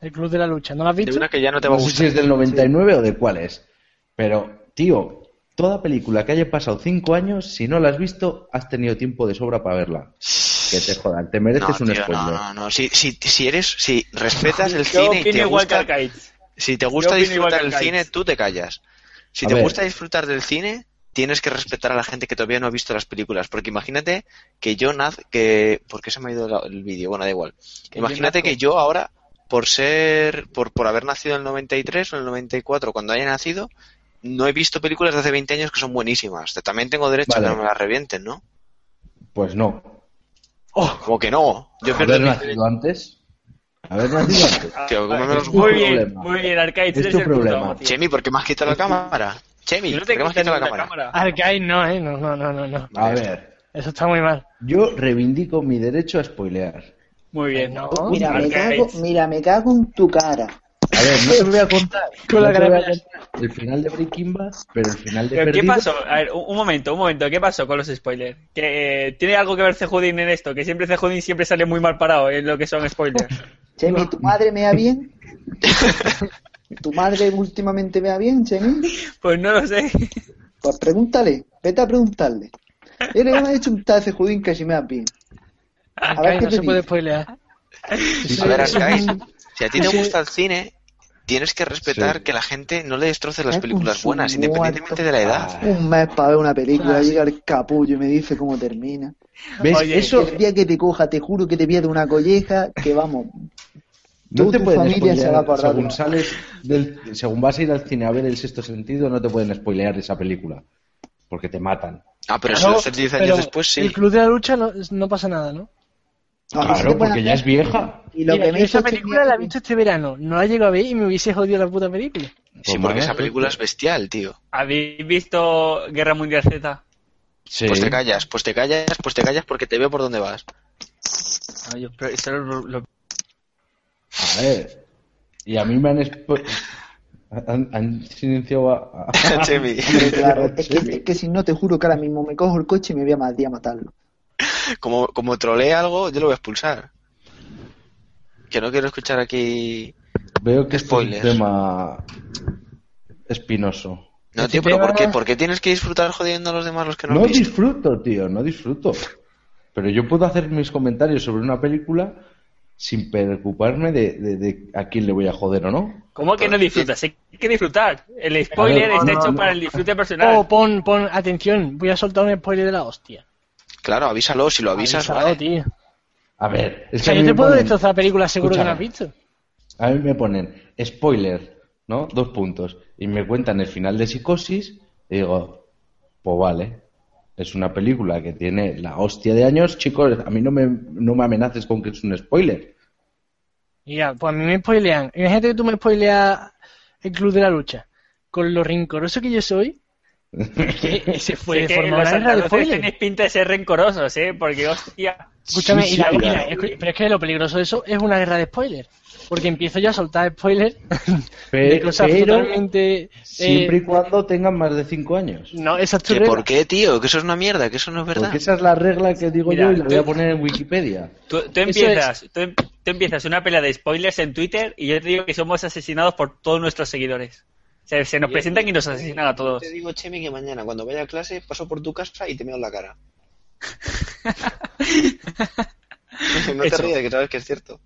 Speaker 4: El club de la lucha. ¿No lo has
Speaker 3: De
Speaker 4: visto?
Speaker 3: una que ya no te va
Speaker 1: No
Speaker 3: a
Speaker 1: sé si
Speaker 3: gustar.
Speaker 1: es del 99 o de cuál es. Pero, tío, toda película que haya pasado cinco años, si no la has visto, has tenido tiempo de sobra para verla. Que te jodan, te
Speaker 3: No,
Speaker 1: mereces un
Speaker 3: tío,
Speaker 1: spoiler.
Speaker 3: no, no, no. Si, si, si eres, si respetas el
Speaker 5: Yo
Speaker 3: cine y
Speaker 5: opino
Speaker 3: te
Speaker 5: igual que
Speaker 3: gusta,
Speaker 5: Arcaiz.
Speaker 3: si te gusta
Speaker 5: opino
Speaker 3: disfrutar
Speaker 5: igual que
Speaker 3: del
Speaker 5: Arcaiz.
Speaker 3: cine, tú te callas. Si
Speaker 1: A
Speaker 3: te
Speaker 1: ver.
Speaker 3: gusta disfrutar del cine, tienes que respetar a la gente que todavía no ha visto las películas. Porque imagínate que yo naz, que, ¿por qué se me ha ido la- el vídeo? Bueno, da igual.
Speaker 5: Que yo
Speaker 3: imagínate
Speaker 5: nazco.
Speaker 3: que yo ahora, por ser, por, por haber nacido en el 93 o en el 94, cuando haya nacido, no he visto películas de hace 20 años que son buenísimas. También tengo derecho a
Speaker 1: Vale.
Speaker 3: que no me las revienten, ¿no?
Speaker 1: Pues no.
Speaker 3: Como que no. Yo pierdo
Speaker 1: Haber
Speaker 3: mi
Speaker 1: nacido antes. Haber nacido antes.
Speaker 3: Tío, cómeme
Speaker 5: Ah,
Speaker 3: los
Speaker 5: muy
Speaker 1: huevos.
Speaker 5: bien,
Speaker 1: Problema.
Speaker 5: muy bien,
Speaker 1: Es
Speaker 5: Arcaiz. eres
Speaker 1: tu
Speaker 5: el puto
Speaker 1: problema.
Speaker 5: amo, tío.
Speaker 3: Chemi, ¿por qué me has quitado la cámara? Chemi,
Speaker 5: Yo no
Speaker 3: ¿por
Speaker 5: te
Speaker 3: qué me has
Speaker 5: quito
Speaker 3: quitado la
Speaker 5: la
Speaker 3: cámara?
Speaker 5: cámara.
Speaker 4: Arcade no, ¿eh? No, no, no, no, no.
Speaker 1: A ver,
Speaker 4: Eso está muy mal.
Speaker 1: yo reivindico mi derecho a spoilear.
Speaker 5: Muy bien.
Speaker 4: No.
Speaker 2: Mira, me
Speaker 5: Arcade.
Speaker 2: cago, mira, me cago en tu cara.
Speaker 1: A ver, no te lo voy a contar.
Speaker 4: Con
Speaker 1: no
Speaker 4: la
Speaker 1: te voy a
Speaker 4: cara.
Speaker 1: contar el final de Breaking Bad, pero el final de
Speaker 5: ¿Pero ¿Qué
Speaker 1: Perdidos-
Speaker 5: pasó? A ver, un un momento, un momento. ¿Qué pasó con los spoilers? Que eh, tiene algo que ver Cejudin en esto, que siempre Cejudin siempre sale muy mal parado en lo que son spoilers.
Speaker 2: Chemi, ¿tu madre me da bien? ¿Tu madre últimamente me da bien, Chemi?
Speaker 5: Pues no lo sé.
Speaker 2: Pues pregúntale, vete a preguntarle. Yo le he hecho un tal de judín que si me da bien.
Speaker 5: Ah,
Speaker 2: A ver
Speaker 4: Arcade
Speaker 2: qué
Speaker 4: no
Speaker 2: te
Speaker 4: se puede
Speaker 2: dice.
Speaker 4: spoilear.
Speaker 3: A ver, Arcaiz,
Speaker 2: Sí.
Speaker 3: si a ti te gusta el cine, tienes que respetar que la gente no le destroce las
Speaker 2: Es
Speaker 3: películas
Speaker 2: un
Speaker 3: buenas, independientemente de la edad.
Speaker 1: Ah.
Speaker 2: Un mes para ver una película,
Speaker 5: Ah,
Speaker 2: llega el capullo y me dice cómo termina.
Speaker 1: ¿Ves?
Speaker 5: Oye,
Speaker 1: Eso
Speaker 2: El día que te coja, te juro que te pierdo una colleja, que vamos.
Speaker 1: no
Speaker 2: tú,
Speaker 1: te
Speaker 2: tu
Speaker 1: pueden
Speaker 2: familia se va a
Speaker 1: spoilear.
Speaker 2: acordar de
Speaker 1: Según,
Speaker 2: la-
Speaker 1: sales del- según vas a ir al cine a ver El Sexto Sentido, no te pueden spoilear esa película. porque te matan.
Speaker 3: Ah, pero
Speaker 4: No,
Speaker 3: si lo haces 10
Speaker 4: pero
Speaker 3: años después, sí.
Speaker 4: El club de la lucha no, no pasa nada, ¿no?
Speaker 2: No, aquí Ah, sí eh. te
Speaker 1: claro,
Speaker 2: pueden
Speaker 1: porque ya es
Speaker 2: hacer-
Speaker 1: vieja.
Speaker 2: Y lo
Speaker 4: Mira,
Speaker 2: que
Speaker 4: yo
Speaker 2: me hizo
Speaker 4: esa
Speaker 2: este
Speaker 4: película
Speaker 2: tío-
Speaker 4: la he visto este verano. No la he llegado a ver y me hubiese jodido la puta película.
Speaker 3: Sí,
Speaker 1: Pues
Speaker 3: porque
Speaker 1: mala
Speaker 3: esa película es
Speaker 1: suerte.
Speaker 3: bestial, tío.
Speaker 5: ¿Habéis visto Guerra Mundial Z?
Speaker 1: Sí.
Speaker 3: Pues te callas, pues te callas, pues te callas porque te veo por dónde vas.
Speaker 5: No, Ah, yo, pero eso lo- lo-
Speaker 1: A ver. Y a mí me han... expo- Han, han silenciado a... a-
Speaker 3: Chemi.
Speaker 2: Sí, claro, es que, es que si no te juro que ahora mismo me cojo el coche y me voy a Madrid a matarlo.
Speaker 3: Como, como trolee algo, yo lo voy a expulsar. Que no quiero escuchar aquí.
Speaker 1: Veo que
Speaker 3: Spoilers.
Speaker 1: es un tema espinoso.
Speaker 3: No,
Speaker 4: Este
Speaker 3: tío, pero ¿por
Speaker 4: tema-
Speaker 3: qué? ¿Por qué tienes que disfrutar jodiendo a los demás los que no,
Speaker 1: No
Speaker 3: han visto?
Speaker 1: disfruto, tío, no disfruto. Pero yo puedo hacer mis comentarios sobre una película sin preocuparme de, de- de a quién le voy a joder o no.
Speaker 5: ¿Cómo que no disfrutas? Hay que disfrutar. El
Speaker 1: A
Speaker 5: spoiler
Speaker 1: ver, no,
Speaker 5: está
Speaker 1: no,
Speaker 5: hecho
Speaker 1: no.
Speaker 5: para el disfrute personal.
Speaker 4: Oh, pon, pon, atención, voy a soltar un spoiler de la hostia.
Speaker 3: Claro, avísalo, si lo avisas,
Speaker 4: Avisado,
Speaker 3: vale.
Speaker 4: tío.
Speaker 1: A ver, es
Speaker 4: O sea,
Speaker 1: que a
Speaker 4: yo
Speaker 1: mí
Speaker 4: te
Speaker 1: me
Speaker 4: puedo
Speaker 1: ponen-
Speaker 4: destrozar películas seguro que no has
Speaker 1: Escúchame.
Speaker 4: visto.
Speaker 1: A mí me ponen spoiler, ¿no? Dos puntos. Y me cuentan el final de Psicosis y digo, pues vale. Es una película que tiene la hostia de años. Chicos, a mí no me, no me amenaces con que es un spoiler.
Speaker 4: Y Ya, pues a mí me spoilean. Imagínate que tú me spoileas el club de la lucha. Con lo rincoroso que yo soy, que ese fue
Speaker 5: Sí,
Speaker 4: de
Speaker 5: que
Speaker 4: forma
Speaker 5: los
Speaker 4: orgánica pues, el
Speaker 5: andaluces
Speaker 4: spoiler.
Speaker 5: tenéis pinta de ser rencorosos, ¿eh? Porque, hostia...
Speaker 4: Escúchame,
Speaker 1: Sí,
Speaker 4: y la-
Speaker 1: sí,
Speaker 4: y la-
Speaker 1: claro.
Speaker 4: escu- pero es que lo peligroso de eso es una guerra de spoilers. Porque empiezo yo a soltar spoilers de
Speaker 1: Pe-
Speaker 4: cosas
Speaker 1: pero
Speaker 4: totalmente. eh,
Speaker 1: siempre y cuando tengan más de cinco años.
Speaker 4: No, esa es tu
Speaker 3: ¿Que
Speaker 4: regla.
Speaker 3: ¿Por qué, tío? Que eso es una mierda, que eso no es verdad.
Speaker 1: Porque esa es la regla que digo
Speaker 5: Mira,
Speaker 1: yo y la voy a
Speaker 5: tú-
Speaker 1: poner en Wikipedia.
Speaker 5: Tú, tú empiezas, tú, em- tú empiezas una pelea de spoilers en Twitter y yo te digo que somos asesinados por todos nuestros seguidores. Se, se nos presentan y nos asesinan a todos.
Speaker 3: Te digo, Chemi, que mañana cuando vaya a clase paso por tu casa y te meo en la cara. no te
Speaker 5: Eso.
Speaker 3: rías, que sabes que es cierto.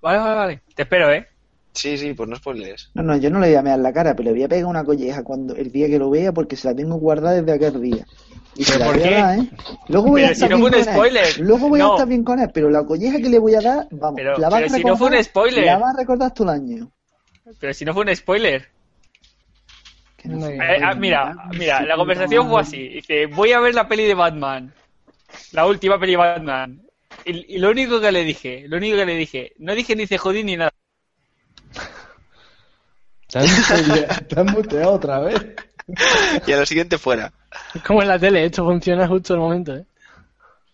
Speaker 5: Vale, vale, vale. Te espero, ¿eh?
Speaker 3: Sí, sí, pues no spoilers.
Speaker 2: No, no, yo no le voy a mear la cara, pero le voy a pegar una colleja cuando el día que lo vea porque se la tengo guardada desde aquel día. Y se
Speaker 5: ¿Pero
Speaker 2: la
Speaker 5: por
Speaker 2: voy
Speaker 5: qué?
Speaker 2: a dar, ¿eh? Luego voy a
Speaker 5: Pero
Speaker 2: estar
Speaker 5: si no
Speaker 2: bien
Speaker 5: fue un
Speaker 2: con
Speaker 5: spoiler.
Speaker 2: él. Luego voy
Speaker 5: No.
Speaker 2: a estar bien con él, pero la colleja que le voy a dar, vamos,
Speaker 5: Pero-
Speaker 2: la vas
Speaker 5: pero
Speaker 2: a
Speaker 5: si no fue un
Speaker 2: recordar-
Speaker 5: spoiler.
Speaker 2: La vas a recordar todo el año.
Speaker 5: Pero si no fue un spoiler.
Speaker 2: Que no sé.
Speaker 5: Eh, ah, mira, mira, la conversación fue así. Dice, voy a ver la peli de Batman. La última peli de Batman. Y, y lo único que le dije, lo único que le dije, no dije ni se jodí ni nada.
Speaker 1: Te han muteado- te han muteado otra vez.
Speaker 3: Y a lo siguiente fuera.
Speaker 4: Es como en la tele, esto funciona justo al momento. ¿eh?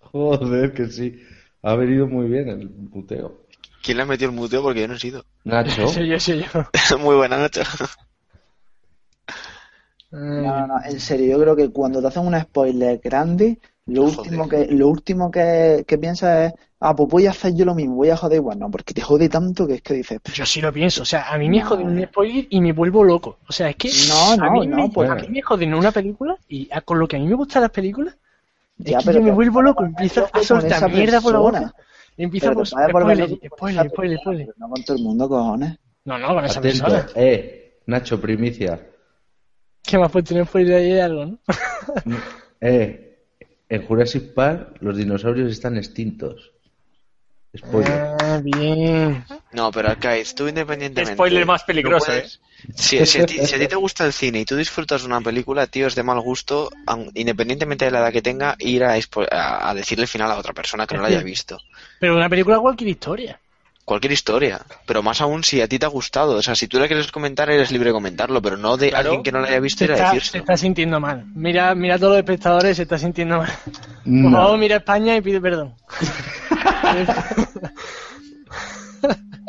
Speaker 1: Joder, que sí. Ha venido muy bien el muteo.
Speaker 3: ¿Quién le ha metido el muteo? Porque yo no he sido.
Speaker 1: Nacho.
Speaker 4: Soy yo, Eh, soy yo.
Speaker 3: Muy buena noche.
Speaker 2: No, no, no, en serio, yo creo que cuando te hacen un spoiler grande, lo
Speaker 3: Joder.
Speaker 2: último que lo último que, que piensas es, ah, pues voy a hacer yo lo mismo, voy a joder igual, no, porque te jode tanto que es que dices,
Speaker 4: Yo sí lo pienso, o sea, a mí me joden un spoiler y me vuelvo loco. O sea, es que
Speaker 2: No,
Speaker 4: a,
Speaker 2: no,
Speaker 4: mí
Speaker 2: no,
Speaker 4: me,
Speaker 2: pues-
Speaker 4: a mí me joden una película y a- con lo que a mí me gustan las películas,
Speaker 2: ya,
Speaker 4: es que
Speaker 2: pero
Speaker 4: yo me
Speaker 2: te-
Speaker 4: vuelvo loco,
Speaker 2: te
Speaker 4: empiezo
Speaker 2: pones
Speaker 4: a
Speaker 2: loco con esa
Speaker 4: soltar mierda por la boca.
Speaker 2: persona,
Speaker 4: Empiezo
Speaker 2: pero
Speaker 4: a
Speaker 2: te
Speaker 4: por,
Speaker 2: puedes volver
Speaker 4: spoiler,
Speaker 2: loco con esa
Speaker 4: spoiler, spoiler,
Speaker 2: persona,
Speaker 4: spoiler.
Speaker 2: pero No con todo el mundo, cojones.
Speaker 4: No, no, con esa
Speaker 1: Atento.
Speaker 4: persona.
Speaker 1: Eh, Nacho, primicia.
Speaker 4: Que me has puesto un spoiler ahí de algo, ¿no?
Speaker 1: Eh, en Jurassic Park los dinosaurios están extintos. Spoiler.
Speaker 4: Ah, bien.
Speaker 3: No, pero Arcaiz, tú independientemente.
Speaker 5: Spoiler más peligroso, ¿eh?
Speaker 3: no puedes- Si, si a ti, si a ti te gusta el cine y tú disfrutas una película, tío, es de mal gusto, aun- independientemente de la edad que tenga, ir a, expo- a, a decirle el final a otra persona que no la haya visto.
Speaker 4: Pero una película cualquier historia.
Speaker 3: Cualquier historia. Pero más aún si a ti te ha gustado. O sea, si tú la quieres comentar, eres libre de comentarlo, pero no de
Speaker 5: Claro.
Speaker 3: alguien que no la haya visto
Speaker 4: Se
Speaker 3: ir a
Speaker 4: está, se
Speaker 3: decírselo.
Speaker 4: está sintiendo mal. Mira, mira a todos los espectadores, se está sintiendo mal. Por favor,
Speaker 1: No,
Speaker 4: mira a España y pide perdón.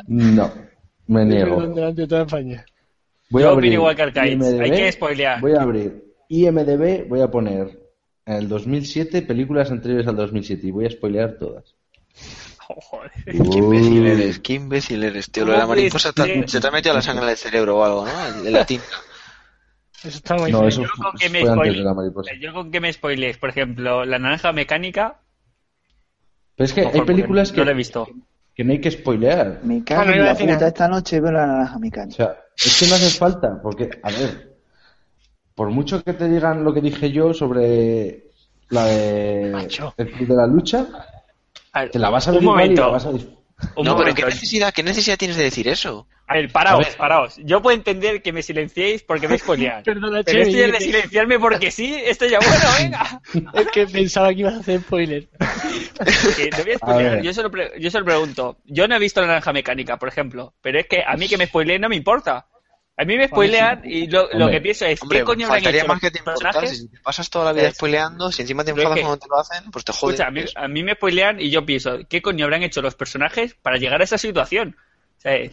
Speaker 1: no, me
Speaker 4: Pide perdón
Speaker 1: niego.
Speaker 4: delante de toda España.
Speaker 1: Voy
Speaker 5: Yo
Speaker 1: a abrir
Speaker 5: opino igual que Arcaiz,
Speaker 1: IMDb,
Speaker 5: hay que spoilear.
Speaker 1: Voy a abrir IMDB, voy a poner en el 2007 películas anteriores al 2007 y voy a spoilear todas.
Speaker 5: Oh, joder.
Speaker 3: Qué imbécil eres, qué imbécil eres, tío. Lo de la
Speaker 5: ¿Cómo
Speaker 3: mariposa te ha-
Speaker 5: dices?
Speaker 3: se te ha metido la sangre en el cerebro o algo, ¿no? De la tinta.
Speaker 4: Eso está muy
Speaker 1: No,
Speaker 4: feo.
Speaker 1: eso
Speaker 5: Yo con que me
Speaker 1: fue antes
Speaker 5: spoile-
Speaker 1: de la mariposa.
Speaker 5: Yo con que me spoilees, por ejemplo, la naranja mecánica.
Speaker 1: Pero es que
Speaker 5: ojo,
Speaker 1: hay películas
Speaker 5: porque No la he
Speaker 1: que,
Speaker 5: visto.
Speaker 1: que no hay que spoilear.
Speaker 2: Me cago
Speaker 4: Ah, no
Speaker 2: en
Speaker 4: iba a
Speaker 2: la
Speaker 4: decir
Speaker 2: puta,
Speaker 4: nada.
Speaker 2: esta noche veo la naranja
Speaker 1: O
Speaker 2: mecánica.
Speaker 1: sea, es que no hace falta, porque, a ver, por mucho que te digan lo que dije yo sobre la de
Speaker 4: Macho.
Speaker 1: el club de la lucha,
Speaker 5: A ver,
Speaker 1: te la vas a ver
Speaker 5: un
Speaker 1: igual y la
Speaker 5: momento.
Speaker 1: vas a dis-
Speaker 5: Un
Speaker 3: no, pero
Speaker 5: momento.
Speaker 3: ¿qué necesidad, ¿qué necesidad tienes de decir eso?
Speaker 5: A ver, paraos,
Speaker 3: A ver.
Speaker 5: paraos. Yo puedo entender que me silenciéis porque me spoileáis.
Speaker 4: Perdona,
Speaker 5: Pero
Speaker 4: Chemi,
Speaker 5: esto ya de
Speaker 4: que-
Speaker 5: silenciarme porque sí, esto ya bueno, venga.
Speaker 4: Es que pensaba que ibas a hacer spoiler.
Speaker 5: Que no voy a
Speaker 1: A
Speaker 5: spoilear,
Speaker 1: ver.
Speaker 5: yo solo, pre- yo solo pregunto. Yo no he visto la naranja mecánica, por ejemplo. Pero es que a mí que me spoileen no me importa. A mí me spoilean y lo, lo
Speaker 1: Hombre.
Speaker 5: que pienso es:
Speaker 3: Hombre,
Speaker 5: ¿qué coño habrán
Speaker 3: faltaría
Speaker 5: hecho
Speaker 3: más
Speaker 5: los
Speaker 3: que te importase.
Speaker 5: personajes?
Speaker 3: Si te pasas toda la vida
Speaker 5: Es-
Speaker 3: spoileando, si encima te
Speaker 5: Pero es
Speaker 3: enfadas
Speaker 5: que-
Speaker 3: cuando te lo hacen, pues te jodes.
Speaker 5: Escucha, a mí, a mí me spoilean y yo pienso: ¿qué coño habrán hecho los personajes para llegar a esa situación? O sea, es-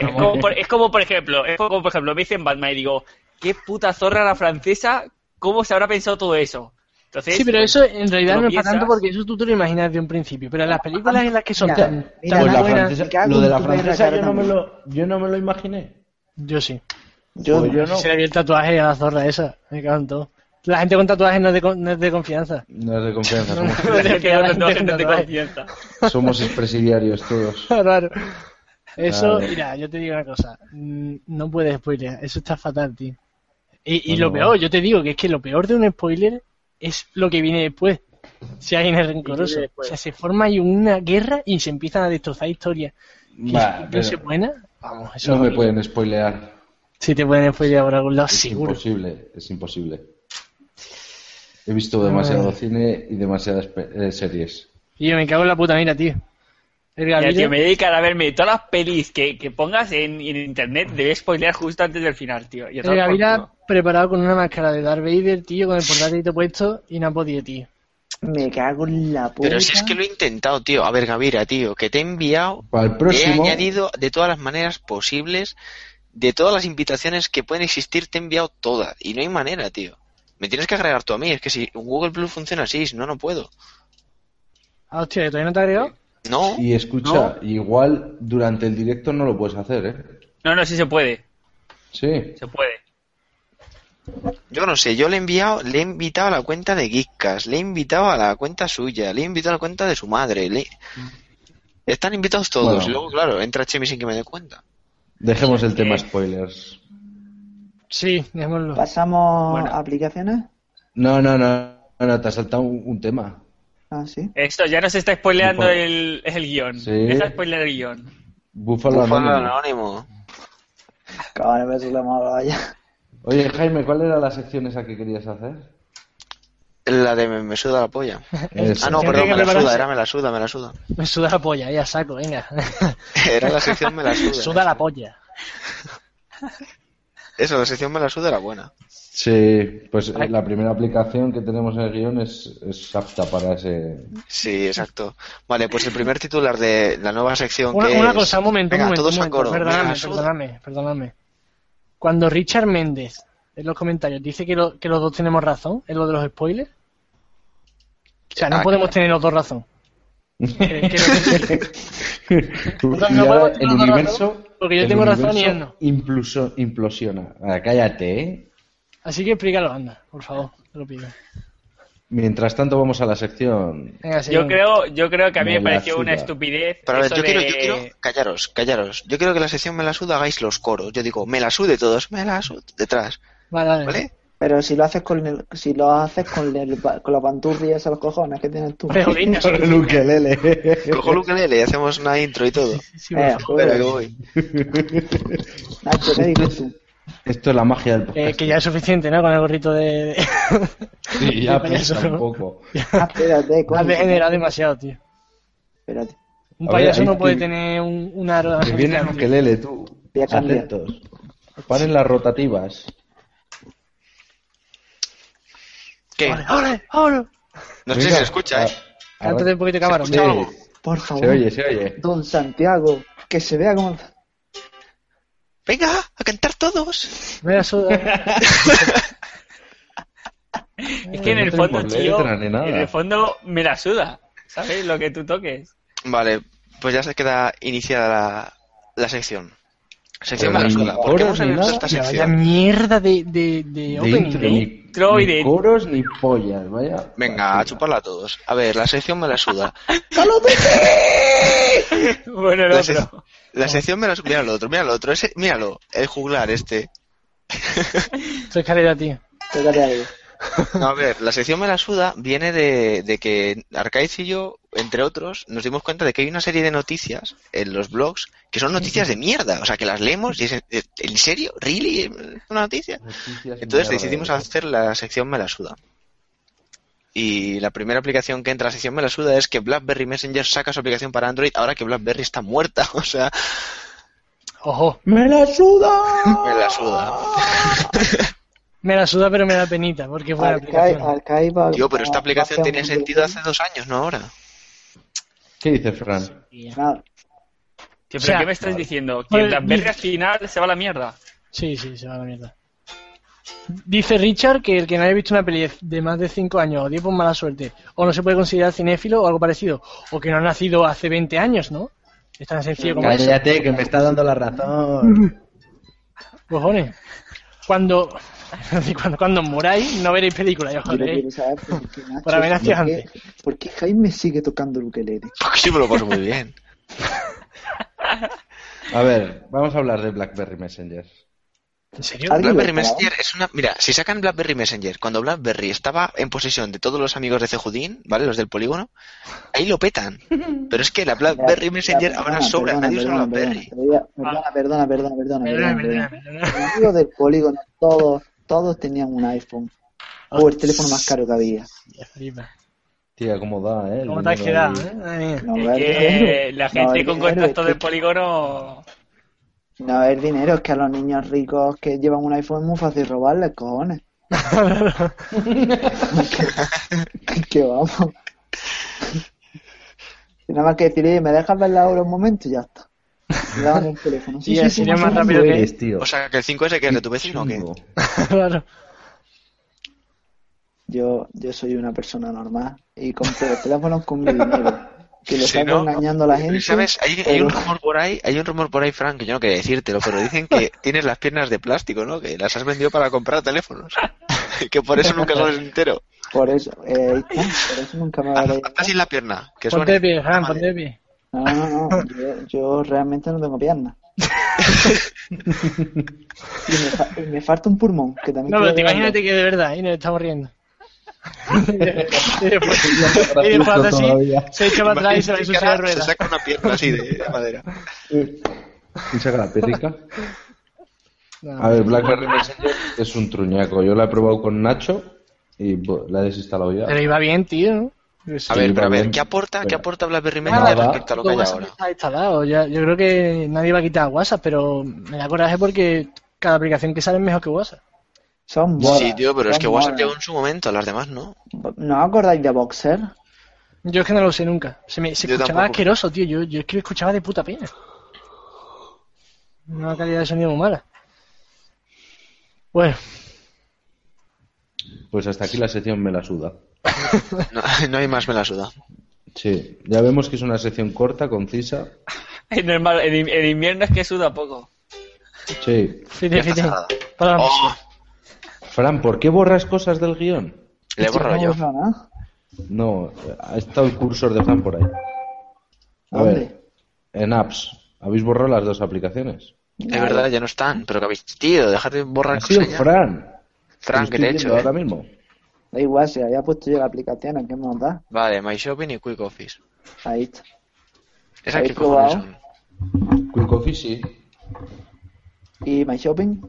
Speaker 5: Es como, por, es como, por ejemplo, es como, por ejemplo, me dicen Batman y digo, qué puta zorra la francesa, ¿cómo se habrá pensado todo eso? Entonces,
Speaker 4: Sí, pero
Speaker 5: pues,
Speaker 4: eso en realidad
Speaker 5: ¿Lo
Speaker 4: no es para
Speaker 5: piensas?
Speaker 4: tanto porque eso tú te lo imaginas de un principio. Pero en las películas en las que son
Speaker 2: Mira,
Speaker 4: tan,
Speaker 2: mira,
Speaker 4: tan
Speaker 1: Pues la
Speaker 2: buena,
Speaker 4: buenas,
Speaker 1: francesa-
Speaker 2: me cago
Speaker 1: lo de
Speaker 2: en
Speaker 1: la
Speaker 2: tu perra
Speaker 1: francesa yo
Speaker 2: cara,
Speaker 1: no, me
Speaker 2: no.
Speaker 1: lo, yo no me lo imaginé.
Speaker 4: yo sí.
Speaker 2: Yo,
Speaker 1: Pues yo no.
Speaker 4: Se le dio el tatuaje a la zorra esa. Me cago en todo. La gente con tatuajes no es de, con- no es de confianza.
Speaker 1: No es de confianza. somos-
Speaker 5: la gente
Speaker 4: la
Speaker 5: no- no-
Speaker 4: gente
Speaker 5: no te
Speaker 4: no lo es.
Speaker 5: confianza.
Speaker 1: Somos expresidiarios todos.
Speaker 4: Claro. Eso,
Speaker 1: A ver.
Speaker 4: mira, yo te digo una cosa. Mm, No puedes spoiler. Eso está fatal, tío. Y, y
Speaker 1: No,
Speaker 4: lo
Speaker 1: no.
Speaker 4: peor, yo te digo que es que lo peor de un spoiler es lo que viene después. Si hay en el rencoroso. O sea, se forma ahí una guerra y se empiezan a destrozar historias. Que
Speaker 1: Bah,
Speaker 4: no
Speaker 1: pero
Speaker 4: se buena. Vamos, eso
Speaker 1: no me
Speaker 4: es-
Speaker 1: pueden spoilear.
Speaker 4: Si te pueden spoilear por algún lado,
Speaker 1: Es
Speaker 4: seguro.
Speaker 1: imposible, es imposible. He visto demasiado
Speaker 4: Ay.
Speaker 1: cine y demasiadas pe- eh, series.
Speaker 4: Y yo me cago en la puta, mira, tío. El
Speaker 5: Mira,
Speaker 4: Gabriel-
Speaker 5: tío, me dedican a verme todas las pelis que, que pongas en, en internet, debes spoilear justo antes del final, tío. Y a
Speaker 4: El
Speaker 5: tomar por
Speaker 4: Gavira
Speaker 5: culo.
Speaker 4: Eh, preparado con una máscara de Darth Vader, tío, con el portátil puesto y no ha podido, tío.
Speaker 2: me cago en la puta.
Speaker 3: Pero si es que lo he intentado, tío. A ver, Gavira, tío, que te he enviado,
Speaker 1: Para el
Speaker 3: te he
Speaker 1: próximo,
Speaker 3: añadido de todas las maneras posibles, de todas las invitaciones que pueden existir, te he enviado todas. Y no hay manera, tío. Me tienes que agregar tú a mí. Es que si un Google Plus funciona así, si no, no puedo.
Speaker 4: Ah, hostia, ¿todavía no te ha agregado?
Speaker 3: No.
Speaker 1: y escucha, igual durante el directo no lo puedes hacer, ¿eh?
Speaker 5: No, no, sí se puede,
Speaker 1: Sí.
Speaker 5: se puede.
Speaker 3: Yo no sé, yo le he enviado, le he invitado a la cuenta de Geekcast, le he invitado a la cuenta suya, le he invitado a la cuenta de su madre, le... Están invitados todos,
Speaker 1: Bueno.
Speaker 3: y luego, claro, entra Chemi sin que me dé cuenta.
Speaker 1: Dejemos el tema
Speaker 5: Eh.
Speaker 1: spoilers.
Speaker 4: Sí, démoslo.
Speaker 2: ¿Pasamos
Speaker 5: Bueno.
Speaker 2: a aplicaciones?
Speaker 1: No, no, no, no, no, te has saltado un, un tema.
Speaker 2: Ah, sí.
Speaker 5: Esto ya nos está spoileando
Speaker 1: Sí, por-
Speaker 5: el, el guión.
Speaker 1: Sí.
Speaker 5: Deja spoilear el guión.
Speaker 1: Búfalo,
Speaker 3: Búfalo
Speaker 1: Anónimo.
Speaker 3: anónimo.
Speaker 2: Cabrón, pero si lo hemos hablado ya.
Speaker 1: Oye, Jaime, ¿cuál era la sección esa que querías hacer?
Speaker 3: La de me, me suda la polla.
Speaker 1: Esa.
Speaker 3: Ah, no,
Speaker 4: Tiene
Speaker 3: perdón,
Speaker 4: que
Speaker 3: me la
Speaker 4: prepararse.
Speaker 3: suda, era me la suda, me la suda.
Speaker 4: Me suda la polla, ya saco, venga.
Speaker 3: Era la sección me la suda.
Speaker 4: suda la polla.
Speaker 3: Eso, la sección me la suda era buena.
Speaker 1: Sí, pues eh, la primera aplicación que tenemos en el guión es, es apta para ese...
Speaker 3: Sí, exacto. Vale, pues el primer titular de la nueva sección
Speaker 4: Una,
Speaker 3: que
Speaker 4: una
Speaker 3: es-
Speaker 4: cosa, un momento,
Speaker 3: Venga,
Speaker 4: un momento.
Speaker 3: todos
Speaker 4: un
Speaker 3: a
Speaker 4: momento.
Speaker 3: coro. Me
Speaker 4: Perdóname,
Speaker 3: la suda.
Speaker 4: perdóname, perdóname. Cuando Richard Méndez en los comentarios dice que, lo- que los dos tenemos razón en lo de los spoilers, o sea, no
Speaker 3: Ah,
Speaker 4: podemos tener los dos razón. Eh, que lo que-
Speaker 1: Y
Speaker 4: no
Speaker 1: ahora
Speaker 4: podemos
Speaker 1: el
Speaker 4: tener razón,
Speaker 1: universo...
Speaker 4: porque yo
Speaker 1: el
Speaker 4: tengo razón y
Speaker 1: universo
Speaker 4: él no.
Speaker 1: impluso- implosiona. Ah, cállate, ¿eh?
Speaker 4: Así que explícalo, anda, por favor, te lo pido.
Speaker 1: Mientras tanto vamos a la sección...
Speaker 4: Venga, sí,
Speaker 5: Yo
Speaker 4: venga.
Speaker 5: creo, yo creo que a mí
Speaker 1: Me
Speaker 5: me,
Speaker 1: la
Speaker 5: pareció una
Speaker 1: suda.
Speaker 5: estupidez.
Speaker 3: Pero a ver,
Speaker 5: eso
Speaker 3: yo quiero,
Speaker 5: de-
Speaker 3: yo quiero, callaros, callaros. Yo quiero que la sección me la suda hagáis los coros. Yo digo, me la sude todos, me la sude detrás,
Speaker 4: Vale, vale.
Speaker 3: ¿vale?
Speaker 2: Pero si lo haces con el, si lo haces con, el, con la panturria esa los cojones que tienes tú.
Speaker 4: Pero, venga, sí,
Speaker 1: Con el ukelele.
Speaker 3: Cojo el ukelele y hacemos una intro y todo.
Speaker 4: sí, sí, por
Speaker 2: Eh,
Speaker 4: favor.
Speaker 3: Espera,
Speaker 2: joder.
Speaker 3: que voy.
Speaker 2: Nacho, ¿qué dices tú?
Speaker 1: Esto es la magia del podcast.
Speaker 4: Eh, que ya es suficiente, ¿no? Con el gorrito de...
Speaker 1: Sí, ya
Speaker 4: de payaso,
Speaker 1: pesa
Speaker 4: ¿no?
Speaker 1: un poco.
Speaker 2: Ah, espérate,
Speaker 4: Has
Speaker 2: coño.
Speaker 4: degenerado demasiado, tío.
Speaker 2: Espérate.
Speaker 4: Un
Speaker 1: A ver,
Speaker 4: payaso
Speaker 1: ahí
Speaker 4: no puede
Speaker 1: te-
Speaker 4: tener un, un aro.
Speaker 1: Que viene el ukelele, tú.
Speaker 2: Voy a cambiar.
Speaker 1: Atentos. Paren las rotativas.
Speaker 3: ¿Qué?
Speaker 4: ¡Ole, ole, ole!
Speaker 3: No sé si
Speaker 1: Venga, Ah.
Speaker 3: se escucha,
Speaker 1: a-
Speaker 3: ¿eh?
Speaker 1: a-
Speaker 4: Cántate un poquito, cámara.
Speaker 1: Sí,
Speaker 2: Por favor.
Speaker 1: se oye, se oye.
Speaker 2: Don Santiago, que se vea como.
Speaker 3: Venga, a cantar todos.
Speaker 4: Me la suda.
Speaker 5: Es que en
Speaker 1: no
Speaker 5: el
Speaker 1: tenemos
Speaker 5: fondo, tío,
Speaker 1: letra ni nada.
Speaker 5: en el fondo me la suda, ¿sabes? Lo que tú toques.
Speaker 3: Vale, pues ya se queda iniciada la, la sección. Sección
Speaker 1: Pero
Speaker 3: me la
Speaker 1: ni
Speaker 3: suda. ¿Por qué
Speaker 1: coros
Speaker 3: hemos
Speaker 1: ni
Speaker 3: abierto
Speaker 1: nada.
Speaker 3: esta
Speaker 4: Mira, vaya
Speaker 3: sección?
Speaker 4: mierda de, de, de
Speaker 1: De
Speaker 4: opening.
Speaker 1: intro,
Speaker 4: ¿eh?
Speaker 1: ni,
Speaker 5: intro y
Speaker 1: ni
Speaker 5: de-
Speaker 1: coros ni pollas, vaya.
Speaker 3: Venga, a chuparla a todos. A ver, la sección me la suda.
Speaker 5: Bueno, el
Speaker 3: La, sec-
Speaker 5: otro.
Speaker 3: la sección me la suda. Mira lo otro, mira lo otro. Ese, míralo, el juglar este.
Speaker 4: Esto es calidad, tío.
Speaker 2: Tócate algo.
Speaker 3: No, a ver, la sección me la suda viene de, de que Arcaiz y yo, entre otros, nos dimos cuenta de que hay una serie de noticias en los blogs que son noticias de mierda. O sea, que las leemos y es ¿en serio? ¿Really? ¿Es una noticia?
Speaker 1: Noticias
Speaker 3: Entonces
Speaker 1: mierda,
Speaker 3: decidimos
Speaker 1: ¿eh?
Speaker 3: hacer la sección me la suda. Y la primera aplicación que entra a la sección me la suda es que BlackBerry Messenger saca su aplicación para Android ahora que BlackBerry está muerta. O sea,
Speaker 4: Ojo,
Speaker 1: ¡Me la suda!
Speaker 3: me la suda.
Speaker 4: me la suda, pero me da penita, porque fue la
Speaker 2: Arcai-
Speaker 4: aplicación.
Speaker 2: Arcai va-
Speaker 3: Tío, pero
Speaker 2: va-
Speaker 3: esta aplicación
Speaker 2: va a hacer
Speaker 3: tenía
Speaker 2: un-
Speaker 3: sentido hace dos años, no ahora.
Speaker 1: ¿Qué dice Fran?
Speaker 2: Nada.
Speaker 5: Tío,
Speaker 4: O
Speaker 5: ¿pero
Speaker 4: sea,
Speaker 5: ¿Qué me estás diciendo? Que
Speaker 4: joder,
Speaker 5: BlackBerry
Speaker 4: mi-
Speaker 5: al final se va a la mierda.
Speaker 4: Sí, sí, se va a la mierda. Dice Richard que el que no haya visto una peli de más de 5 años o 10 por mala suerte, o no se puede considerar cinéfilo o algo parecido, o que no ha nacido hace 20 años, ¿no? Es tan sencillo como eso.
Speaker 6: Cállate, que me está dando la razón.
Speaker 4: Cojones. Cuando, cuando, cuando moráis, no veréis películas, ya os
Speaker 2: Yo no
Speaker 4: joderéis.
Speaker 2: quiero saber por qué, Nacho,
Speaker 4: Por haber
Speaker 2: ¿por
Speaker 4: nacido
Speaker 2: qué-
Speaker 4: antes.
Speaker 2: ¿Por qué Jaime sigue tocando el ukelele?
Speaker 3: Porque sí me lo paso muy bien.
Speaker 1: A ver, vamos a hablar de BlackBerry Messenger.
Speaker 4: ¿En serio?
Speaker 2: Ar-
Speaker 3: BlackBerry
Speaker 2: ¿verdad?
Speaker 3: Messenger es una... Mira, si sacan BlackBerry Messenger, cuando BlackBerry estaba en posesión de todos los amigos de Cejudín, ¿vale? Los del polígono, ahí lo petan. Pero es que la BlackBerry Messenger
Speaker 2: Ya,
Speaker 3: ahora
Speaker 2: perdona,
Speaker 3: sobra,
Speaker 2: perdona,
Speaker 3: nadie usa
Speaker 2: perdona,
Speaker 3: BlackBerry.
Speaker 2: Perdona, perdona, perdona, perdona, perdona,
Speaker 4: Perdona,
Speaker 2: perdona,
Speaker 4: perdona,
Speaker 2: perdona.
Speaker 4: perdona.
Speaker 2: Los amigos del polígono, todos, todos tenían un iPhone. O el teléfono más caro que había.
Speaker 4: Ya, flipa.
Speaker 1: Tía, cómo da, ¿eh? El
Speaker 4: ¿Cómo te has
Speaker 1: dinero
Speaker 4: quedado,
Speaker 1: ahí.
Speaker 4: eh? Madre mía.
Speaker 2: No, el
Speaker 5: Es que
Speaker 2: dinero.
Speaker 5: la
Speaker 2: No,
Speaker 5: gente
Speaker 2: el
Speaker 5: con
Speaker 2: dinero,
Speaker 5: contacto
Speaker 2: es
Speaker 5: del
Speaker 2: que-
Speaker 5: polígono.
Speaker 2: No, el dinero es que a los niños ricos que llevan un iPhone es muy fácil robarles, cojones. Es que vamos. Nada más que decir, "Oye, ¿me dejas ver la hora un momento? Y ya está. Le daban el teléfono.
Speaker 4: Sí, así es más rápido
Speaker 1: ¿Cómo
Speaker 4: que-
Speaker 1: eres, tío?
Speaker 3: O sea, que el 5S que es de tu vecino, ¿o qué?
Speaker 1: Chingo.
Speaker 4: claro.
Speaker 2: Yo, yo soy una persona normal y compro los teléfonos con mi dinero. Que le
Speaker 3: Si
Speaker 2: salgo
Speaker 3: no,
Speaker 2: engañando a la gente.
Speaker 3: ¿Sabes? Hay, hay
Speaker 2: pero-
Speaker 3: un rumor por ahí, hay un rumor por ahí, Frank, que yo no quería decírtelo, pero dicen que tienes las piernas de plástico, ¿no? Que las has vendido para comprar teléfonos. que por eso nunca sales entero.
Speaker 2: Por eso, eh, ahí está, por eso nunca me
Speaker 3: Haz
Speaker 2: vale.
Speaker 3: haz así la pierna, que
Speaker 4: Ponte de
Speaker 3: suene.
Speaker 4: pie, Fran, ponte de pie.
Speaker 2: No, no, no, yo, yo realmente no tengo piernas. y, me fa- y me falta un pulmón, que también
Speaker 4: No,
Speaker 2: quiero
Speaker 4: pero te
Speaker 2: levantar.
Speaker 4: imagínate que de verdad, y nos estamos riendo. y después,
Speaker 1: Gracioso
Speaker 4: y después hace así,
Speaker 1: todavía.
Speaker 4: se echa para atrás y se va a
Speaker 3: Imagínate
Speaker 4: suceder
Speaker 3: que ahora se
Speaker 4: rueda.
Speaker 3: saca una pierna así de, de madera.
Speaker 1: Y saca la perrica.
Speaker 4: No,
Speaker 1: A ver, BlackBerry Messenger es un truñaco. Yo la he probado con Nacho y bo, la he desinstalado ya.
Speaker 4: Pero iba bien, tío. Pues, Yo sé.
Speaker 3: A ver, pero a ver,
Speaker 1: también.
Speaker 3: ¿qué aporta, ¿qué
Speaker 1: Espera.
Speaker 3: aporta BlackBerry
Speaker 1: Nada,
Speaker 3: Messenger
Speaker 1: va.
Speaker 3: respecto a lo que hay
Speaker 4: WhatsApp
Speaker 3: ahora?
Speaker 4: está instalado. Ya, yo creo que nadie va a quitar WhatsApp, pero me da coraje porque cada aplicación que sale es mejor que WhatsApp.
Speaker 2: Son modas,
Speaker 3: Sí, tío, pero es
Speaker 2: son
Speaker 3: que WhatsApp
Speaker 2: modas.
Speaker 3: llegó en su momento, las demás no.
Speaker 2: ¿No os acordáis de Boxer?
Speaker 4: Yo es que no lo usé nunca. Se me se
Speaker 3: Yo
Speaker 4: escuchaba
Speaker 3: tampoco.
Speaker 4: asqueroso, tío. Yo, yo es que lo escuchaba de puta pena. Una calidad de sonido muy mala. Bueno,
Speaker 1: Pues hasta aquí la sección me la suda.
Speaker 3: No, no hay más, me la suda.
Speaker 1: Sí, ya vemos que es una sección corta, concisa.
Speaker 5: Es normal, en, en invierno es que suda poco.
Speaker 1: Sí.
Speaker 4: fíjate,
Speaker 3: Ya está
Speaker 4: fíjate.
Speaker 3: cerrada.
Speaker 4: Para la
Speaker 3: Oh,
Speaker 1: Fran, ¿por qué borras cosas del guión?
Speaker 3: le he borrado yo.
Speaker 2: No, ¿no?
Speaker 1: No, ha estado el cursor de Fran por ahí. A
Speaker 2: ¿Dónde?
Speaker 1: ver, en apps. ¿Habéis borrado las dos aplicaciones?
Speaker 3: Es verdad, ya no están. Pero que habéis, tío, dejar de borrar
Speaker 1: Ha sido
Speaker 3: cosas ya.
Speaker 1: Fran.
Speaker 3: Frank,
Speaker 1: Lo
Speaker 3: que
Speaker 1: estoy
Speaker 3: te he hecho.
Speaker 1: viendo
Speaker 3: eh.
Speaker 1: ahora mismo.
Speaker 2: Da igual, si había puesto yo la aplicación, ¿a qué me da?
Speaker 3: Vale, My Shopping y Quick Office.
Speaker 2: Ahí está.
Speaker 3: ¿Esa
Speaker 2: ¿Habéis
Speaker 3: qué cojones
Speaker 2: probado?
Speaker 3: son?
Speaker 1: Quick Office sí.
Speaker 2: ¿Y My Shopping?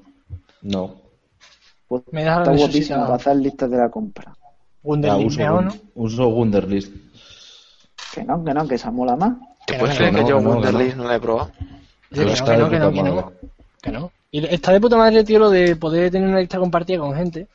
Speaker 1: No.
Speaker 2: Pues
Speaker 4: Me deja la
Speaker 2: está
Speaker 4: necesidad.
Speaker 2: guapísimo para hacer listas de la compra.
Speaker 1: Ah,
Speaker 4: Wunderlist,
Speaker 1: uso,
Speaker 4: me hago, ¿no?
Speaker 1: Wun- uso Wunderlist.
Speaker 2: Que no, que no, que esa mola más.
Speaker 3: ¿Te
Speaker 4: Que
Speaker 3: puedes
Speaker 4: no,
Speaker 3: creer
Speaker 1: que
Speaker 3: que
Speaker 1: no,
Speaker 3: yo
Speaker 1: que no, que
Speaker 3: Wunderlist no la he probado?
Speaker 4: Yo
Speaker 1: Pero
Speaker 4: que no,
Speaker 1: está
Speaker 4: que
Speaker 1: de
Speaker 4: no, que no,
Speaker 1: puta
Speaker 4: que no.
Speaker 1: madre.
Speaker 4: Que no. Y está de puta madre, tío, lo de poder tener una lista compartida con gente.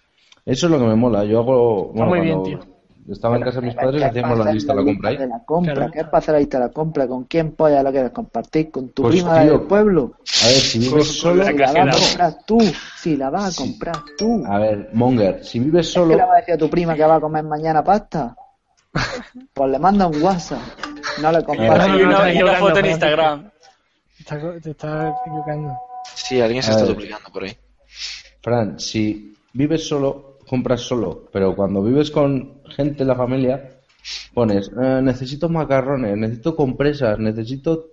Speaker 1: Eso es lo que me mola. Yo hago. Bueno,
Speaker 4: muy bien,
Speaker 1: cuando Estaba en casa de mis padres,
Speaker 2: ¿Qué
Speaker 1: hacíamos la
Speaker 2: pasa
Speaker 1: lista,
Speaker 2: en
Speaker 1: la compra ¿eh? ahí.
Speaker 2: De la compra,
Speaker 4: Claro.
Speaker 2: ¿Qué pasa en la lista de la compra? ¿Con quién polla lo quieres compartir? ¿Con tu
Speaker 1: Pues,
Speaker 2: prima
Speaker 1: tío,
Speaker 2: del pueblo?
Speaker 1: A ver, si vives solo.
Speaker 5: la
Speaker 2: Si la vas a
Speaker 5: cajera.
Speaker 2: comprar tú. Si la vas a comprar tú.
Speaker 1: A ver, Monger, si vives
Speaker 2: ¿Qué
Speaker 1: solo.
Speaker 2: le vas a decir a tu prima que va a comer mañana pasta? Pues le manda un WhatsApp. No le
Speaker 4: Ahora
Speaker 5: Y
Speaker 4: no, no,
Speaker 5: una,
Speaker 4: no,
Speaker 5: y una
Speaker 4: no,
Speaker 5: foto en
Speaker 4: no, no.
Speaker 5: Instagram.
Speaker 4: Te está, co- te está equivocando.
Speaker 3: Sí, alguien se
Speaker 1: A
Speaker 3: está
Speaker 1: ver.
Speaker 3: duplicando por ahí.
Speaker 1: Fran, si vives solo, compras solo. Pero cuando vives con gente, la familia, pones. eh, necesito macarrones, necesito compresas, necesito.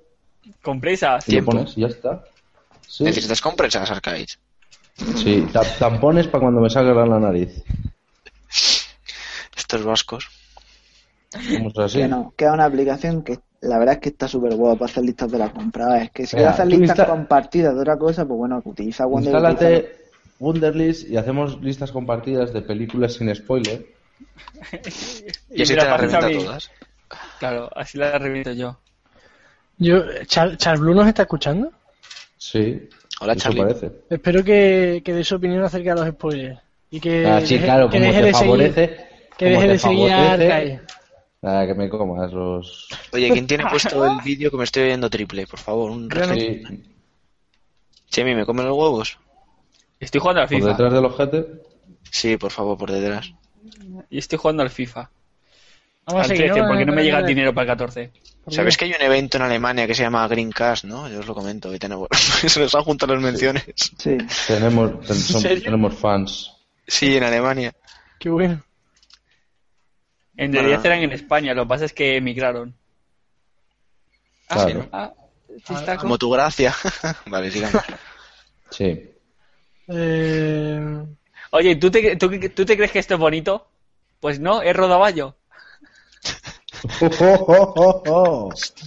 Speaker 5: Con prisas.
Speaker 1: Y lo
Speaker 3: Tiempo.
Speaker 1: pones y ya está. Sí,
Speaker 3: ¿Necesitas compresas, Arcade?
Speaker 1: sí, ta- tampones para cuando me salga la nariz.
Speaker 3: estos vascos.
Speaker 1: Somos así.
Speaker 2: Que no, que es una aplicación que la verdad es que está súper guapa para hacer listas de la compra. Es que si
Speaker 1: Venga,
Speaker 2: haces
Speaker 1: tú
Speaker 2: listas
Speaker 1: insta-
Speaker 2: compartidas de otra cosa, pues bueno, utiliza Wonder utiliza-
Speaker 1: Instálate Wunderlist y hacemos listas compartidas de películas sin spoiler.
Speaker 3: Y así
Speaker 5: me
Speaker 3: te
Speaker 5: la
Speaker 3: las
Speaker 5: pasas a
Speaker 3: revienta
Speaker 5: mí.
Speaker 3: todas.
Speaker 5: Claro, así la reviento yo.
Speaker 4: Yo, Char- Charles Blue nos está escuchando.
Speaker 1: Sí.
Speaker 3: Hola,
Speaker 1: eso
Speaker 3: Charlie.
Speaker 1: parece.
Speaker 4: Espero que, que dé su opinión acerca de los spoilers. Y que
Speaker 1: Ah, sí,
Speaker 4: deje-
Speaker 1: claro,
Speaker 4: que
Speaker 1: como
Speaker 4: deje
Speaker 1: te
Speaker 4: de seguir-
Speaker 1: favorece.
Speaker 4: que
Speaker 1: como
Speaker 4: deje
Speaker 1: te
Speaker 4: de seguir a
Speaker 1: favorece,
Speaker 4: Arcae.
Speaker 1: nada, que me comas los.
Speaker 3: Oye, ¿quién tiene puesto el vídeo que me estoy oyendo triple? Por favor, un
Speaker 4: Yo no.
Speaker 3: respeto.
Speaker 1: Sí,
Speaker 3: Chemi, ¿me comen los huevos?
Speaker 5: Estoy jugando al
Speaker 1: por
Speaker 5: FIFA.
Speaker 1: detrás del ojete.
Speaker 3: Sí, por favor, por detrás.
Speaker 5: Y estoy jugando al FIFA.
Speaker 4: Vamos
Speaker 5: al
Speaker 4: a seguir,
Speaker 5: 13, porque no me llega el
Speaker 4: Porque-
Speaker 5: dinero para el 14.
Speaker 4: porque-
Speaker 3: ¿Sabéis que hay un evento en Alemania que se llama Greencast, no? Yo os lo comento, que tenemos... se nos han juntado las menciones.
Speaker 2: Sí.
Speaker 1: Tenemos, ten- son-
Speaker 4: serio?
Speaker 1: tenemos fans.
Speaker 3: Sí, en Alemania.
Speaker 4: Qué bueno.
Speaker 5: En realidad
Speaker 3: Ah.
Speaker 5: eran en España, lo que pasa es que emigraron. Ah,
Speaker 1: Claro.
Speaker 5: sí, ah, sí está como-
Speaker 3: Como tu gracia. vale, sigamos.
Speaker 1: Sí.
Speaker 4: Eh,
Speaker 5: Oye, ¿tú te, tú, tú te crees que esto es bonito? Pues no, es Rodaballo.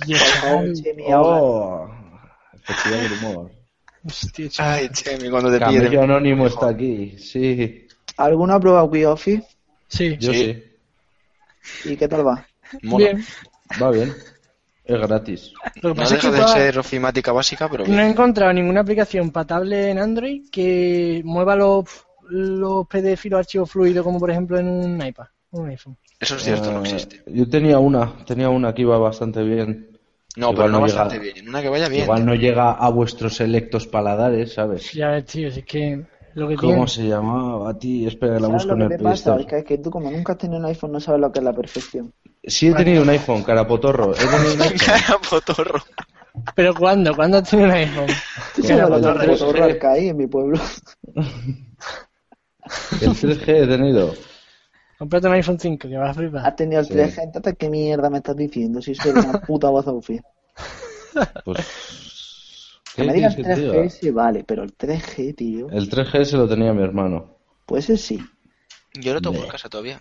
Speaker 4: ya.
Speaker 2: Jimmy, ahora.
Speaker 1: Efectividad del humor.
Speaker 4: Hostia, chaval.
Speaker 3: Ay, Chemi, cuando te pide...
Speaker 1: Camello
Speaker 3: te-
Speaker 1: Anónimo está aquí. Sí,
Speaker 2: ¿Alguno ha probado WeOffice?
Speaker 4: Sí,
Speaker 1: yo
Speaker 3: Sí.
Speaker 1: sí.
Speaker 2: ¿Y qué tal va?
Speaker 3: Mola.
Speaker 4: bien.
Speaker 1: Va bien. Es gratis.
Speaker 4: Lo que
Speaker 3: No
Speaker 4: pasa es
Speaker 3: deja
Speaker 4: que
Speaker 3: de
Speaker 4: pa-
Speaker 3: ser ofimática básica, pero
Speaker 4: no he
Speaker 3: bien.
Speaker 4: encontrado ninguna aplicación patable en Android que mueva los, los PDF y los archivos fluidos, como por ejemplo en un iPad o un iPhone.
Speaker 3: Eso es cierto, no
Speaker 1: Eh,
Speaker 3: existe.
Speaker 1: Yo tenía una, tenía una que iba bastante bien.
Speaker 3: No,
Speaker 1: igual
Speaker 3: pero no,
Speaker 1: no llega-
Speaker 3: bastante bien. Una que vaya bien.
Speaker 1: Igual no llega a vuestros selectos paladares, ¿sabes?
Speaker 4: Ya ves, tío, si es que lo que
Speaker 1: ¿Cómo
Speaker 4: tiene.
Speaker 1: se llamaba a ti? Espera, que la
Speaker 2: ¿Sabes
Speaker 1: busco
Speaker 2: lo
Speaker 1: en
Speaker 2: que
Speaker 1: el
Speaker 2: te
Speaker 1: Play
Speaker 2: pasa?
Speaker 1: Store.
Speaker 2: Es que, es que tú como nunca has tenido un iPhone no sabes lo que es la perfección.
Speaker 1: Sí he tenido un iPhone, carapotorro. He tenido un iPhone.
Speaker 3: Cara potorro.
Speaker 4: Pero ¿cuándo? ¿Cuándo has tenido un iPhone?
Speaker 2: ¿Tú sabes lo que
Speaker 1: Claro,
Speaker 2: es
Speaker 1: claro.
Speaker 2: un arca ahí en mi pueblo?
Speaker 1: El 3G he tenido.
Speaker 4: Comprate un iPhone 5, que vas a flipar.
Speaker 2: ¿Has tenido el
Speaker 1: Sí.
Speaker 2: 3G? Entonces, ¿qué mierda me estás diciendo? Si soy una puta bazofia.
Speaker 1: Pues... ¿qué
Speaker 2: Que me digas
Speaker 1: quieres que te diga?
Speaker 2: 3GS, vale, pero el 3G, tío,
Speaker 1: El 3G se lo tenía mi hermano.
Speaker 2: pues ese sí.
Speaker 3: Yo lo tengo en casa todavía.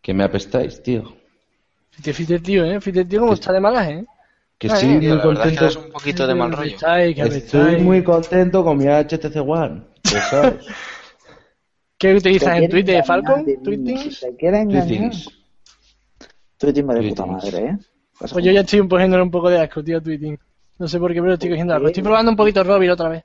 Speaker 1: Que me apestáis, tío.
Speaker 4: Fíjate, fíjate, tío, ¿eh? Fíjate, tío, cómo está de malas, ¿eh?
Speaker 1: Que
Speaker 4: Ah,
Speaker 1: estoy
Speaker 4: tío,
Speaker 3: Tío,
Speaker 1: muy
Speaker 3: la verdad es que
Speaker 1: contento.
Speaker 3: das un poquito de mal rollo.
Speaker 4: Apestáis, que
Speaker 1: Estoy
Speaker 4: apestáis.
Speaker 1: muy contento con mi HTC One. Pues, ¿sabes?
Speaker 4: ¿Qué utilizas
Speaker 2: Te
Speaker 4: en
Speaker 2: quiere
Speaker 4: Twitter?
Speaker 2: engañar
Speaker 4: ¿Falcon?
Speaker 2: de mí,
Speaker 4: ¿Tweetings?
Speaker 2: si Te quiere
Speaker 1: Two
Speaker 2: engañar.
Speaker 1: things.
Speaker 2: Tweeting va de
Speaker 1: Two
Speaker 2: puta
Speaker 1: things.
Speaker 2: madre, ¿eh? Vas a
Speaker 4: Pues yo ya estoy cogiéndole un poco de asco, tío, a Tweeting. No sé por qué, pero estoy cogiendo asco. Estoy probando un poquito Robin otra vez.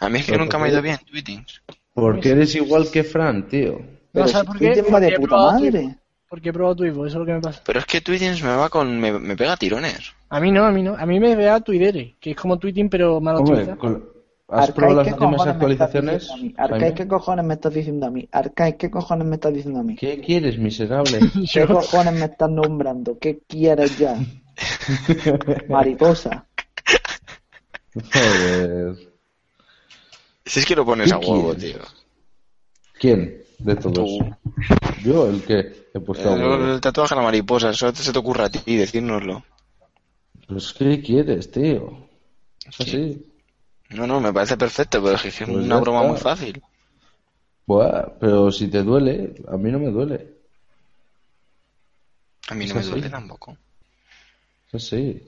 Speaker 3: A mí es que
Speaker 1: Pero
Speaker 3: nunca me ha ido bien, tweetings.
Speaker 2: Pues
Speaker 1: Porque eres igual que Fran, tío.
Speaker 4: No
Speaker 2: Pero si
Speaker 4: sabes por qué.
Speaker 2: Twitter va
Speaker 4: porque
Speaker 2: de
Speaker 4: he
Speaker 2: puta
Speaker 4: probado
Speaker 2: madre.
Speaker 4: Twitter, Porque he probado Twitter, eso es lo que me pasa.
Speaker 3: Pero es que tweetings me va con... me, me pega tirones.
Speaker 4: A mí no, a mí no. A mí me vea Twitter, que es como Tweeting, pero mal
Speaker 1: Hombre,
Speaker 4: utilizado.
Speaker 1: con- ¿has
Speaker 2: Arcaic,
Speaker 1: probado las
Speaker 2: ¿qué
Speaker 1: últimas
Speaker 2: cojones me estás
Speaker 1: actualizaciones?
Speaker 2: diciendo a mí?
Speaker 1: Jaime?
Speaker 2: Arcaic, ¿qué cojones me estás diciendo a mí? Arcaic, ¿qué cojones me estás diciendo a mí?
Speaker 1: ¿Qué quieres, miserable?
Speaker 2: ¿Qué cojones me estás nombrando? ¿Qué quieres ya? Mariposa.
Speaker 1: Joder.
Speaker 3: Si es que lo pones
Speaker 1: ¿Qué
Speaker 3: a huevo,
Speaker 1: quieres?
Speaker 3: tío.
Speaker 1: ¿Quién de todos?
Speaker 3: Tú. Eh,
Speaker 1: Yo, el que he puesto a
Speaker 3: El,
Speaker 1: huevo.
Speaker 3: el tatuaje a la mariposa, eso se te ocurra a ti decírnoslo.
Speaker 1: Pues, ¿qué quieres, tío? Es así.
Speaker 3: No, no, me parece perfecto, pero es que es
Speaker 1: Pues
Speaker 3: una
Speaker 1: ya
Speaker 3: broma
Speaker 1: está.
Speaker 3: muy fácil.
Speaker 1: Buah, pero si te duele, a mí no me duele.
Speaker 3: A mí no
Speaker 1: Es
Speaker 3: me
Speaker 1: así.
Speaker 3: duele tampoco.
Speaker 1: Es así.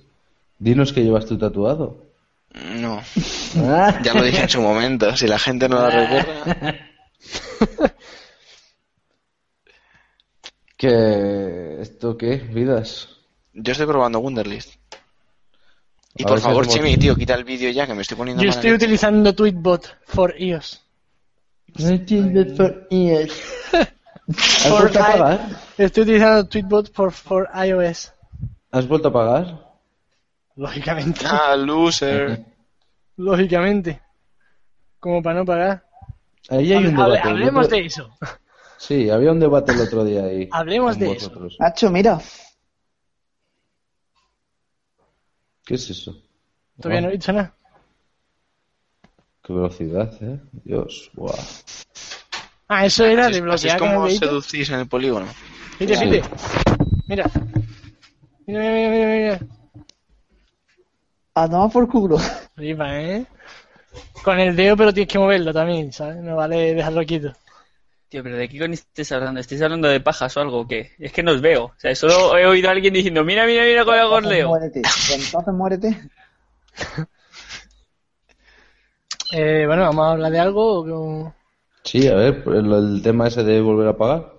Speaker 1: Dinos que llevas tu tatuado.
Speaker 3: No,
Speaker 1: Ah,
Speaker 3: ya lo dije en su momento, si la gente no la recuerda.
Speaker 1: que... ¿Esto qué? ¿Vidas?
Speaker 3: Yo estoy probando Wunderlist. Y
Speaker 1: A
Speaker 3: por
Speaker 1: ver si
Speaker 3: favor,
Speaker 1: hacemos-
Speaker 3: Chimi, tío, quita el vídeo ya, que me estoy poniendo
Speaker 4: Yo
Speaker 3: mal.
Speaker 4: estoy utilizando Tweetbot for iOS.
Speaker 1: ¿Has vuelto a pagar?
Speaker 4: Estoy utilizando Tweetbot for, for iOS.
Speaker 1: ¿Has vuelto a pagar?
Speaker 4: Lógicamente.
Speaker 3: Ah, loser.
Speaker 4: Lógicamente. Como para no pagar.
Speaker 1: Ahí hay un
Speaker 4: Hable-
Speaker 1: debate.
Speaker 4: hablemos
Speaker 1: Yo creo-
Speaker 4: de eso.
Speaker 1: Sí, había un debate el otro día ahí.
Speaker 4: Hablemos
Speaker 1: con
Speaker 4: de
Speaker 1: vosotros.
Speaker 2: Nacho, mira.
Speaker 1: ¿Qué es eso? Ah.
Speaker 4: Todavía no he dicho nada.
Speaker 1: Qué velocidad, ¿eh? Dios, guau.
Speaker 4: Ah, eso era
Speaker 3: Así
Speaker 4: de
Speaker 3: es
Speaker 4: bloquear.
Speaker 3: como
Speaker 4: que me habéis
Speaker 3: seducís en el polígono.
Speaker 4: dicho. Mira,
Speaker 1: Sí.
Speaker 4: mira. Mira. Mira, mira, mira, mira, mira.
Speaker 2: A tomar por culo.
Speaker 4: Flipa, ¿eh? Con el dedo, pero tienes que moverlo también, ¿sabes? No vale dejarlo quieto.
Speaker 5: Tío, pero ¿de qué coño estés hablando? ¿Estáis hablando de pajas o algo o qué? Es que no os veo. O sea, solo he oído a alguien diciendo, mira, mira, mira con el
Speaker 2: Entonces
Speaker 5: gorleo.
Speaker 2: muérete. Entonces muérete.
Speaker 4: Eh, bueno, vamos a hablar de algo. o-
Speaker 1: Sí, a ver, el, el tema ese de volver a pagar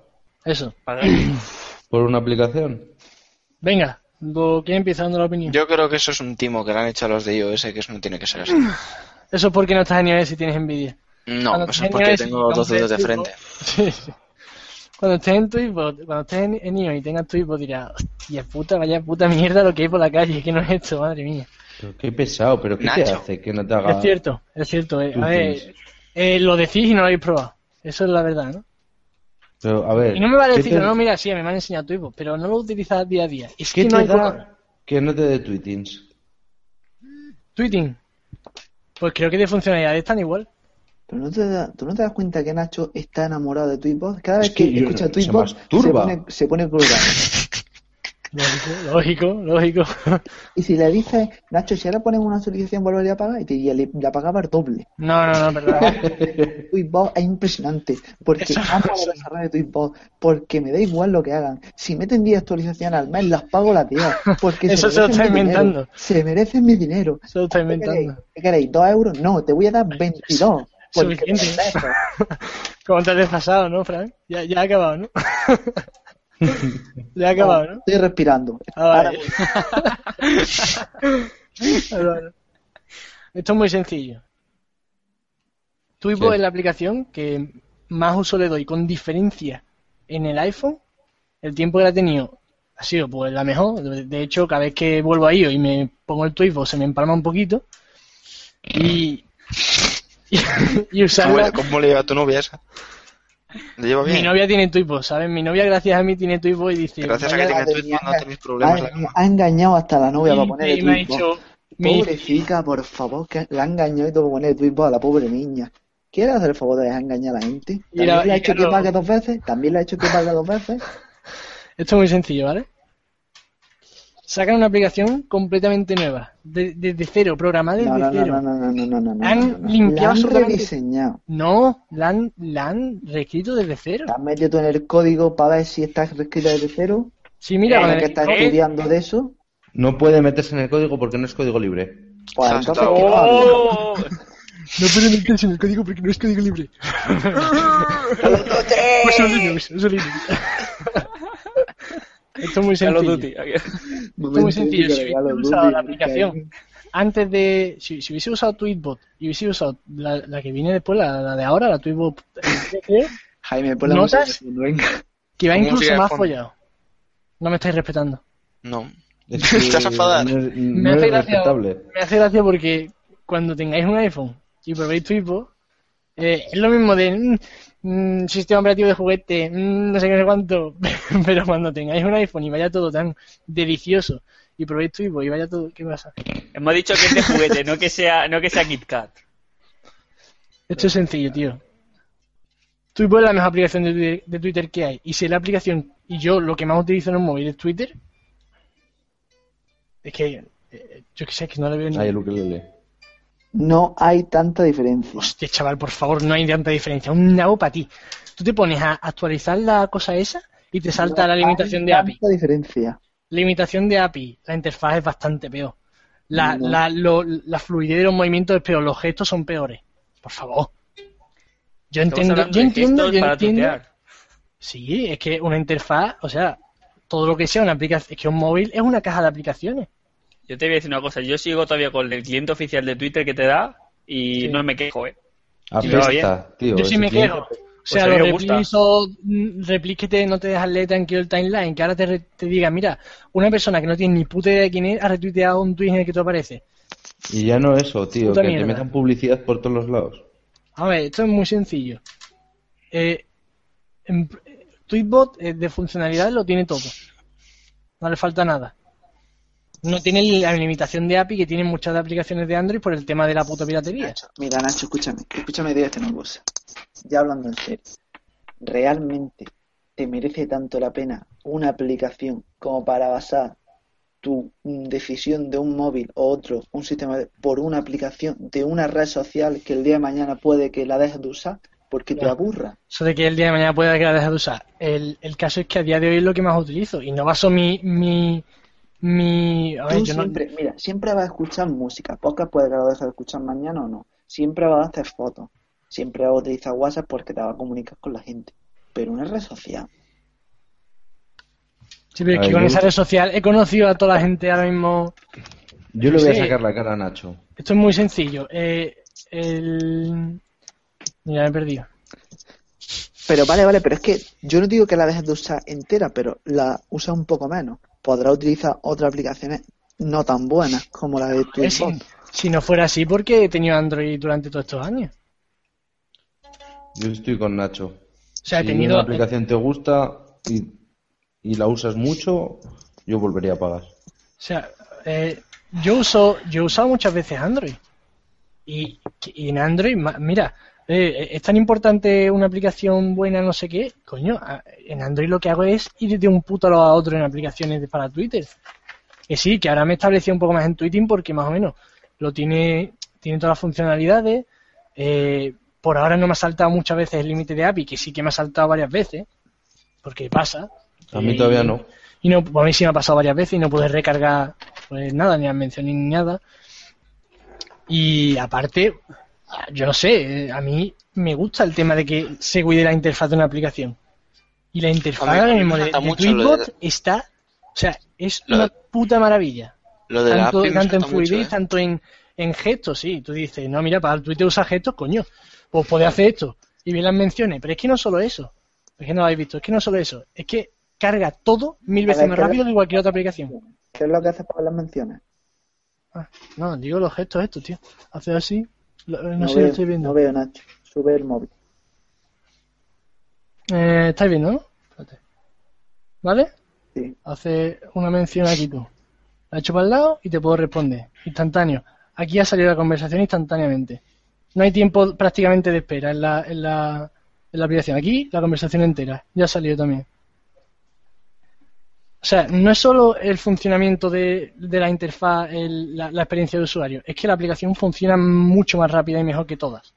Speaker 4: Eso.
Speaker 1: por una aplicación.
Speaker 4: Venga, bo- ¿quién empieza dando la opinión?
Speaker 3: Yo creo que eso es un timo que le han hecho a los de iOS, que eso no tiene que ser así.
Speaker 4: Eso es porque no estás en nivel si tienes envidia.
Speaker 3: No,
Speaker 4: Cuando
Speaker 3: eso es
Speaker 4: tengas
Speaker 3: porque tengo dos
Speaker 4: entonces,
Speaker 3: dedos de
Speaker 4: tipo,
Speaker 3: frente.
Speaker 4: Sí, sí. Cuando estés en tu iPod, cuando estés en, en iOS y tengas tu iPod dirás, hostia puta, vaya puta mierda lo que hay por la calle, que no es esto, madre mía.
Speaker 1: Pero qué pesado, pero ¿qué te
Speaker 3: Nacho.
Speaker 1: hace que no te haga...?
Speaker 4: Es cierto, es cierto. eh. A
Speaker 1: Tú
Speaker 4: ver,
Speaker 1: tienes.
Speaker 4: eh, lo decís y no lo habéis probado. Eso es la verdad, ¿no?
Speaker 1: Pero, a ver,
Speaker 4: Y no me va a
Speaker 1: ¿qué
Speaker 4: decir,
Speaker 1: te-
Speaker 4: no, mira, sí, me han enseñado tu iPod, pero no lo utilizas día a día. Es
Speaker 1: ¿Qué
Speaker 4: que no
Speaker 1: te
Speaker 4: hay
Speaker 1: da que no te dé tweetings?
Speaker 4: tweeting. Pues creo que de funcionalidades están igual.
Speaker 2: Pero no te da- tú no te das cuenta que Nacho está enamorado de tu iPod. Cada vez
Speaker 1: Es que
Speaker 2: que
Speaker 1: yo-
Speaker 2: escucha tu
Speaker 1: se
Speaker 2: iPod, se
Speaker 1: masturba.
Speaker 2: pone, se pone colorado.
Speaker 4: Lógico, lógico, lógico.
Speaker 2: Y si le dices, Nacho, si ahora ponemos una actualización, volvería a pagar, y te y le, la pagaba el doble.
Speaker 4: No, no, no, perdón.
Speaker 2: Tu iPod es impresionante, porque amo la desarrollo de tu iPod, porque me da igual lo que hagan. Si meten 10 actualizaciones al mes, las pago las 10, porque
Speaker 4: Eso se lo
Speaker 2: merecen
Speaker 4: está
Speaker 2: mi dinero.
Speaker 4: inventando.
Speaker 2: se merecen mi dinero.
Speaker 4: Se lo está
Speaker 2: ¿Qué queréis?
Speaker 4: inventando.
Speaker 2: ¿Qué queréis? ¿2 euros? No, te voy a dar 22. Porque
Speaker 4: Suficiente.
Speaker 2: me mereces.
Speaker 4: Como te has desfasado, ¿no, Frank? Ya, ya ha acabado, ¿no? ya ha acabado, ¿no?
Speaker 2: Estoy respirando.
Speaker 4: Ah, vale.
Speaker 2: Ahora voy.
Speaker 4: Ahí va, ¿no? Esto es muy sencillo. Twipo
Speaker 1: Sí.
Speaker 4: es la aplicación que más uso le doy con diferencia en el iPhone. El tiempo que la he tenido ha sido pues la mejor. De de hecho, cada vez que vuelvo a ello y me pongo el Twipo se me empalma un poquito. Y, y, y
Speaker 3: ¿Cómo,
Speaker 4: usarla.
Speaker 3: le- cómo le lleva a tu novia esa? ¿Le lleva
Speaker 4: Mi
Speaker 3: bien?
Speaker 4: novia tiene Twipo, ¿sabes? Mi novia gracias a mí tiene Twipo y dice...
Speaker 3: Gracias a que tiene
Speaker 4: "Vaya
Speaker 2: madre
Speaker 3: tweet
Speaker 2: mía,
Speaker 3: no tenéis problemas en la
Speaker 2: ha,
Speaker 3: cama.
Speaker 2: ha engañado hasta la novia para
Speaker 4: pinta",
Speaker 2: poner
Speaker 4: "Mm, y
Speaker 2: el
Speaker 4: me ha
Speaker 2: Twipo.
Speaker 4: dicho... me dice,
Speaker 2: Pobrecita, por favor, que la ha engañado y todo por poner el Twipo a la pobre niña. ¿Quieres hacer el favor de dejar engañar a la gente?
Speaker 4: Y
Speaker 2: También
Speaker 4: la-
Speaker 2: le ha
Speaker 4: y
Speaker 2: hecho que
Speaker 4: claro-
Speaker 2: pague dos veces, también le ha hecho que pague dos veces.
Speaker 4: Esto es muy sencillo, ¿vale? Sacan una aplicación completamente nueva, de- desde cero, programada desde
Speaker 2: No, no, no, no,
Speaker 4: cero.
Speaker 2: no, no, no, no, no, no,
Speaker 4: Han
Speaker 2: no, no.
Speaker 4: limpiado
Speaker 2: La han
Speaker 4: absolutamente-
Speaker 2: rediseñado.
Speaker 4: No, la han, la han reescrito desde cero.
Speaker 2: ¿Te has metido tú en el código para ver si estás reescrita desde cero?
Speaker 4: Sí, mira,
Speaker 5: Eh,
Speaker 4: con
Speaker 2: ¿Para
Speaker 4: el-
Speaker 2: que estás
Speaker 5: ¿eh?
Speaker 2: estudiando de eso?
Speaker 1: No puede meterse en el código porque no es código libre.
Speaker 2: Pues
Speaker 3: Se han
Speaker 2: entonces,
Speaker 3: saltado.
Speaker 2: ¿qué hablo?
Speaker 5: ¡Oh!
Speaker 4: no puedo meterse en el código porque no es código libre. Pues Usa Linux, usa Linux. Esto es muy
Speaker 5: Call of
Speaker 4: sencillo.
Speaker 5: Duty.
Speaker 4: Esto es muy sencillo.
Speaker 2: Momento
Speaker 4: Si
Speaker 2: de regalo,
Speaker 4: hubiese usado la
Speaker 2: Duty, ¿eh?
Speaker 4: aplicación antes de. Si, si hubiese usado Tweetbot y hubiese usado la, la que viene después, la, la de ahora, la Tweetbot, eh, creo
Speaker 2: Jaime, pon la
Speaker 4: ¿Notas?
Speaker 2: música de fondo, venga.
Speaker 4: que va
Speaker 3: Con música
Speaker 4: incluso
Speaker 3: de
Speaker 4: más
Speaker 3: fondo.
Speaker 4: follado. No me estáis respetando.
Speaker 3: No.
Speaker 1: Es que
Speaker 3: Estás a enfadar.
Speaker 1: No, es- no
Speaker 4: Me hace
Speaker 1: es
Speaker 4: gracia-
Speaker 1: respetable.
Speaker 4: Me hace gracia porque cuando tengáis un iPhone y probéis Twipo, eh, es lo mismo de mm, mm, sistema operativo de juguete, mm, no sé qué, no sé cuánto, pero cuando tengáis un iPhone y vaya todo tan delicioso y probéis Twipo y vaya todo, ¿qué pasa?
Speaker 5: Hemos dicho que es de juguete, no que sea, no que sea Kit Kat.
Speaker 4: Esto es sencillo, tío. Twipo es la mejor aplicación de Twitter, de Twitter que hay. Y si es la aplicación, y yo lo que más utilizo en un móvil es Twitter, es que eh, yo que sé, que no le veo ni...
Speaker 1: Ay, el ukelele.
Speaker 2: No hay tanta diferencia.
Speaker 4: Hostia, chaval, por favor, no hay tanta diferencia. Un nabo para ti. Tú te pones a actualizar la cosa esa y te salta la limitación de API.
Speaker 2: Tanta diferencia.
Speaker 4: Limitación de API. La interfaz es bastante peor. La,
Speaker 5: Mm.
Speaker 2: No.
Speaker 4: la- lo- la fluidez de los movimientos es peor. Los gestos son peores. Por favor. Yo
Speaker 5: Estamos
Speaker 4: entiendo,
Speaker 5: hablando
Speaker 4: yo
Speaker 5: de
Speaker 4: entiendo,
Speaker 5: gestos
Speaker 4: yo
Speaker 5: para
Speaker 4: entiendo.
Speaker 5: tuitear.
Speaker 4: Sí, es que una interfaz, o sea, todo lo que sea una aplicación, es que un móvil es una caja de aplicaciones.
Speaker 5: Yo te voy a decir una cosa, yo sigo todavía con el cliente oficial de Twitter que te da y
Speaker 4: Sí.
Speaker 5: no me quejo, ¿eh?
Speaker 1: Apesta, tío.
Speaker 4: Yo sí
Speaker 1: ese
Speaker 4: me
Speaker 1: cliente.
Speaker 4: quejo. O
Speaker 5: Pues
Speaker 4: sea,
Speaker 5: a mí
Speaker 4: los
Speaker 5: me gusta.
Speaker 4: replies o, mm, replies que te, no te dejan leer tranquilo el timeline, que ahora te, re- te diga, mira, una persona que no tiene ni puta idea de quién es ha retuiteado un tweet en el que tú apareces.
Speaker 1: Y ya no eso, tío,
Speaker 4: Puta
Speaker 1: que
Speaker 4: mierda.
Speaker 1: te metan publicidad por todos los lados.
Speaker 4: A ver, esto es muy sencillo. Eh, en- eh, Tweetbot eh, de funcionalidad lo tiene todo. No le falta nada. No tiene la limitación de API que tienen muchas aplicaciones de Android por el tema de la puta piratería.
Speaker 2: Nacho, mira, Nacho, escúchame. Escúchame, dígate una cosa. Ya hablando en serio. ¿Realmente te merece tanto la pena una aplicación como para basar tu mm, decisión de un móvil o otro, un sistema de- por una aplicación de una red social que el día de mañana puede que la dejes de usar? porque te aburra.
Speaker 4: Eso de que el día de mañana pueda quedar dejar de usar. El, el caso es que a día de hoy es lo que más utilizo y no baso mi. mi, mi a ver,
Speaker 2: Tú
Speaker 4: yo no-
Speaker 2: siempre, mira, siempre vas a escuchar música, podcast puede que lo dejes de escuchar mañana o no, siempre vas a hacer fotos, siempre vas a utilizar WhatsApp porque te va a comunicar con la gente, pero una red social.
Speaker 4: sí, pero es que
Speaker 1: Ay,
Speaker 4: con
Speaker 1: yo-
Speaker 4: esa red social he conocido a toda la gente ahora mismo.
Speaker 1: Yo le voy a
Speaker 4: Sí.
Speaker 1: sacar la cara a Nacho.
Speaker 4: Esto es muy sencillo. Eh, el... Ya me he perdido.
Speaker 2: Pero vale, vale, pero es que yo no digo que la dejes de usar entera, pero la usas un poco menos. Podrás utilizar otras aplicaciones no tan buenas como la de tu
Speaker 4: Eh, si,
Speaker 2: iPhone.
Speaker 4: si no fuera así, ¿por qué he tenido Android durante todos estos años?
Speaker 1: Yo estoy con Nacho.
Speaker 4: O sea, he
Speaker 1: si
Speaker 4: tenido.
Speaker 1: una aplicación te gusta y, y la usas mucho, yo volvería a pagar.
Speaker 4: O sea, eh, yo uso, yo he usado muchas veces Android. Y, y en Android, ma- mira, eh, es tan importante una aplicación buena, no sé qué. Coño, a- en Android lo que hago es ir de un puto lado a otro en aplicaciones de- para Twitter. Que sí, que ahora me he establecido un poco más en Twitter porque más o menos lo tiene, tiene todas las funcionalidades. Eh, por ahora no me ha saltado muchas veces el límite de API, que sí que me ha saltado varias veces, porque pasa.
Speaker 1: A mí
Speaker 4: Eh,
Speaker 1: todavía no.
Speaker 4: y no, a mí sí me ha pasado varias veces y no pude recargar pues nada, ni las menciones ni nada. Y aparte, yo no sé, eh, a mí me gusta el tema de que se cuide la interfaz de una aplicación. Y la interfaz
Speaker 3: A mí- a
Speaker 4: ahora
Speaker 3: mí me
Speaker 4: mismo de,
Speaker 3: encanta
Speaker 4: de
Speaker 3: mucho lo
Speaker 4: Tweetbot
Speaker 3: de-
Speaker 4: está, o sea, es
Speaker 3: Lo
Speaker 4: una
Speaker 3: de-
Speaker 4: puta maravilla.
Speaker 3: Lo de la
Speaker 4: Tanto,
Speaker 3: API me
Speaker 4: tanto en
Speaker 3: salta mucho,
Speaker 4: fluidez,
Speaker 3: ¿eh?
Speaker 4: tanto en, en gestos, sí. Tú dices, no, mira, para el Twitter usa gestos, coño, pues podés hacer esto. Y bien las menciones, pero es que no solo eso. Es que no lo habéis visto, es que no solo eso. Es que carga todo mil
Speaker 2: A
Speaker 4: veces
Speaker 2: ver,
Speaker 4: más
Speaker 2: ¿qué-
Speaker 4: rápido que cualquier otra aplicación.
Speaker 2: ¿Qué es lo que haces para las menciones?
Speaker 4: Ah, no, digo los gestos estos, tío. Hacer así. lo- eh, no, sé, lo
Speaker 2: veo,
Speaker 4: estoy viendo.
Speaker 2: no veo, Nacho. Sube el móvil.
Speaker 4: Eh, ¿Estáis viendo, no? Espérate. ¿Vale?
Speaker 2: Sí.
Speaker 4: Hace una mención aquí tú. La echo para el lado y te puedo responder. Instantáneo. Aquí ha salido la conversación instantáneamente. No hay tiempo prácticamente de espera en la, en la, en la aplicación. Aquí la conversación entera. Ya ha salido también. O sea, no es solo el funcionamiento de, de la interfaz, el- la, la experiencia de usuario. Es que la aplicación funciona mucho más rápida y mejor que todas.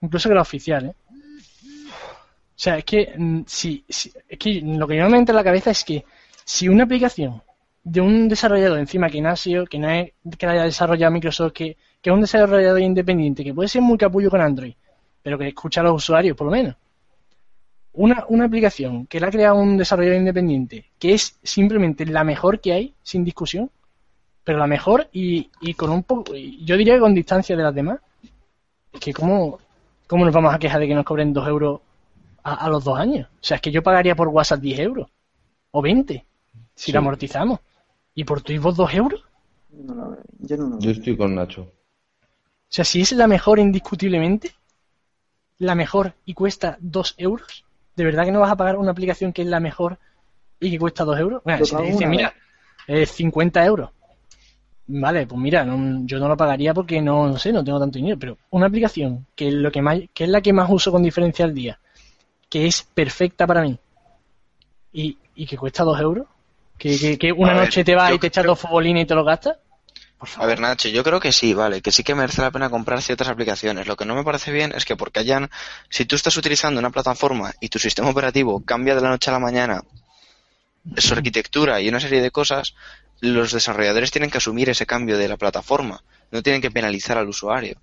Speaker 4: Incluso que la oficial, ¿eh? O sea, es que, mm, si, si- es que lo que yo me entra en la cabeza es que si una aplicación de un desarrollador encima que no ha sido, que no es, que la haya desarrollado Microsoft, que, que es un desarrollador independiente, que puede ser muy capullo con Android, pero que escucha a los usuarios, por lo menos. Una, una aplicación que la ha creado un desarrollador independiente, que es simplemente la mejor que hay, sin discusión, pero la mejor y, y con un poco, y yo diría que con distancia de las demás, es que cómo, cómo nos vamos a quejar de que nos cobren dos euros a, a los dos años. O sea, es que yo pagaría por WhatsApp 10 euros o 20 si
Speaker 1: Sí.
Speaker 4: la amortizamos. ¿Y por tu iVoox 2 euros?
Speaker 2: No lo veo. Yo no lo
Speaker 1: Yo
Speaker 2: veo.
Speaker 1: estoy con Nacho.
Speaker 4: O sea, si es la mejor indiscutiblemente, la mejor y cuesta 2 euros, ¿de verdad que no vas a pagar una aplicación que es la mejor y que cuesta 2 euros? Bueno,
Speaker 2: Yo
Speaker 4: si te
Speaker 2: pago
Speaker 4: dicen,
Speaker 2: una
Speaker 4: Ah, mira, eh, 50 euros. Vale, pues mira, no- yo no lo pagaría porque no, no sé, no tengo tanto dinero, pero una aplicación que es, lo que, más, que es la que más uso con diferencia al día, que es perfecta para mí y, y que cuesta 2 euros, que, que- que una
Speaker 3: A ver,
Speaker 4: noche te vas
Speaker 3: yo
Speaker 4: y te echas dos futbolines y te los gastas.
Speaker 3: A ver, Nacho, yo creo que sí, vale, que sí que merece la pena comprar ciertas aplicaciones. Lo que no me parece bien es que porque hayan, si tú estás utilizando una plataforma y tu sistema operativo cambia de la noche a la mañana su arquitectura y una serie de cosas, los desarrolladores tienen que asumir ese cambio de la plataforma, no tienen que penalizar al usuario.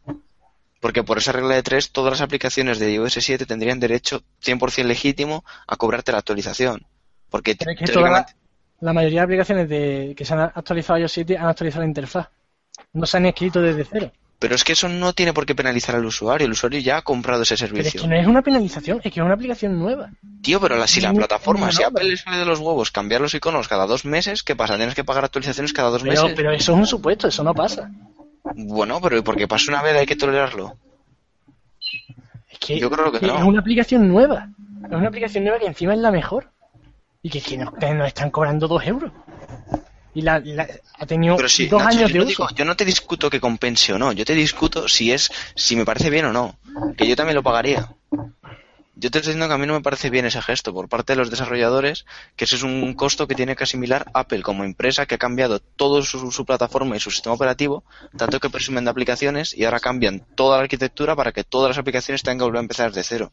Speaker 3: Porque por esa regla de tres, todas las aplicaciones de iOS 7 tendrían derecho 100% legítimo a cobrarte la actualización. Porque
Speaker 4: Pero es que toda la,
Speaker 3: teóricamente-
Speaker 4: la mayoría de aplicaciones de, que se han actualizado a iOS 7 han actualizado la interfaz. No se han escrito desde cero.
Speaker 3: Pero es que eso no tiene por qué penalizar al usuario, el usuario ya ha comprado ese servicio.
Speaker 4: Pero es que no es una penalización, es que es una aplicación nueva.
Speaker 3: Tío, pero la- si la
Speaker 4: Ningún-
Speaker 3: plataforma,
Speaker 4: ningún
Speaker 3: si
Speaker 4: nombre.
Speaker 3: Apple le sale de los huevos cambiar los iconos cada dos meses, ¿qué pasa? ¿Tienes que pagar actualizaciones cada dos
Speaker 4: Pero,
Speaker 3: meses?
Speaker 4: pero eso es un supuesto, eso no pasa.
Speaker 3: Bueno, pero ¿y porque pasó una vez hay que tolerarlo?
Speaker 4: Es que,
Speaker 3: Yo creo que no.
Speaker 4: es una aplicación nueva. Es una aplicación nueva que encima es la mejor. Y que, que nos, que nos están cobrando dos euros. Y la, la- ha tenido
Speaker 3: Pero sí,
Speaker 4: dos
Speaker 3: Nacho,
Speaker 4: años
Speaker 3: yo,
Speaker 4: de
Speaker 3: no
Speaker 4: uso.
Speaker 3: digo- yo no te discuto que compense o no, yo te discuto si es, si me parece bien o no, que yo también lo pagaría. Yo te estoy diciendo que a mí no me parece bien ese gesto por parte de los desarrolladores, que ese es un costo que tiene que asimilar Apple como empresa que ha cambiado toda su, su plataforma y su sistema operativo, tanto que presumen de aplicaciones y ahora cambian toda la arquitectura para que todas las aplicaciones tengan que volver a empezar de cero.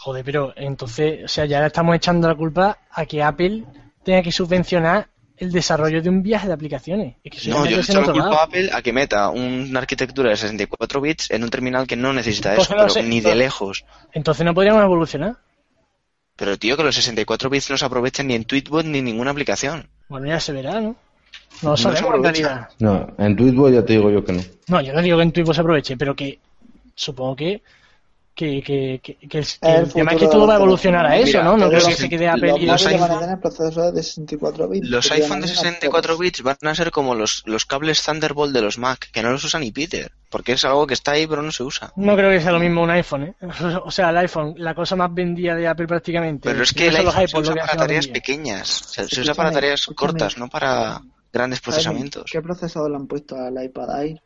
Speaker 4: Joder, pero entonces, o sea, ya le estamos echando la culpa a que Apple tenga que subvencionar el desarrollo de un viaje de aplicaciones. Es Pues que eso ya
Speaker 3: No,
Speaker 4: me
Speaker 3: yo le
Speaker 4: parece
Speaker 3: echo la
Speaker 4: otro
Speaker 3: culpa
Speaker 4: lado.
Speaker 3: a Apple a que meta una arquitectura de 64 bits en un terminal que no necesita
Speaker 4: Pues
Speaker 3: eso,
Speaker 4: no lo
Speaker 3: pero
Speaker 4: sé,
Speaker 3: ni
Speaker 4: pero-
Speaker 3: de lejos.
Speaker 4: Entonces no podríamos evolucionar.
Speaker 3: Pero tío, que los 64 bits no se aprovechan ni en Tweetbot ni en ninguna aplicación.
Speaker 4: Bueno, ya se verá, ¿no? No lo
Speaker 3: No se
Speaker 4: sabemos en
Speaker 3: aprovecha.
Speaker 4: realidad.
Speaker 1: No, en Tweetbot ya te digo yo que no.
Speaker 4: No, yo no digo que en Twitter se aproveche, pero que supongo que que, que, que, que el, que
Speaker 2: El
Speaker 4: el tema es que
Speaker 2: futuro
Speaker 4: todo va a
Speaker 2: de los
Speaker 4: evolucionar a eso,
Speaker 3: teléfonos.
Speaker 4: ¿no? No
Speaker 2: Mira,
Speaker 4: creo que
Speaker 2: los-
Speaker 4: se quede Apple
Speaker 2: los
Speaker 4: y
Speaker 3: los
Speaker 2: móviles van a
Speaker 3: iPhone-
Speaker 2: tener procesadores de 64 bits.
Speaker 3: Los
Speaker 2: que
Speaker 3: iPhone de
Speaker 2: llaman a
Speaker 3: 64
Speaker 2: todos.
Speaker 3: bits van a ser como los, los cables Thunderbolt de los Mac, que no los usa ni Peter, porque es algo que está ahí pero no se usa.
Speaker 4: No creo que sea lo mismo un iPhone, ¿eh? O sea, el iPhone, la cosa más vendida de Apple prácticamente.
Speaker 3: Pero es que
Speaker 4: No
Speaker 3: el
Speaker 4: son los
Speaker 3: iPhone se
Speaker 4: iPods,
Speaker 3: usa
Speaker 4: lo que
Speaker 3: para
Speaker 4: hacen hoy
Speaker 3: tareas
Speaker 4: día.
Speaker 3: pequeñas, se, se usa
Speaker 2: Escúchame,
Speaker 3: para tareas
Speaker 2: escúchame.
Speaker 3: cortas, no para grandes procesamientos.
Speaker 2: ¿Qué procesador le han puesto al iPad Air?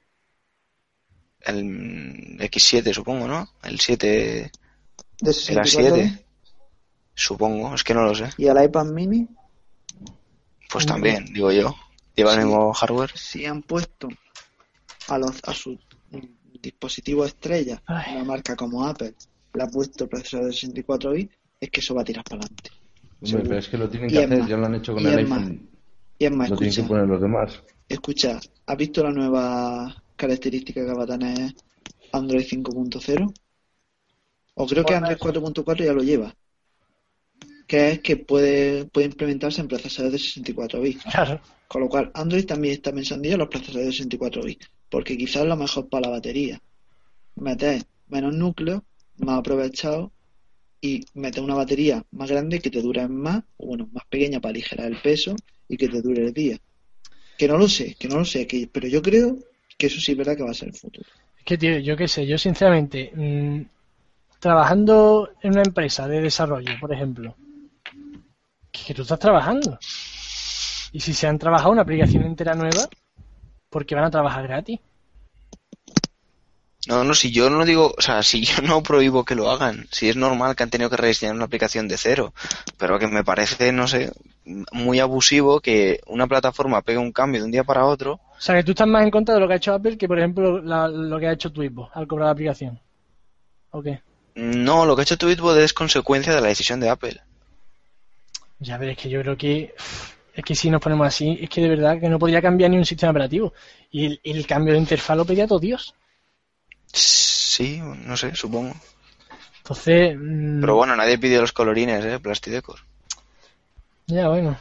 Speaker 3: El mm, X7 supongo, ¿no? El 7,
Speaker 2: De
Speaker 3: el
Speaker 2: 64
Speaker 3: A7, supongo, es que no lo sé.
Speaker 2: ¿Y al iPad Mini?
Speaker 3: Pues
Speaker 2: Mm.
Speaker 3: también, digo yo. Lleva el
Speaker 2: Sí.
Speaker 3: mismo hardware.
Speaker 2: Si han puesto a, los, a su mm, dispositivo estrella,
Speaker 4: Ay.
Speaker 2: una marca como Apple, le ha puesto el procesador de 64 bits, es que eso va a tirar para adelante.
Speaker 1: Hombre, pero es que lo tienen
Speaker 2: Y
Speaker 1: que
Speaker 2: es
Speaker 1: hacer,
Speaker 2: más.
Speaker 1: ya lo han hecho con
Speaker 2: Y
Speaker 1: el
Speaker 2: es más.
Speaker 1: iPhone.
Speaker 2: Y es más,
Speaker 1: Lo tienen que
Speaker 2: escucha,
Speaker 1: poner los demás.
Speaker 2: escucha, ¿has visto la nueva característica que va a tener Android 5.0? O creo que Android 4.4 ya lo lleva. Que es que puede, puede implementarse en procesadores de 64 bits.
Speaker 4: Claro.
Speaker 2: Con lo cual, Android también está pensando en los procesadores de 64 bits, porque quizás es lo mejor para la batería. Meter menos núcleos, más aprovechado, y meter una batería más grande que te dure más, o bueno, más pequeña para aligerar el peso y que te dure el día. Que no lo sé, que no lo sé, que, pero yo creo que eso sí es verdad que va a ser el futuro.
Speaker 4: Es que, tío, yo qué sé, yo sinceramente, mm, trabajando en una empresa de desarrollo, por ejemplo, que, que tú estás trabajando. Y si se han trabajado una aplicación entera nueva, ¿por qué van a trabajar gratis?
Speaker 3: No, no, si yo no digo, o sea, si yo no prohíbo que lo hagan, si es normal que han tenido que rediseñar una aplicación de cero, pero que me parece, no sé, muy abusivo que una plataforma pegue un cambio de un día para otro.
Speaker 4: O sea, que tú estás más en contra de lo que ha hecho Apple que, por ejemplo, la- lo que ha hecho Twipo al cobrar la aplicación. ¿O qué?
Speaker 3: No, lo que ha hecho Tweetbot es consecuencia de la decisión de Apple.
Speaker 4: Ya ver, es que yo creo que uf, es que si nos ponemos así, es que de verdad que no podría cambiar ni un sistema operativo. Y el, el cambio de interfaz lo pedía todo Dios.
Speaker 3: Sí, no sé, supongo.
Speaker 4: Mm. Entonces, mm,
Speaker 3: Pero bueno, nadie pidió los colorines, ¿eh? Plastidecos.
Speaker 4: ya bueno,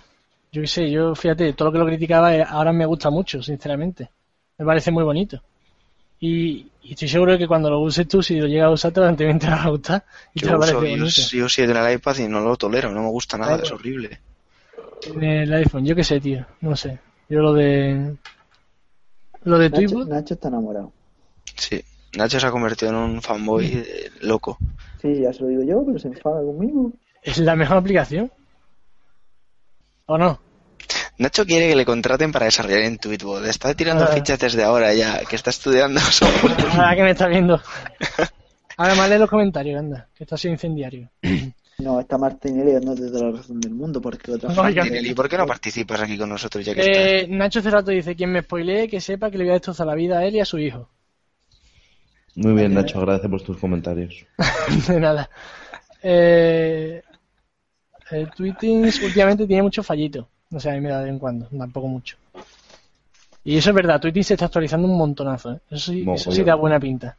Speaker 4: yo qué sé, yo fíjate, todo lo que lo criticaba eh, ahora me gusta mucho, sinceramente. Me parece muy bonito. Y, y estoy seguro de que cuando lo uses tú, si lo llegas a usar, te va te va a gustar y te va
Speaker 3: Yo
Speaker 4: a parecer
Speaker 3: uso
Speaker 4: bonito.
Speaker 3: iOS, iOS 7 en el iPad y no lo tolero, no me gusta nada,
Speaker 4: Claro.
Speaker 3: es horrible.
Speaker 4: En el iPhone, yo qué sé, tío, no sé. Yo lo de. Lo de
Speaker 2: Nacho,
Speaker 4: Tweetbot,
Speaker 2: Nacho está enamorado.
Speaker 3: Sí, Nacho se ha convertido en un fanboy
Speaker 4: Mm.
Speaker 3: eh, loco.
Speaker 2: Sí, ya se lo digo yo, pero se enfada conmigo.
Speaker 4: es la mejor aplicación. ¿O no?
Speaker 3: Nacho quiere que le contraten para desarrollar en Tweetbot. Está tirando
Speaker 4: Ah.
Speaker 3: fichas desde ahora ya, que está estudiando software.
Speaker 4: Ahora que me está viendo. Ahora más lee los comentarios, anda, que esto ha sido incendiario.
Speaker 2: No, está Martinelli no te da la razón del mundo, porque otra
Speaker 4: No, oiga.
Speaker 3: Nelly, ¿por qué no participas aquí con nosotros ya que estás?
Speaker 4: Eh, Nacho Cerrato dice: Quien me spoilee, que sepa que le voy a destrozar la vida a él y a su hijo.
Speaker 1: Muy bien, Nacho, agradecemos tus comentarios.
Speaker 4: De nada. Eh, el Tweetings últimamente tiene muchos fallitos. No sé, a mí me da de vez en cuando, tampoco mucho. Y eso es verdad, Tweetings se está actualizando un montonazo. ¿eh? Eso, sí, eso sí
Speaker 1: Mogollón.
Speaker 4: da buena pinta.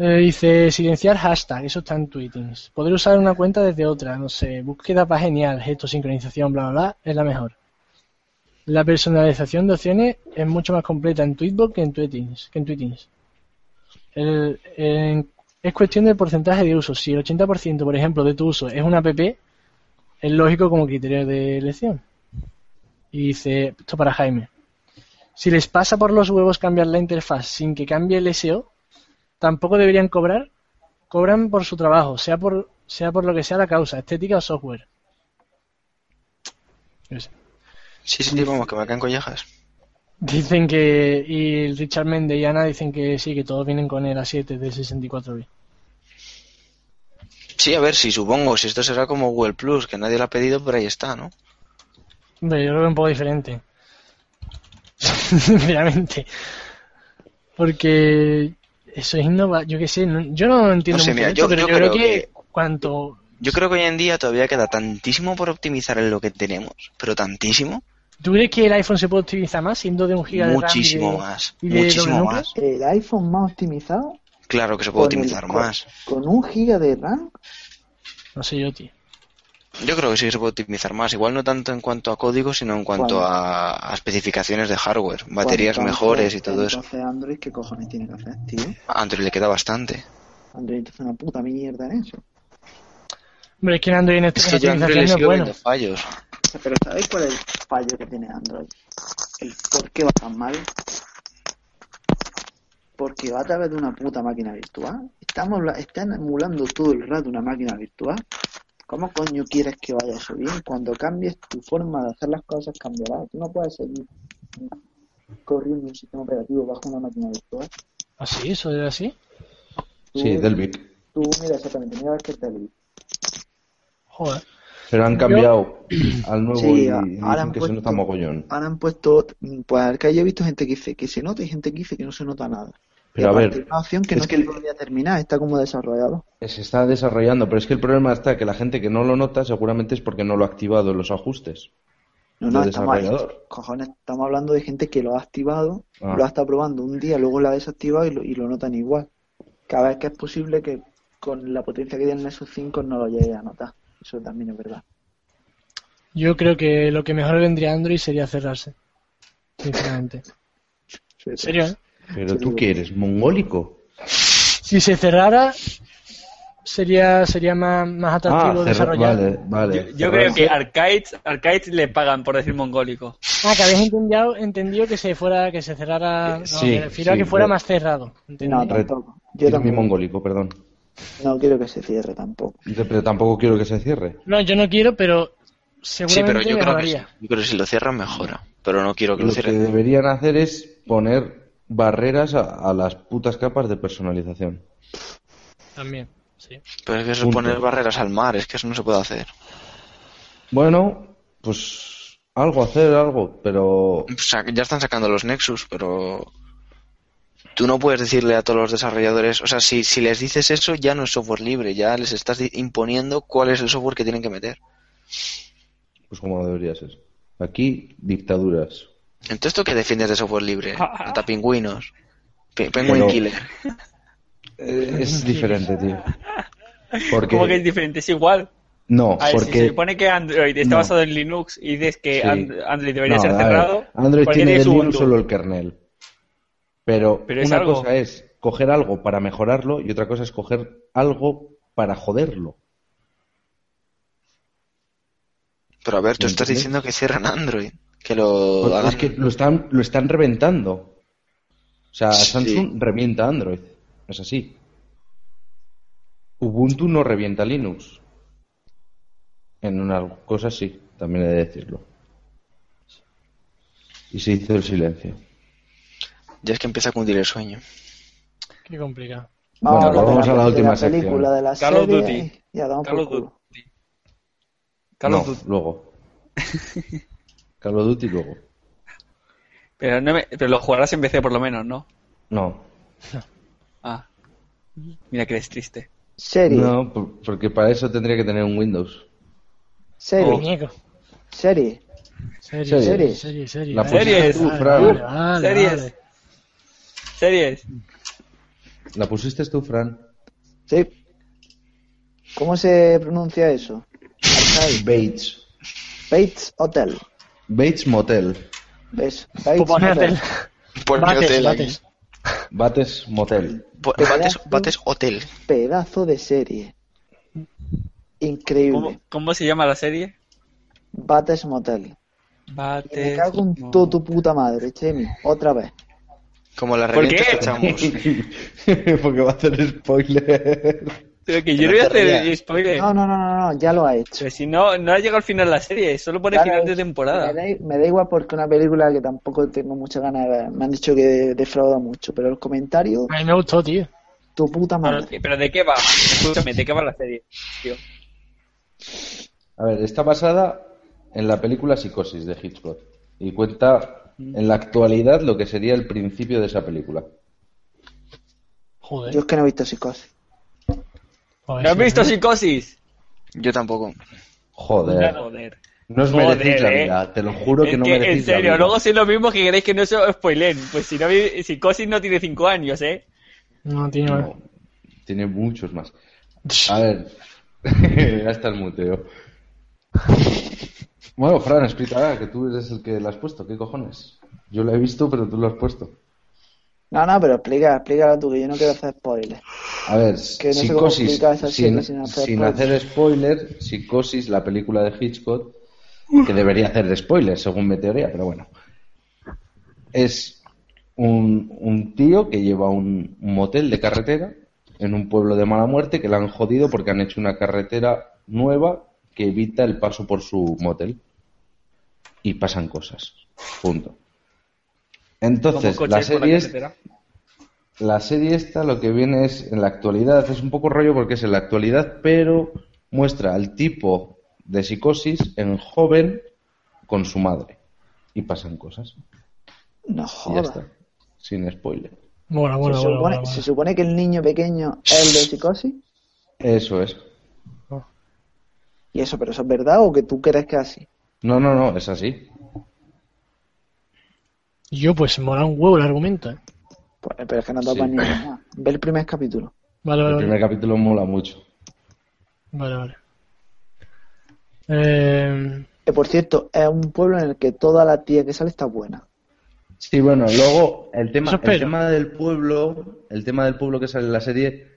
Speaker 4: Eh, dice silenciar hashtag, eso está en Tweetings. Poder usar una cuenta desde otra, no sé. Búsqueda va genial, gesto, sincronización, bla, bla, bla, es la mejor. La personalización de opciones es mucho más completa en Tweetbot que en Tweetings. Que en Tweetings. El- en- es cuestión del porcentaje de uso. Si el 80%, por ejemplo, de tu uso es una app, es lógico como criterio de elección. Y dice, esto para Jaime. Si les pasa por los huevos cambiar la interfaz sin que cambie el SEO, tampoco deberían cobrar. Cobran por su trabajo, sea por, sea por lo que sea la causa, estética o software. Yo sé.
Speaker 3: Sí, sí, vamos, que me caen collejas.
Speaker 4: Dicen que. Y el Richard Mende y Ana dicen que sí, que todos vienen con el A7 de 64 bits.
Speaker 3: Sí, a ver, si supongo, si esto será como Google Plus, que nadie lo ha pedido, pero ahí está, ¿no?
Speaker 4: Hombre, yo lo veo un poco diferente. Sinceramente. Porque eso es innova, yo qué sé, no- yo no entiendo
Speaker 3: No sé,
Speaker 4: mucho
Speaker 3: mira,
Speaker 4: de esto,
Speaker 3: yo-
Speaker 4: pero
Speaker 3: yo
Speaker 4: yo creo
Speaker 3: creo
Speaker 4: que,
Speaker 3: que-
Speaker 4: cuanto
Speaker 3: Yo creo que hoy en día todavía queda tantísimo por optimizar en lo que tenemos, pero tantísimo,
Speaker 4: ¿Tú crees que el iPhone se puede optimizar más siendo de un giga de RAM y de-
Speaker 3: muchísimo más,
Speaker 4: y de
Speaker 3: muchísimo
Speaker 4: doble núcleo?
Speaker 3: más.
Speaker 2: El iPhone más optimizado.
Speaker 3: Claro que se puede
Speaker 2: con el-
Speaker 3: optimizar
Speaker 2: con-
Speaker 3: más.
Speaker 2: Con un giga de RAM.
Speaker 4: No sé yo, tío.
Speaker 3: Yo creo que sí se puede optimizar más, igual no tanto en cuanto a código, sino en
Speaker 2: Bueno.
Speaker 3: cuanto a, a especificaciones de hardware, baterías
Speaker 2: Cuando-
Speaker 3: mejores y todo eso.
Speaker 2: Entonces, Android, ¿qué cojones tiene que hacer, tío?
Speaker 3: A Android le queda bastante.
Speaker 2: Android es una puta mierda en eso.
Speaker 4: Hombre, es que en Android en este
Speaker 3: Es que yo a Android le
Speaker 4: optimización no es
Speaker 3: sigo
Speaker 4: bueno.
Speaker 3: viendo fallos.
Speaker 2: Pero ¿sabéis cuál es el fallo que tiene Android? El por qué va tan mal. Porque va a través de una puta máquina virtual. Estamos, la- están emulando todo el rato una máquina virtual. ¿Cómo coño quieres que vaya eso bien? Cuando cambies tu forma de hacer las cosas, cambiará. Tú no puedes seguir corriendo un sistema operativo bajo una máquina virtual.
Speaker 4: ¿Ah, sí? ¿Eso era así?
Speaker 2: Tú-
Speaker 1: Sí, del Vic.
Speaker 2: Tú mira exactamente, mira a ver qué tal.
Speaker 4: Joder.
Speaker 1: Pero han cambiado al nuevo
Speaker 2: Sí, a-
Speaker 1: y, y
Speaker 2: ahora
Speaker 1: dicen
Speaker 2: han
Speaker 1: que se
Speaker 2: puesto-
Speaker 1: nota mogollón.
Speaker 2: Ahora han puesto, mm, pues que yo he visto gente que dice que se nota y gente que dice que no se nota nada. Y
Speaker 1: Pero a
Speaker 2: aparte,
Speaker 1: ver,
Speaker 2: una opción que
Speaker 1: es
Speaker 2: no
Speaker 1: que-
Speaker 2: se podría terminar, está como desarrollado.
Speaker 1: Eh, se está desarrollando, pero es que el problema está que la gente que no lo nota seguramente es porque no lo ha activado en los ajustes.
Speaker 2: No, no,
Speaker 1: ¿De
Speaker 2: estamos,
Speaker 1: desarrollador?
Speaker 2: cojones, estamos hablando de gente que lo ha activado,
Speaker 1: Ah.
Speaker 2: lo ha estado probando un día, luego lo ha desactivado y lo, y lo notan igual. Cada vez que es posible que con la potencia que tiene el Nexus 5 no lo llegue a notar. Eso también es verdad.
Speaker 4: Yo creo que lo que mejor le vendría a Android sería cerrarse. Sinceramente.
Speaker 2: Sí,
Speaker 4: ¿En serio? eh?
Speaker 1: Pero tú qué eres, mongólico.
Speaker 4: Si se cerrara, sería sería más, más
Speaker 1: Ah,
Speaker 4: atractivo
Speaker 1: cerra-
Speaker 4: desarrollar.
Speaker 1: vale, vale.
Speaker 5: Yo, yo
Speaker 1: cerrar.
Speaker 5: creo que Arcades, Arcades le pagan por decir mongólico.
Speaker 4: Ah, que habéis entendido, entendido que se fuera, que se cerrara. No,
Speaker 1: Sí,
Speaker 4: me refiero a
Speaker 1: sí,
Speaker 4: que fuera
Speaker 1: pero-
Speaker 4: más cerrado.
Speaker 2: No,
Speaker 4: ¿entendéis?
Speaker 1: Re-
Speaker 2: tampoco. Yo
Speaker 1: Dime
Speaker 2: tampoco.
Speaker 1: mongólico, perdón.
Speaker 2: No quiero que se cierre tampoco.
Speaker 1: Dice, Pero tampoco quiero que se cierre.
Speaker 4: No, yo no quiero, pero
Speaker 3: Sí, pero
Speaker 4: seguramente
Speaker 3: yo creo, que,
Speaker 4: mejoraría.
Speaker 3: sí. yo creo que si lo cierran mejora, pero no quiero que lo
Speaker 1: Lo que
Speaker 3: cierren.
Speaker 1: deberían hacer es poner barreras a, a las putas capas de personalización.
Speaker 4: También, sí.
Speaker 3: Pero Pues es que eso es
Speaker 1: Punto.
Speaker 3: poner barreras al mar, es que eso no se puede hacer.
Speaker 1: Bueno, pues algo hacer, algo, pero
Speaker 3: O sea, que ya están sacando los Nexus, pero tú no puedes decirle a todos los desarrolladores, o sea, si, si les dices eso ya no es software libre, ya les estás di- imponiendo cuál es el software que tienen que meter.
Speaker 1: pues como debería ser. Aquí, dictaduras.
Speaker 3: Entonces, ¿tú qué defiendes de software libre?
Speaker 4: Ah,
Speaker 3: Hasta pingüinos. Pe- Penguin
Speaker 1: Pero-
Speaker 3: Killer.
Speaker 1: Eh, Es diferente, tío. Porque...
Speaker 5: Como que es diferente, es igual.
Speaker 1: No,
Speaker 5: A ver, si
Speaker 1: porque...
Speaker 5: se supone que Android está
Speaker 1: No.
Speaker 5: basado en Linux y dices que
Speaker 1: Sí.
Speaker 5: And- Android debería
Speaker 1: No,
Speaker 5: ser
Speaker 1: a ver,
Speaker 5: cerrado,
Speaker 1: Android
Speaker 5: ¿por qué
Speaker 1: tiene de
Speaker 5: tienes
Speaker 1: Linux
Speaker 5: Ubuntu?
Speaker 1: solo el kernel. Pero,
Speaker 5: Pero es
Speaker 1: una
Speaker 5: algo.
Speaker 1: cosa es coger algo para mejorarlo y otra cosa es coger algo para joderlo.
Speaker 3: Pero a ver, tú
Speaker 1: ¿Me
Speaker 3: estás
Speaker 1: entiendes?
Speaker 3: diciendo que cierran Android. Que lo
Speaker 1: Porque
Speaker 3: hagan-
Speaker 1: Pues es que lo están, lo están reventando. O sea,
Speaker 3: Sí.
Speaker 1: Samsung revienta Android. Es así. Ubuntu no revienta Linux. En una cosa sí, también he de decirlo. Y se hizo el silencio.
Speaker 3: Ya es que empieza a cundir el sueño.
Speaker 4: Qué complicado.
Speaker 1: Bueno,
Speaker 2: hablar de
Speaker 1: volvamos a la
Speaker 2: de
Speaker 1: última
Speaker 2: la
Speaker 1: sección.
Speaker 2: película, de la
Speaker 5: Call of
Speaker 2: serie,
Speaker 5: Duty.
Speaker 2: y ya damos por
Speaker 5: Call of
Speaker 2: culo.
Speaker 5: Duty. Call of
Speaker 1: no,
Speaker 5: Duty.
Speaker 1: luego. Call of Duty luego.
Speaker 5: Pero, no me- pero lo jugarás en PC por lo menos, ¿no?
Speaker 1: No.
Speaker 5: Ah. Mira que eres triste.
Speaker 2: Serie,
Speaker 1: No, por- porque para eso tendría que tener un Windows.
Speaker 2: serie,
Speaker 4: Muñeco.
Speaker 2: serie.
Speaker 4: Series, series,
Speaker 2: Series.
Speaker 4: series, series.
Speaker 1: La
Speaker 4: Vale,
Speaker 5: series.
Speaker 1: pusiste tú,
Speaker 4: vale,
Speaker 1: Fran.
Speaker 4: vale, vale,
Speaker 5: series.
Speaker 4: vale.
Speaker 5: Series.
Speaker 1: La pusiste tú, Fran.
Speaker 2: Sí. ¿Cómo se pronuncia eso? Arcade.
Speaker 1: Bates.
Speaker 2: Bates Hotel.
Speaker 1: Bates Motel.
Speaker 2: ¿Ves?
Speaker 5: Pues
Speaker 2: Bates
Speaker 4: Poponatel.
Speaker 2: Hotel.
Speaker 3: Ponme
Speaker 4: Bates,
Speaker 3: hotel aquí.
Speaker 4: bates.
Speaker 1: Bates Motel.
Speaker 3: Po-
Speaker 2: Pero
Speaker 3: Bates,
Speaker 2: ya-
Speaker 3: bates hotel.
Speaker 2: Pedazo de serie.
Speaker 5: ¿Cómo,
Speaker 2: Increíble.
Speaker 5: cómo se llama la serie?
Speaker 2: Bates Motel. Y
Speaker 5: Bates.
Speaker 2: me cago en
Speaker 5: no.
Speaker 2: todo tu puta madre, Chemi. Otra vez.
Speaker 3: Como la
Speaker 5: ¿Por
Speaker 3: revienta
Speaker 5: qué?
Speaker 3: que echamos.
Speaker 1: porque va a hacer spoiler.
Speaker 5: Pero que yo no
Speaker 3: Pero
Speaker 5: voy a
Speaker 3: te
Speaker 5: hacer
Speaker 3: rías.
Speaker 5: spoiler.
Speaker 2: No, no, no, no, no, ya lo ha hecho.
Speaker 5: Pero si no, no ha llegado al final la serie, solo pone
Speaker 2: Ya lo ha
Speaker 5: final de
Speaker 2: hecho.
Speaker 5: temporada.
Speaker 2: Me da, me da igual porque una película que tampoco tengo mucha ganas de ver. Me han dicho que defrauda mucho, pero el comentario
Speaker 4: A mí me gustó, tío.
Speaker 2: Tu puta
Speaker 5: Ah, No, no,
Speaker 2: madre.
Speaker 5: tío, pero ¿de qué va? Escúchame, ¿de qué va la serie, tío?
Speaker 1: A ver, está basada en la película Psicosis de Hitchcock y cuenta en la actualidad lo que sería el principio de esa película.
Speaker 4: Joder.
Speaker 2: Yo es que no he visto psicosis.
Speaker 4: Joder,
Speaker 5: ¿No has
Speaker 4: sí,
Speaker 5: visto
Speaker 4: ¿eh?
Speaker 5: Psicosis?
Speaker 3: Yo tampoco.
Speaker 1: Joder,
Speaker 5: Joder.
Speaker 1: no os
Speaker 5: Joder,
Speaker 1: merecéis la
Speaker 5: eh.
Speaker 1: vida, te lo juro que
Speaker 5: Es
Speaker 1: no
Speaker 5: que,
Speaker 1: merecéis
Speaker 5: en
Speaker 1: la
Speaker 5: serio,
Speaker 1: vida.
Speaker 5: luego sois lo mismo que queréis que no se os spoilen. Pues si no vi- Psicosis no tiene 5 años, ¿eh?
Speaker 4: No, tío.
Speaker 1: No, tiene muchos más. A ver, hasta el muteo. Bueno, Fran, explicará que tú eres el que la has puesto, ¿qué cojones? Yo la he visto, pero tú la has puesto.
Speaker 2: No, no, pero explica, explícala tú, que yo no quiero hacer spoilers.
Speaker 1: A ver,
Speaker 2: Que no sé cómo
Speaker 1: Psicosis,
Speaker 2: explicar esa serie
Speaker 1: sin,
Speaker 2: sin hacer pues
Speaker 1: sin
Speaker 2: spoilers.
Speaker 1: hacer spoiler, Psicosis, la película de Hitchcock, que debería hacer de spoiler, según mi teoría, pero bueno. Es un, un tío que lleva un, un motel de carretera en un pueblo de mala muerte que la han jodido porque han hecho una carretera nueva que evita el paso por su motel. Y pasan cosas. Punto. Entonces,
Speaker 5: Como
Speaker 1: la
Speaker 5: coches por
Speaker 1: serie es
Speaker 5: carretera.
Speaker 1: la serie esta lo que viene es en la actualidad, es un poco rollo porque es en la actualidad, pero muestra al tipo de psicosis en joven con su madre. Y pasan cosas.
Speaker 2: No
Speaker 1: Y ya
Speaker 2: jodas.
Speaker 1: está. Sin spoiler.
Speaker 4: Bueno, bueno,
Speaker 2: se,
Speaker 4: bueno,
Speaker 2: supone,
Speaker 4: bueno,
Speaker 2: se
Speaker 4: bueno.
Speaker 2: supone que el niño pequeño es el de psicosis.
Speaker 1: Eso es.
Speaker 2: ¿Y eso, pero eso es verdad o que tú crees que es así?
Speaker 1: No, no, no, es así.
Speaker 4: Yo, pues, mola un huevo el argumento, ¿eh?
Speaker 2: Pues, pero es que no te
Speaker 1: Sí.
Speaker 2: apañas nada. Ve el primer capítulo.
Speaker 4: Vale,
Speaker 1: El
Speaker 4: vale,
Speaker 1: primer
Speaker 4: vale.
Speaker 1: capítulo mola mucho.
Speaker 4: Vale, vale. Eh,
Speaker 2: Que por cierto, es un pueblo en el que toda la tía que sale está buena.
Speaker 1: Sí, bueno, luego el tema,
Speaker 4: Eso espero.
Speaker 1: el tema del pueblo, el tema del pueblo que sale en la serie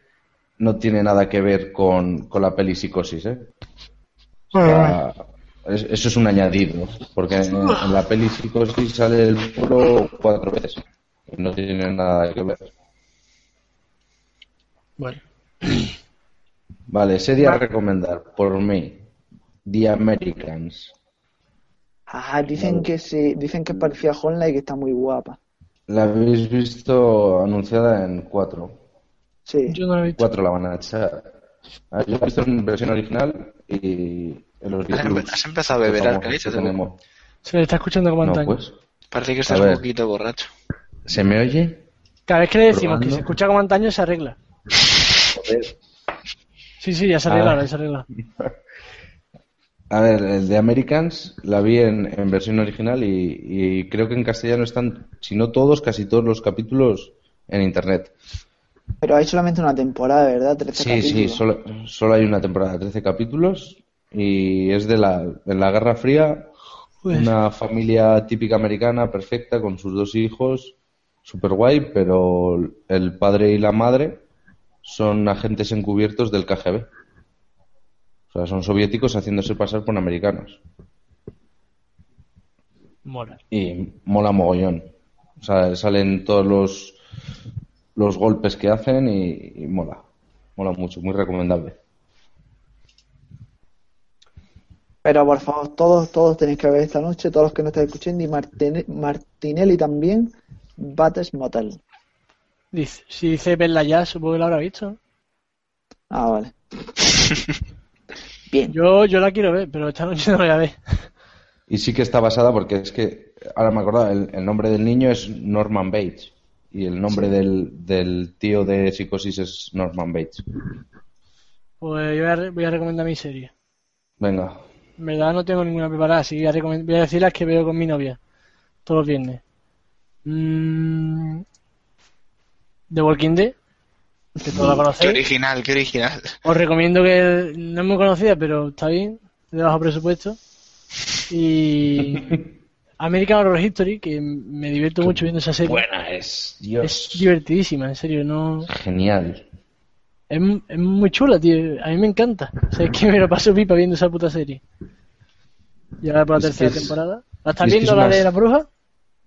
Speaker 1: no tiene nada que ver con, con la peli psicosis, ¿eh? Ah, es- eso es un añadido, porque en, en la peli Psicosis sale el pueblo cuatro veces. No tiene nada que ver.
Speaker 4: bueno.
Speaker 1: Vale, serie a recomendar por mí. The Americans.
Speaker 2: Ah, dicen que sí, dicen que es parecida a Honla y que está muy guapa.
Speaker 1: La habéis visto anunciada en cuatro.
Speaker 2: Sí.
Speaker 4: Yo no lo he visto.
Speaker 1: Cuatro la van a echar. Ah, Yo la he visto en versión original y en
Speaker 3: Has
Speaker 1: los
Speaker 3: empe-
Speaker 1: videoclubs
Speaker 3: has empezado a beber
Speaker 1: famosos
Speaker 3: alcalde,
Speaker 1: que
Speaker 3: ¿te-
Speaker 1: tenemos.
Speaker 4: Se le está escuchando como
Speaker 1: No,
Speaker 4: antaño.
Speaker 1: pues.
Speaker 3: Parece que estás
Speaker 1: A
Speaker 3: un
Speaker 1: ver.
Speaker 3: poquito borracho.
Speaker 1: ¿Se me oye?
Speaker 4: Cada vez que le decimos
Speaker 1: Probando.
Speaker 4: que se escucha como antaño, se arregla. Sí, sí, ya se arregla,
Speaker 1: Ah.
Speaker 4: ahora, ya se arregla.
Speaker 1: A ver, el de Americans la vi en, en versión original y, y creo que en castellano están, si no todos, casi todos los capítulos en internet.
Speaker 2: Pero hay solamente una temporada, ¿verdad? 13
Speaker 1: Sí, sí,
Speaker 2: capítulos.
Speaker 1: solo, solo hay una temporada, 13 capítulos y es de la, en la Guerra Fría,
Speaker 4: Joder.
Speaker 1: una familia típica americana, perfecta, con sus dos hijos, super guay, pero el padre y la madre son agentes encubiertos del KGB. O sea, son soviéticos haciéndose pasar por americanos.
Speaker 4: Mola.
Speaker 1: y mola mogollón. O sea, salen todos los, los golpes que hacen y, y mola. Mola mucho, muy recomendable.
Speaker 2: Pero por favor, todos, todos tenéis que ver esta noche, todos los que no estáis escuchando, y Martine- Martinelli también, Bates Motel.
Speaker 4: Dice, si dice verla ya, supongo que la habrá visto.
Speaker 2: Ah, vale. Bien.
Speaker 4: Yo, yo la quiero ver, pero esta noche no la voy a ver.
Speaker 1: Y sí que está basada porque es que, ahora me acordaba, el, el nombre del niño es Norman Bates. Y el nombre del, del tío de psicosis es Norman Bates.
Speaker 4: Pues yo voy a, re- voy a recomendar mi serie.
Speaker 1: Venga,
Speaker 4: En verdad no tengo ninguna preparada, así que voy a, recomen- voy a decir las que veo con mi novia. Todos los viernes. Mm, The Walking Dead, que todos la
Speaker 3: Qué
Speaker 4: conocéis.
Speaker 3: original, qué original.
Speaker 4: Os recomiendo que el- no es muy conocida, pero está bien, de bajo presupuesto. Y American Horror History, que me divierto mucho viendo esa serie.
Speaker 1: buena es,
Speaker 4: es
Speaker 1: Dios.
Speaker 4: divertidísima, en serio, no
Speaker 1: Genial.
Speaker 4: es, es muy chula, tío. A mí me encanta. O sea, es que me lo paso pipa viendo esa puta serie. Y ahora por la
Speaker 1: Es que
Speaker 4: tercera
Speaker 1: es-
Speaker 4: temporada. ¿La estás
Speaker 1: es que
Speaker 4: viendo
Speaker 1: es
Speaker 4: la
Speaker 1: una-
Speaker 4: de la bruja?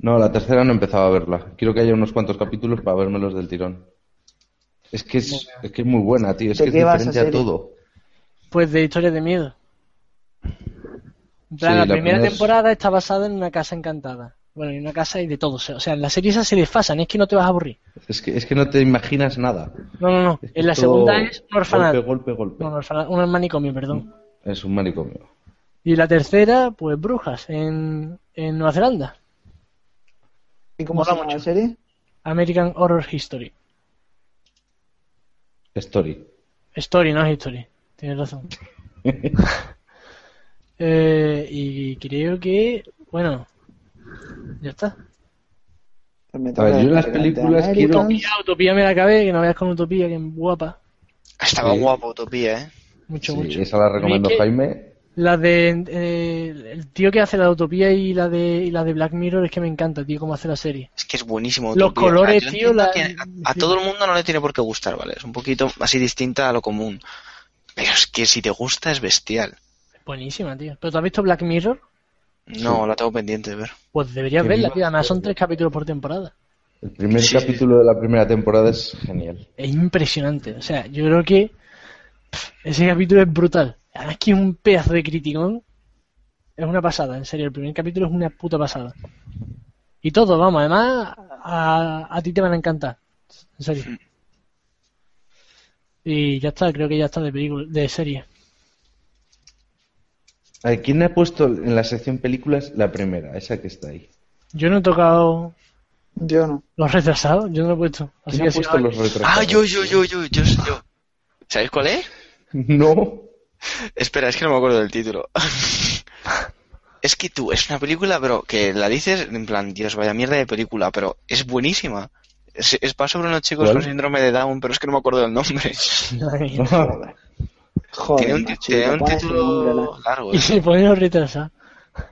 Speaker 1: No, la tercera no empezaba a verla. Quiero que haya unos cuantos capítulos para vérmelos del tirón. Es que es, es que es muy buena, tío. Es
Speaker 2: ¿De
Speaker 1: que es
Speaker 2: qué va
Speaker 1: diferente
Speaker 2: esa
Speaker 1: a
Speaker 2: serie?
Speaker 1: todo.
Speaker 4: Pues de historias de miedo. En plan,
Speaker 1: Sí,
Speaker 4: la,
Speaker 1: la
Speaker 4: primera
Speaker 1: primera es-
Speaker 4: temporada está basada en una casa encantada. Bueno, y una casa y de todo. O sea, en la serie esa se desfasan, es que no te vas a aburrir.
Speaker 1: Es que, es que no te imaginas nada.
Speaker 4: No, no, no.
Speaker 1: Es que
Speaker 4: En la
Speaker 1: todo
Speaker 4: segunda es un orfanato.
Speaker 1: Golpe, golpe, golpe.
Speaker 4: No, un orfanato, un manicomio, perdón.
Speaker 1: Es un manicomio.
Speaker 4: Y la tercera, pues Brujas, en, en Nueva Zelanda.
Speaker 2: ¿Y cómo se
Speaker 4: Mola
Speaker 2: llama la
Speaker 4: mucho.
Speaker 2: serie?
Speaker 4: American Horror History.
Speaker 1: Story.
Speaker 4: Story, no es History. Tienes razón. Eh, y creo que, bueno, ya está.
Speaker 2: Pues me
Speaker 1: A
Speaker 2: toca
Speaker 1: ver, yo en las
Speaker 2: Capitán
Speaker 1: películas
Speaker 2: América.
Speaker 1: quiero.
Speaker 4: Utopía, Utopía me la acabé, que no veas con Utopía, que guapa.
Speaker 3: Estaba
Speaker 1: Sí.
Speaker 3: guapo Utopía, ¿eh?
Speaker 4: Mucho,
Speaker 1: Sí,
Speaker 4: mucho.
Speaker 1: esa la recomiendo
Speaker 4: Vi que-
Speaker 1: Jaime.
Speaker 4: La de eh, el tío que hace la de Utopía y la de y la de Black Mirror es que me encanta, tío, cómo hace la serie.
Speaker 3: Es que es buenísimo. Utopía.
Speaker 4: Los
Speaker 3: Ah,
Speaker 4: colores,
Speaker 3: Yo
Speaker 4: tío,
Speaker 3: entiendo
Speaker 4: la-
Speaker 3: que a, a todo el mundo no le tiene por qué gustar, ¿vale? Es un poquito así distinta a lo común. Pero es que si te gusta es bestial.
Speaker 4: Buenísima, tío. ¿Pero tú has visto Black Mirror?
Speaker 3: No, la tengo pendiente de ver.
Speaker 4: Pues deberías
Speaker 1: Que
Speaker 4: verla,
Speaker 1: viva
Speaker 4: tío. Además son tres capítulos por temporada.
Speaker 1: El primer
Speaker 3: Sí.
Speaker 1: capítulo de la primera temporada es genial.
Speaker 4: Es impresionante. O sea, yo creo que pff, ese capítulo es brutal. Además que es un pedazo de criticón. Es una pasada, en serio. El primer capítulo es una puta pasada. Y todo, vamos. Además, a, a ti te van a encantar. En
Speaker 1: Mm.
Speaker 4: serio. Y ya está, creo que ya está de película, de serie.
Speaker 1: A ver, ¿Quién ha puesto en la sección películas la primera? Esa que está ahí.
Speaker 4: Yo no he tocado
Speaker 2: Yo no.
Speaker 4: los retrasados, yo no lo he puesto. Así
Speaker 1: ¿Quién
Speaker 4: que
Speaker 1: ha
Speaker 4: si
Speaker 1: puesto
Speaker 4: no-
Speaker 1: los retrasados?
Speaker 3: Ah, yo, yo, yo, yo, yo, yo. ¿Sabéis cuál es?
Speaker 1: No.
Speaker 3: Espera, es que no me acuerdo del título. es que tú, es una película, pero que la dices en plan, Dios, vaya mierda de película, pero es buenísima. Es, es para sobre unos chicos
Speaker 1: ¿Cuál?
Speaker 3: con síndrome de Down, pero es que no me acuerdo del nombre.
Speaker 2: Joder,
Speaker 3: Tiene un,
Speaker 2: macho,
Speaker 3: tiene
Speaker 2: le
Speaker 3: un
Speaker 2: pones
Speaker 3: título
Speaker 2: nombre, la-
Speaker 3: largo.
Speaker 4: y
Speaker 3: ¿eh?
Speaker 4: si ponen los retrasados.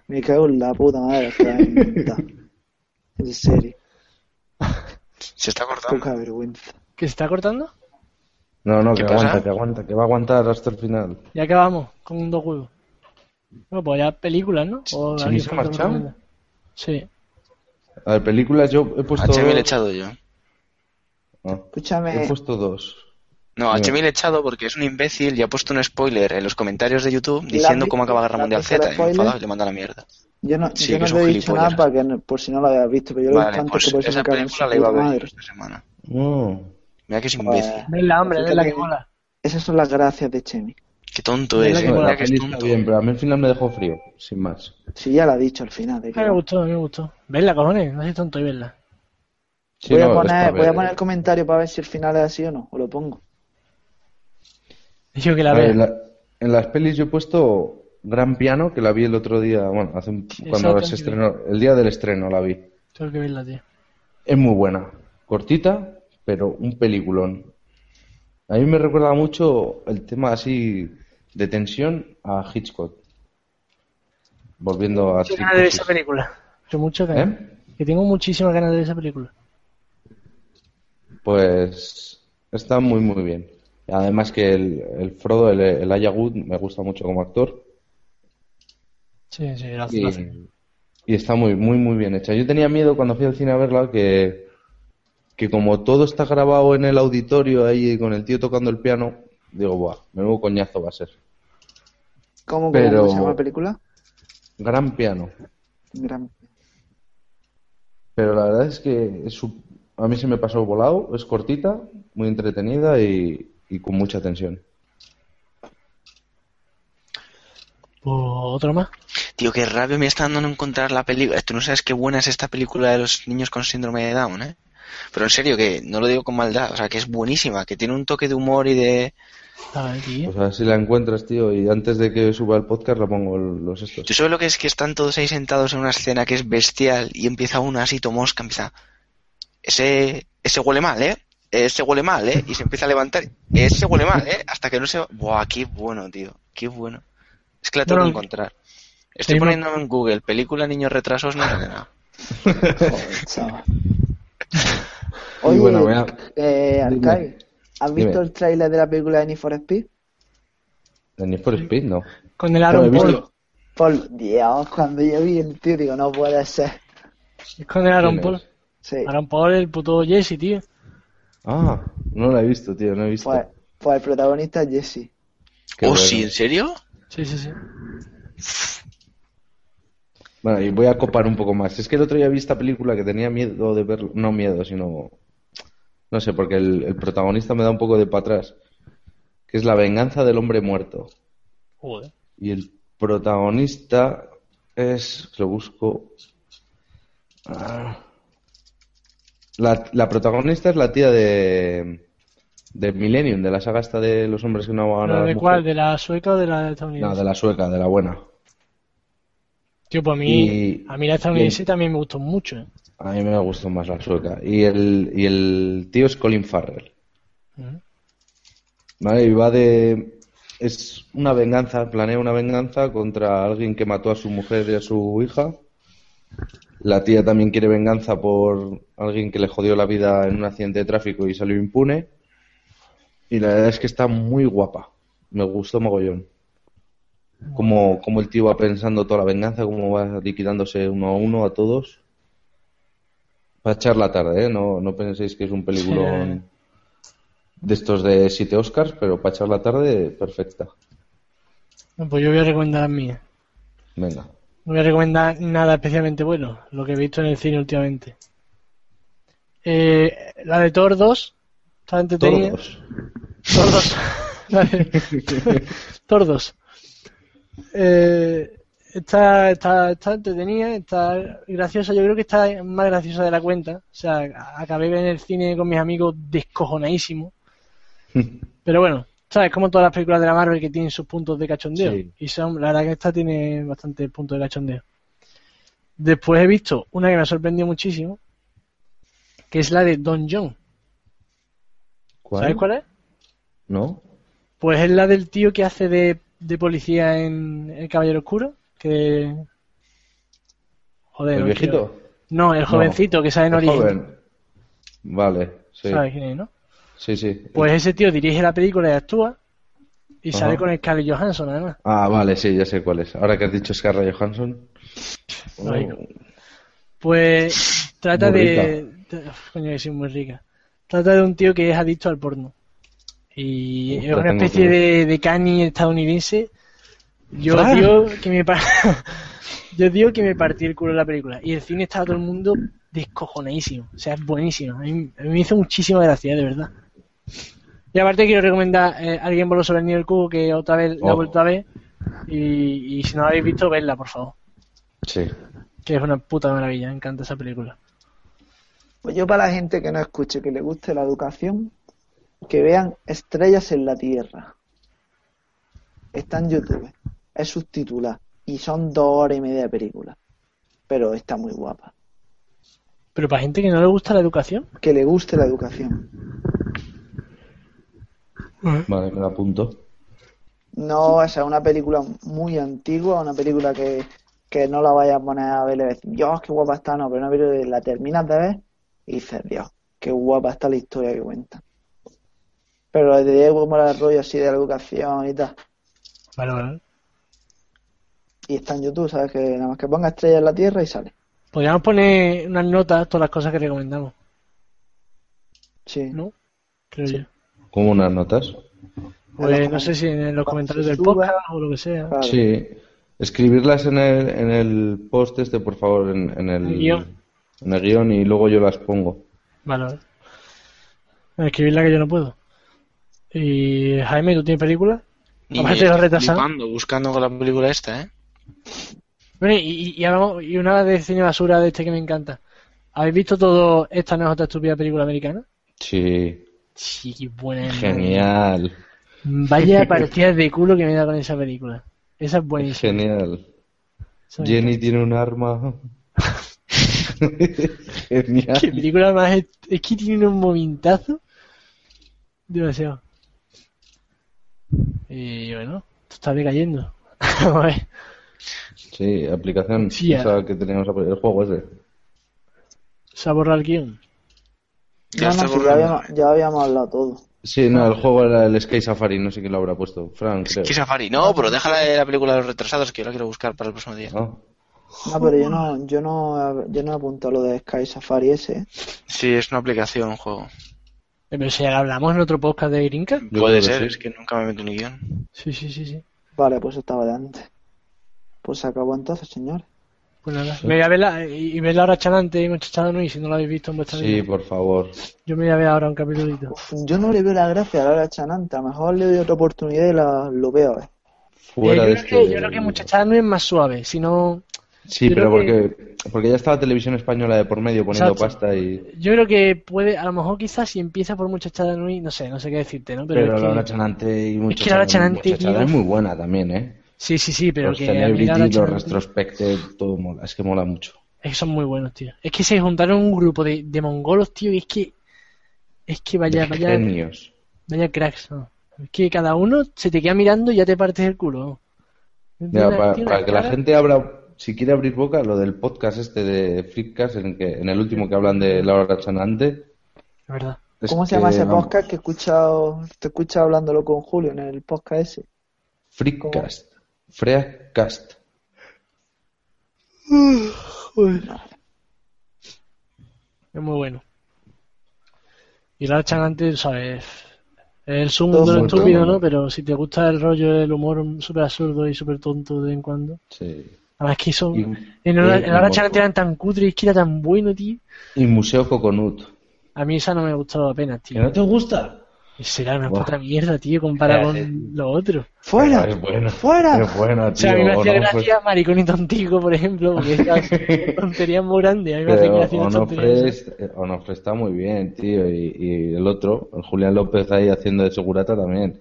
Speaker 2: Me cago en la puta madre. Frank. en serio.
Speaker 3: Se está cortando.
Speaker 2: Poca vergüenza.
Speaker 4: ¿Que se está cortando?
Speaker 1: No, no,
Speaker 3: ¿Qué
Speaker 1: que
Speaker 3: pasa?
Speaker 1: aguanta, que aguanta, que va a aguantar hasta el final.
Speaker 4: Ya acabamos con dos huevos. Bueno, pues ya películas, ¿no? O
Speaker 1: ¿Chimi
Speaker 4: alguien
Speaker 1: se ha
Speaker 4: puede
Speaker 1: marchado?
Speaker 4: recomendar. Sí.
Speaker 1: A ver, películas yo he
Speaker 3: A
Speaker 1: puesto.
Speaker 3: Chemi le he echado yo.
Speaker 1: Ah,
Speaker 2: Escúchame.
Speaker 1: he puesto dos.
Speaker 3: No, a
Speaker 1: Bien.
Speaker 3: Chemi le he echado porque es un imbécil y ha puesto un spoiler en los comentarios de YouTube diciendo
Speaker 2: visto?
Speaker 3: cómo acaba Guerra
Speaker 2: ¿La has
Speaker 3: Mundial
Speaker 2: visto el
Speaker 3: Z. Y me he
Speaker 2: spoiler?
Speaker 3: enfadado y le manda la mierda.
Speaker 2: Yo no,
Speaker 3: Sí,
Speaker 2: yo
Speaker 3: que
Speaker 2: no
Speaker 3: es
Speaker 2: te he
Speaker 3: un
Speaker 2: dicho
Speaker 3: gilipollas.
Speaker 2: nada para que, no- por si no lo habías visto, pero yo lo he
Speaker 3: Vale,
Speaker 2: visto antes
Speaker 3: pues
Speaker 2: que por eso
Speaker 3: esa
Speaker 2: me cago en su
Speaker 3: película la iba a
Speaker 2: puta
Speaker 3: ver yo
Speaker 2: madre.
Speaker 3: esta semana.
Speaker 1: No.
Speaker 3: Mira que es imbécil.
Speaker 2: Joder.
Speaker 4: Venla, hombre, venla que mola.
Speaker 2: Esas son las gracias de Chemi.
Speaker 3: Qué tonto
Speaker 4: Mira
Speaker 3: es,
Speaker 4: que
Speaker 3: eh,
Speaker 4: mola,
Speaker 3: mira
Speaker 1: la
Speaker 3: que es
Speaker 1: peli está
Speaker 3: tonto.
Speaker 1: bien, pero a mí al final me dejó frío, sin más.
Speaker 2: Si ya la ha dicho al final. de
Speaker 4: A
Speaker 2: que-
Speaker 4: mí me gustó, a mí me gustó. Venla, cojones, no soy tonto y verla.
Speaker 1: Sí,
Speaker 2: Voy, a
Speaker 1: no, está
Speaker 2: poner, voy a
Speaker 1: bien.
Speaker 2: poner el comentario para ver si el final es así o no. O lo pongo.
Speaker 4: Digo que la
Speaker 1: A ver,
Speaker 4: vea.
Speaker 1: en, Eh, la- en las pelis yo he puesto Gran Piano, que la vi el otro día, bueno, hace un- cuando
Speaker 4: otra
Speaker 1: se
Speaker 4: que
Speaker 1: estrenó, el día del estreno la vi.
Speaker 4: Tengo que verla, tío.
Speaker 1: Es muy buena, cortita, pero un peliculón. A mí me recuerda mucho el tema así de tensión a Hitchcock. Volviendo a
Speaker 4: Mucho ganas de ver esa
Speaker 1: Hitchcock.
Speaker 4: película. Yo mucho ganas.
Speaker 1: ¿Eh?
Speaker 4: Que tengo muchísimas ganas de ver esa película.
Speaker 1: Pues está muy muy bien. Además que el, el Frodo, el, el Elijah Wood, me gusta mucho como actor.
Speaker 4: Sí, sí, la
Speaker 1: Y,
Speaker 4: la hace.
Speaker 1: y está muy, muy, muy bien hecha. Yo tenía miedo cuando fui al cine a verla que, que como todo está grabado en el auditorio ahí con el tío tocando el piano, digo, buah, menudo coñazo va a ser.
Speaker 2: ¿Cómo, cómo
Speaker 1: Pero-
Speaker 2: se llama la película?
Speaker 1: Gran piano.
Speaker 2: Gran-
Speaker 1: Pero la verdad es que es su- a mí se me pasó volado, es cortita, muy entretenida y, y con mucha tensión.
Speaker 4: Pues, Otra más.
Speaker 3: Tío, qué rabia me está dando no encontrar la película. Tú no sabes qué buena es esta película de los niños con síndrome de Down, ¿eh? Pero en serio, que no lo digo con maldad, o sea, que es buenísima, que tiene un toque de humor y de...
Speaker 4: A ver, tío.
Speaker 1: O sea, Pues si la encuentras, tío, y antes de que suba el podcast la pongo los estos.
Speaker 3: Tú sabes lo que es que están todos ahí sentados en una escena que es bestial y empieza uno así, tomosca, empieza... Ese, ese huele mal, ¿eh? Ese huele mal, ¿eh? Y se empieza a levantar. Ese huele mal, ¿eh? Hasta que no se... va- Buah, qué bueno, tío. Qué bueno. Es que la tengo
Speaker 4: Bueno,
Speaker 3: que encontrar. Estoy
Speaker 4: sí, no-
Speaker 3: poniéndome en Google, película niños retrasos, no, no, no.
Speaker 2: Joder, chaval. Oye,
Speaker 1: bueno, voy a-
Speaker 2: eh, Arcai, ¿has
Speaker 1: Dime.
Speaker 2: visto el tráiler de la película de Need for Speed?
Speaker 1: De Need for Speed, no.
Speaker 4: Con
Speaker 1: No, Pues,
Speaker 4: el
Speaker 1: he
Speaker 4: Aaron
Speaker 1: visto-
Speaker 4: Paul.
Speaker 2: Paul, Dios, cuando yo vi el tío, digo, no puede ser.
Speaker 4: Es con el Aaron
Speaker 1: ¿Quién
Speaker 4: Paul.
Speaker 1: es?
Speaker 2: Sí,
Speaker 4: Aaron Paul, el puto Jesse, tío.
Speaker 1: Ah, no la he visto, tío, no he visto.
Speaker 2: pues, pues el protagonista es Jesse.
Speaker 1: Qué
Speaker 3: oh,
Speaker 1: bueno.
Speaker 3: sí, ¿en serio?
Speaker 4: Sí, sí, sí.
Speaker 1: Bueno, y voy a copar un poco más. Es que el otro día vi esta película que tenía miedo de verlo. No miedo, sino. No sé, porque el, el protagonista me da un poco de para atrás. Que es La venganza del hombre muerto.
Speaker 4: Joder.
Speaker 1: Y el protagonista es. Lo busco. Ah. La, la protagonista es la tía de. De Millennium, de la saga esta de los hombres que no van a
Speaker 4: ¿Pero
Speaker 1: las
Speaker 4: ¿De cuál?
Speaker 1: mujeres.
Speaker 4: ¿De la sueca o de la estadounidense?
Speaker 1: No, de la sueca, de la buena.
Speaker 4: Tío, pues a mí,
Speaker 1: Y-
Speaker 4: a mí la estadounidense también me gustó mucho. ¿eh?
Speaker 1: A mí me gustó más la sueca. Y el, y el tío es Colin Farrell.
Speaker 4: Ujú.
Speaker 1: ¿Vale? Y va de. Es una venganza, planea una venganza contra alguien que mató a su mujer y a su hija. La tía también quiere venganza por alguien que le jodió la vida en un accidente de tráfico y salió impune. Y la verdad es que está muy guapa. Me gustó mogollón. Como, como el tío va pensando toda la venganza, cómo va liquidándose uno a uno a todos. Para echar la tarde, ¿eh? No, no penséis que es un peliculón de estos de siete Oscars, pero para echar la tarde, perfecta.
Speaker 4: No, Pues yo voy a recomendar la mía.
Speaker 1: Venga.
Speaker 4: No voy a recomendar nada especialmente bueno, lo que he visto en el cine últimamente. Eh, la de Thor 2, está entretenida.
Speaker 1: Todos.
Speaker 4: Thor 2. La de- Thor 2. Eh, está, está, está entretenida, está graciosa. Yo creo que está más graciosa de la cuenta. O sea, a- acabé en el cine con mis amigos descojonadísimo. Pero bueno, ¿sabes? Como todas las películas de la Marvel que tienen sus puntos de cachondeo.
Speaker 1: Sí.
Speaker 4: Y son, la verdad que esta tiene bastante puntos de cachondeo. Después he visto una que me ha sorprendido muchísimo, que es la de Don John. ¿Sabes cuál es?
Speaker 1: ¿No?
Speaker 4: Pues es la del tío que hace de, de policía en El Caballero Oscuro, que... Joder,
Speaker 1: ¿El
Speaker 4: no
Speaker 1: viejito?
Speaker 4: quiero- No, el jovencito que sale en
Speaker 1: El
Speaker 4: Origen.
Speaker 1: joven. Vale, sí.
Speaker 4: ¿Sabes quién es, no?
Speaker 1: Sí, sí.
Speaker 4: Pues ese tío dirige la película y actúa, y
Speaker 1: Ajá.
Speaker 4: sale con Scarlett Johansson, además.
Speaker 1: Ah, vale, sí, ya sé cuál es. Ahora que has dicho Scarlett Johansson.
Speaker 4: Lógico. Pues trata
Speaker 1: Muy
Speaker 4: de... de- uf, coño, que soy muy rica. Trata de un tío que es adicto al porno. Y
Speaker 1: Uf,
Speaker 4: es
Speaker 1: la
Speaker 4: una
Speaker 1: tengo
Speaker 4: especie
Speaker 1: que
Speaker 4: de, de cani estadounidense. Yo
Speaker 1: Fran.
Speaker 4: digo que me par- Yo digo que me partí el culo en la película. Y el cine estaba todo el mundo descojonadísimo. O sea, es buenísimo. A mí, a mí me hizo muchísima gracia, de verdad. Y aparte quiero recomendar eh, Alguien voló sobre el nido del cubo, que otra vez la he
Speaker 1: Oh.
Speaker 4: vuelto a ver. Y, y si no la habéis visto, vedla, por favor
Speaker 1: Sí.
Speaker 4: que es una puta maravilla, me encanta esa película.
Speaker 2: Pues yo para la gente que no escuche, que le guste la educación, que vean Estrellas en la Tierra. Está en YouTube, es subtitular y son dos horas y media de película. Pero está muy guapa.
Speaker 4: Pero para gente que no le gusta la educación,
Speaker 2: Que le guste la educación.
Speaker 1: Vale, me la apunto.
Speaker 2: No, esa es una película muy antigua, una película que, que no la vayas a poner a ver y decir, Dios, qué guapa está, no, pero una película que la terminas de ver y dices, Dios, qué guapa está la historia que cuenta. Pero de Diego Moral rollo así de la educación y tal.
Speaker 4: vale, vale.
Speaker 2: y está en YouTube, ¿sabes? Que nada más que ponga estrella en la tierra y sale.
Speaker 4: Podríamos poner unas notas, todas las cosas que recomendamos,
Speaker 2: Sí.
Speaker 4: ¿no? Creo yo.
Speaker 1: ¿Cómo unas notas?
Speaker 4: Pues
Speaker 2: Ahora,
Speaker 4: no sé si en los comentarios del
Speaker 2: suba.
Speaker 4: podcast o lo que sea.
Speaker 2: Claro.
Speaker 1: Sí. Escribirlas en el, en el post este, por favor, en, en el,
Speaker 4: El guión.
Speaker 1: en el guión y luego yo las pongo.
Speaker 4: Vale, vale. Escribirla que yo no puedo. Y Jaime, ¿tú tienes película? Aparte de los retrasados.
Speaker 3: flipando, buscando con la película esta, ¿eh?
Speaker 4: Bueno, y, y- y hablamos- y una de cine basura de este que me encanta. ¿Habéis visto todo Esta no es otra estúpida película americana?
Speaker 1: Sí.
Speaker 4: Sí, qué buena. es, madre mía.
Speaker 1: Genial.
Speaker 4: Vaya partida de culo que me da con esa película. Esa es buenísima.
Speaker 1: Genial.
Speaker 4: Esa me
Speaker 1: Jenny tiene un arma. Genial.
Speaker 4: Qué película más es, es que tiene un momentazo demasiado. Y bueno, esto está decayendo. Vamos a ver.
Speaker 1: Sí, aplicación.
Speaker 4: Sí,
Speaker 1: esa que teníamos apare- el juego ese.
Speaker 4: se ha borrado el guión.
Speaker 3: Ya
Speaker 2: no,
Speaker 3: está
Speaker 2: no, sí, ya,
Speaker 3: borrando.
Speaker 2: habíamos, ya habíamos hablado todo.
Speaker 1: Sí, no,
Speaker 3: Ah.
Speaker 1: el juego era el Sky Safari, no sé quién lo habrá puesto. Frank, creo.
Speaker 3: ¿Qué Safari? No, pero déjala de la película de los retrasados que yo la quiero buscar para el próximo día.
Speaker 1: Ah,
Speaker 2: No, pero yo no, yo no, yo no he apuntado lo de Sky Safari ese. ¿eh?
Speaker 3: Sí, es una aplicación, un juego.
Speaker 4: Eh, Pero si hablamos en otro podcast de Grinca.
Speaker 1: Yo creo
Speaker 3: Puede
Speaker 1: que
Speaker 3: ser,
Speaker 1: sí.
Speaker 3: es que nunca me meto en el guión.
Speaker 4: Sí, sí, sí, sí.
Speaker 2: Vale, pues estaba de antes. Pues se acabó entonces, señor.
Speaker 4: Pues nada, me voy a verla y, y verla ahora chanante y muchachado no y si no lo habéis visto en vuestra
Speaker 1: Sí,
Speaker 4: vida.
Speaker 1: por favor.
Speaker 4: Yo me voy a ver ahora un capitulito.
Speaker 2: Uf, Yo no le veo la gracia a la hora chananta. A lo mejor le doy otra oportunidad y la, lo veo. eh.
Speaker 1: Fuera
Speaker 4: Eh,
Speaker 1: de
Speaker 4: yo, creo que,
Speaker 1: este-
Speaker 4: yo creo que muchachada no es más suave, sino
Speaker 1: Sí,
Speaker 4: yo
Speaker 1: pero
Speaker 4: creo
Speaker 1: porque, porque ya estaba Televisión Española de por medio poniendo
Speaker 4: Exacto.
Speaker 1: pasta y...
Speaker 4: yo creo que puede, a lo mejor quizás si empieza por muchachada Nui, no sé, no sé qué decirte, ¿no? Pero,
Speaker 1: Pero,
Speaker 4: es
Speaker 1: la
Speaker 4: que-
Speaker 1: hora chanante y muchachada,
Speaker 4: hora chanante,
Speaker 1: muchachada
Speaker 4: tío.
Speaker 1: es muy buena también, ¿eh?
Speaker 4: Sí, sí, sí, pero
Speaker 1: los
Speaker 4: que a mí la
Speaker 1: Celebrity,
Speaker 4: hora
Speaker 1: los
Speaker 4: chanante-
Speaker 1: retrospectos, todo mola. Es que mola mucho.
Speaker 4: Es que son muy buenos, tío. Es que se juntaron un grupo de, de mongolos, tío, y es que. Es que vaya,
Speaker 1: De
Speaker 4: vaya,
Speaker 1: Genios.
Speaker 4: vaya cracks, ¿no? Es que cada uno se te queda mirando y ya te partes el culo.
Speaker 1: Ya,
Speaker 4: Tiene-
Speaker 1: para,
Speaker 4: tiene
Speaker 1: para
Speaker 4: una
Speaker 1: que la
Speaker 4: cara-
Speaker 1: gente abra, si quiere abrir boca, lo del podcast este de Flipcast, en, que, en el último que hablan de la hora chanante.
Speaker 4: Es verdad.
Speaker 1: es
Speaker 2: ¿Cómo se llama
Speaker 1: que,
Speaker 2: ese
Speaker 1: vamos,
Speaker 2: podcast que he escuchado? Te he escuchado hablándolo con Julio en el podcast ese.
Speaker 1: Flipcast. Freacast.
Speaker 4: Es muy bueno. Y la chanante, ¿sabes? Es el sumo
Speaker 2: Todo
Speaker 4: de lo
Speaker 1: junto.
Speaker 4: estúpido, ¿no? Pero si te gusta el rollo del humor súper absurdo y súper tonto de vez en cuando.
Speaker 1: Sí.
Speaker 4: Además que son.
Speaker 1: Y-
Speaker 4: en la,
Speaker 1: y-
Speaker 4: en la hora
Speaker 1: y-
Speaker 4: chanante eran tan cutre y que era tan bueno, tío.
Speaker 1: Y Museo Coconut.
Speaker 4: A mí esa no me ha gustado apenas,
Speaker 6: ¿Que
Speaker 4: tío.
Speaker 6: no te gusta?
Speaker 4: Será una
Speaker 1: Buah.
Speaker 4: puta mierda, tío, comparado
Speaker 1: Eh,
Speaker 4: con lo otro.
Speaker 2: ¡Fuera!
Speaker 1: Es bueno.
Speaker 2: ¡Fuera!
Speaker 1: Es bueno, tío.
Speaker 4: O sea, a mí me hacía
Speaker 1: Onofre-
Speaker 4: gracia Maricón y Tontico, por ejemplo, porque esas tonterías muy grandes. A mí me hacen
Speaker 1: pero
Speaker 4: gracia las
Speaker 1: Onofre,
Speaker 4: tonterías.
Speaker 1: es- eh, Onofre está muy bien, tío. Y, y el otro, el Julián López ahí haciendo de segurata también.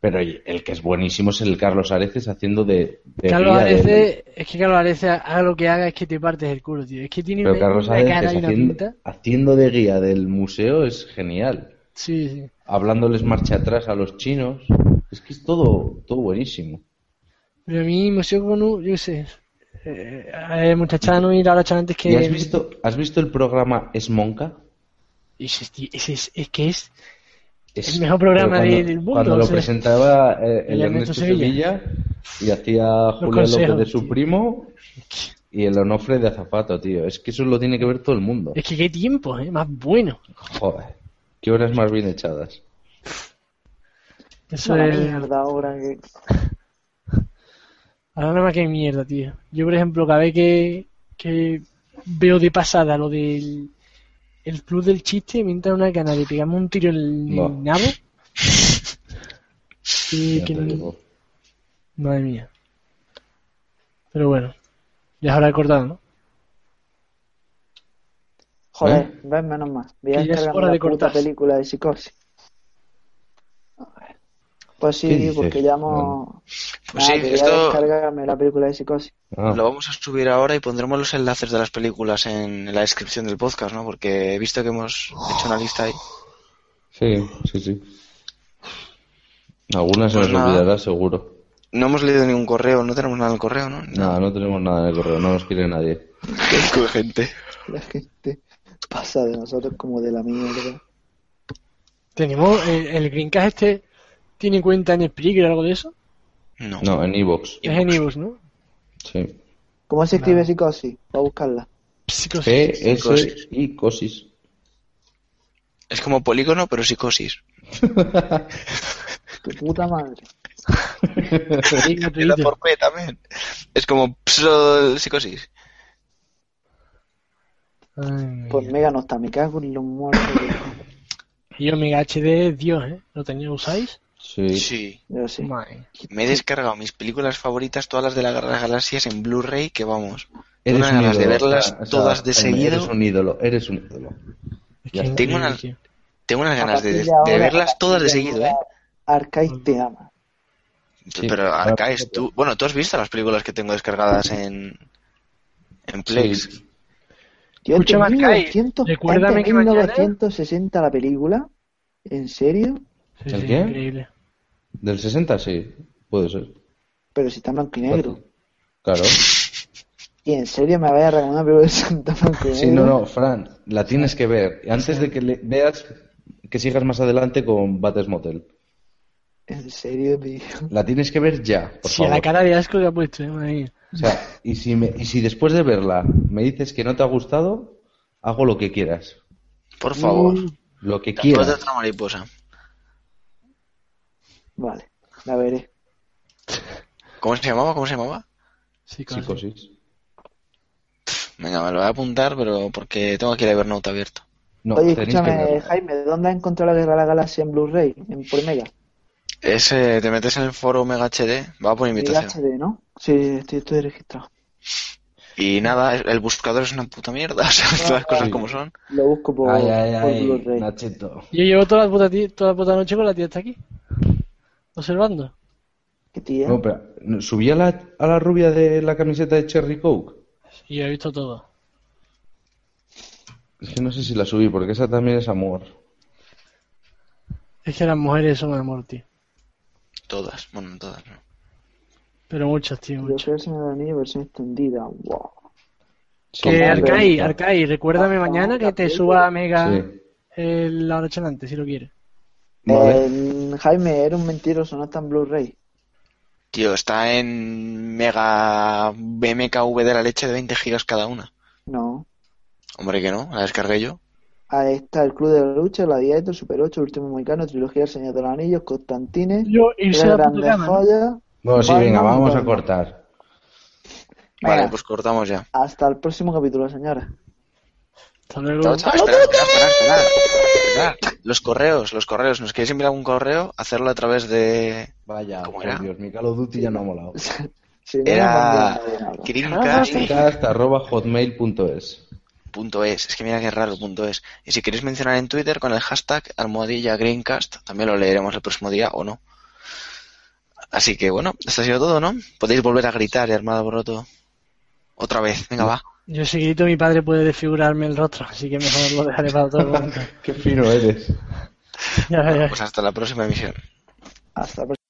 Speaker 1: Pero y- el que es buenísimo es el Carlos Areces haciendo de. de
Speaker 4: Carlos
Speaker 1: guía de-
Speaker 4: Arece, es que Carlos Arece, haga lo que haga, es que te partes el culo, tío. Es que tiene
Speaker 1: Pero
Speaker 4: una,
Speaker 1: Carlos
Speaker 4: una cara
Speaker 1: Areces
Speaker 4: y una
Speaker 1: haciendo,
Speaker 4: pinta.
Speaker 1: haciendo de guía del museo es genial.
Speaker 4: Sí, sí.
Speaker 1: Hablándoles marcha atrás a los chinos. Es que es todo, todo buenísimo.
Speaker 4: Pero a mí, Museo Gonu, yo qué sé. Eh, eh, muchachano y la hora chanante es que.
Speaker 1: ¿Y has visto, has visto el programa Es Monca?
Speaker 4: Ese, tío, ese es, es que es.
Speaker 1: Es
Speaker 4: El mejor programa
Speaker 1: pero
Speaker 4: de- del mundo,
Speaker 1: Cuando
Speaker 4: o
Speaker 1: lo
Speaker 4: sea.
Speaker 1: presentaba eh, el
Speaker 4: El Ernesto
Speaker 1: Ernesto Sevilla, y hacía Julio
Speaker 4: consejos,
Speaker 1: López de su
Speaker 4: tío.
Speaker 1: primo y el Onofre de Azafato, tío. Es que eso lo tiene que ver todo el mundo.
Speaker 4: Es que qué tiempo, ¿eh? Más bueno.
Speaker 1: Joder, qué horas más bien echadas.
Speaker 4: Eso
Speaker 2: Una
Speaker 4: es.
Speaker 2: mierda ahora que...
Speaker 4: Ahora nada más que mierda, tío. Yo, por ejemplo, cada vez que, que veo de pasada lo del el club del chiste, me entra una gana de pegarme un tiro en el
Speaker 1: No.
Speaker 4: nabo. Y
Speaker 1: Ya
Speaker 4: que-
Speaker 1: te digo.
Speaker 4: madre mía. Pero bueno, ya os habrá cortado, ¿no?
Speaker 2: Joder,
Speaker 1: ¿Eh?
Speaker 2: ves menos más. Voy a
Speaker 4: Que ya es
Speaker 2: descargarme
Speaker 4: hora
Speaker 2: la
Speaker 4: de
Speaker 2: puta
Speaker 4: cortarse.
Speaker 2: película de psicosis. A ver. Pues
Speaker 1: ¿Qué
Speaker 2: sí,
Speaker 1: dices?
Speaker 2: porque ya hemos...
Speaker 1: Bueno.
Speaker 3: Pues
Speaker 2: Nada,
Speaker 3: sí,
Speaker 2: que voy a
Speaker 3: esto-
Speaker 2: descargarme la película de psicosis.
Speaker 1: Ah,
Speaker 3: Lo vamos a subir ahora y pondremos los enlaces de las películas en la descripción del podcast, ¿no? Porque he visto que hemos hecho una lista ahí.
Speaker 1: sí, sí, sí. Algunas se
Speaker 3: Pues
Speaker 1: nos
Speaker 3: nada.
Speaker 1: olvidará, seguro.
Speaker 3: No hemos leído ningún correo, no tenemos nada en el correo, ¿no?
Speaker 1: Nada, no tenemos nada en el correo, no nos quiere nadie.
Speaker 3: Qué gente.
Speaker 2: La gente pasa de nosotros como de la mierda.
Speaker 4: Tenemos el, el Greencast este, ¿tiene cuenta en Spreaker o algo de eso?
Speaker 3: No.
Speaker 1: No, en Evox.
Speaker 4: Es en Ibus, ¿no?
Speaker 1: Sí.
Speaker 2: ¿Cómo se escribe psicosis? Voy a buscarla.
Speaker 4: Psicos-
Speaker 1: GS y Cosis.
Speaker 3: Es como polígono, pero psicosis.
Speaker 2: Tu puta madre.
Speaker 4: Sí, gratuito.
Speaker 3: Por P también. Es como pso- psicosis.
Speaker 4: Ay, mía.
Speaker 2: Pues mega no está, me cago en los muertos.
Speaker 4: Y Omega HD, Dios, ¿eh? ¿Lo tenéis, usáis?
Speaker 1: Sí.
Speaker 3: Sí.
Speaker 2: Yo sí.
Speaker 4: Madre mía.
Speaker 3: Me he descargado mis películas favoritas, todas las de la Guerra de las Galaxias, en Blu-ray, que vamos.
Speaker 1: Eres
Speaker 3: Tengo
Speaker 1: un
Speaker 3: ganas de
Speaker 1: ídolo,
Speaker 3: verlas
Speaker 1: o sea,
Speaker 3: todas de
Speaker 1: Jaime,
Speaker 3: seguido.
Speaker 1: Eres un ídolo, eres un ídolo.
Speaker 4: Es
Speaker 1: Ya
Speaker 4: que
Speaker 1: está.
Speaker 3: Tengo una-
Speaker 4: increíble, tío.
Speaker 3: Tengo unas
Speaker 2: A
Speaker 3: ganas de,
Speaker 2: partir
Speaker 3: de
Speaker 2: ahora,
Speaker 3: verlas
Speaker 2: a
Speaker 3: todas de
Speaker 2: partir
Speaker 3: seguido, ¿eh?
Speaker 2: ahora, Arcais te ama.
Speaker 1: Sí,
Speaker 3: Pero
Speaker 1: ahora
Speaker 3: Arcaes,
Speaker 1: fíjate.
Speaker 3: tú... Bueno, tú has visto las películas que tengo descargadas en... En Plex.
Speaker 1: Sí.
Speaker 2: Tío,
Speaker 4: Escucha,
Speaker 2: es de
Speaker 4: Arcais,
Speaker 2: 1900
Speaker 4: recuérdame
Speaker 2: es de
Speaker 4: que
Speaker 1: ¿eh?
Speaker 4: mañana-
Speaker 2: 1960 la película. ¿En serio?
Speaker 4: Sí,
Speaker 1: ¿El
Speaker 4: sí,
Speaker 1: qué?
Speaker 4: increíble.
Speaker 1: Del 60 sí, puede ser.
Speaker 2: Pero si está en blanco y negro.
Speaker 1: Claro.
Speaker 2: ¿Y en serio me vais a recomendar una película de Santa Blanco y negro?
Speaker 1: Sí, no, no, Fran, la tienes que ver. Antes de que le veas, que sigas más adelante con Bates Motel.
Speaker 2: En serio, tío.
Speaker 1: La tienes que ver ya, por
Speaker 4: Sí, a
Speaker 1: favor.
Speaker 4: la cara de asco que ha puesto, ¿eh? madre mía.
Speaker 1: O sea, y si, me- y si después de verla me dices que no te ha gustado, hago lo que quieras.
Speaker 3: Por favor.
Speaker 4: Mm.
Speaker 1: Lo que
Speaker 3: Tampoco te
Speaker 1: quieras.
Speaker 3: otra mariposa.
Speaker 2: Vale, la veré.
Speaker 3: ¿Cómo se llamaba? ¿Cómo se llamaba?
Speaker 4: Sí,
Speaker 1: Sí,
Speaker 4: coño.
Speaker 1: cosis.
Speaker 3: Venga, me lo voy a apuntar, pero porque tengo aquí el Evernote abierto.
Speaker 1: No,
Speaker 2: Oye,
Speaker 1: tenéis que verlo.
Speaker 2: escúchame, Jaime, ¿dónde has encontrado la Guerra de la Galaxia en Blu-ray? En por Mega.
Speaker 3: Ese, eh, te metes en el foro Omega HD, va por
Speaker 2: Y
Speaker 3: invitación.
Speaker 2: HD, ¿no? Sí, sí, estoy, estoy registrado.
Speaker 3: Y nada, el buscador es una puta mierda, o sea,
Speaker 2: Ah,
Speaker 3: todas las cosas como son.
Speaker 2: Lo busco por,
Speaker 6: Ay, ay,
Speaker 2: por
Speaker 6: ay,
Speaker 2: Blu-ray.
Speaker 6: Nachito.
Speaker 4: Yo llevo toda la puta, ti- toda la puta noche con la tía hasta aquí. Observando.
Speaker 2: Qué tía.
Speaker 1: No, pero, ¿Subía la, a la rubia de la camiseta de Cherry Coke?
Speaker 4: Y yo he visto todo.
Speaker 1: Es que no sé si la subí, porque esa también es amor.
Speaker 4: Es que las mujeres son amor, tío.
Speaker 3: Todas, bueno, no todas, no.
Speaker 4: Pero muchas, tío,
Speaker 2: Yo
Speaker 4: muchas.
Speaker 2: creo que del anillo versión extendida. Wow.
Speaker 4: Que
Speaker 1: Son
Speaker 4: Arcai,
Speaker 1: malas.
Speaker 4: Arcai, recuérdame mañana que te suba a Mega
Speaker 1: Sí.
Speaker 4: el- la hora chanante, si lo quieres.
Speaker 1: Vale.
Speaker 2: Eh, Jaime, era un mentiroso, no está en Blu-ray.
Speaker 3: Tío, está en Mega BMKV de la leche de 20 gigas cada una.
Speaker 2: No.
Speaker 3: Hombre, que no, la descargué yo.
Speaker 2: Ahí está el Club de la Lucha, la Gladiator, Super 8, El Último Moicano, Trilogía del Señor de los Anillos, Constantine,
Speaker 4: Yo
Speaker 2: Tres
Speaker 4: irse a la puta
Speaker 2: Grandes
Speaker 4: cama. ¿no?
Speaker 2: Joyas.
Speaker 1: Bueno, sí,
Speaker 2: Vale,
Speaker 1: venga,
Speaker 2: no,
Speaker 1: vamos a
Speaker 2: entonces.
Speaker 1: cortar.
Speaker 2: Venga,
Speaker 3: Vale, pues cortamos ya.
Speaker 2: Hasta el próximo capítulo, señores.
Speaker 4: Hasta luego.
Speaker 3: Chao, chao, espera, espera, espera, espera, espera. Los correos, los correos. ¿Nos queréis enviar algún correo? Hacerlo a través de...
Speaker 1: Vaya,
Speaker 3: ¿Cómo
Speaker 1: por
Speaker 3: era?
Speaker 1: Dios, mi Call of Duty ya no ha molado.
Speaker 2: Si no,
Speaker 3: Era
Speaker 2: no, no, no, no.
Speaker 3: Creamcast.es.
Speaker 1: Hasta arroba hotmail.es.
Speaker 3: Es que mira qué raro, punto .es. Y si queréis mencionar en Twitter con el hashtag almohadilla Greencast, también lo leeremos el próximo día o no. Así que bueno, esto ha sido todo, ¿no? Podéis volver a gritar y armada borroto. Otra vez, venga, va.
Speaker 4: Yo si grito mi padre puede desfigurarme el rostro, así que mejor lo dejaré para otro momento.
Speaker 1: Qué fino eres.
Speaker 4: Ya, ya, ya.
Speaker 3: Pues hasta la próxima emisión.
Speaker 2: Hasta el próximo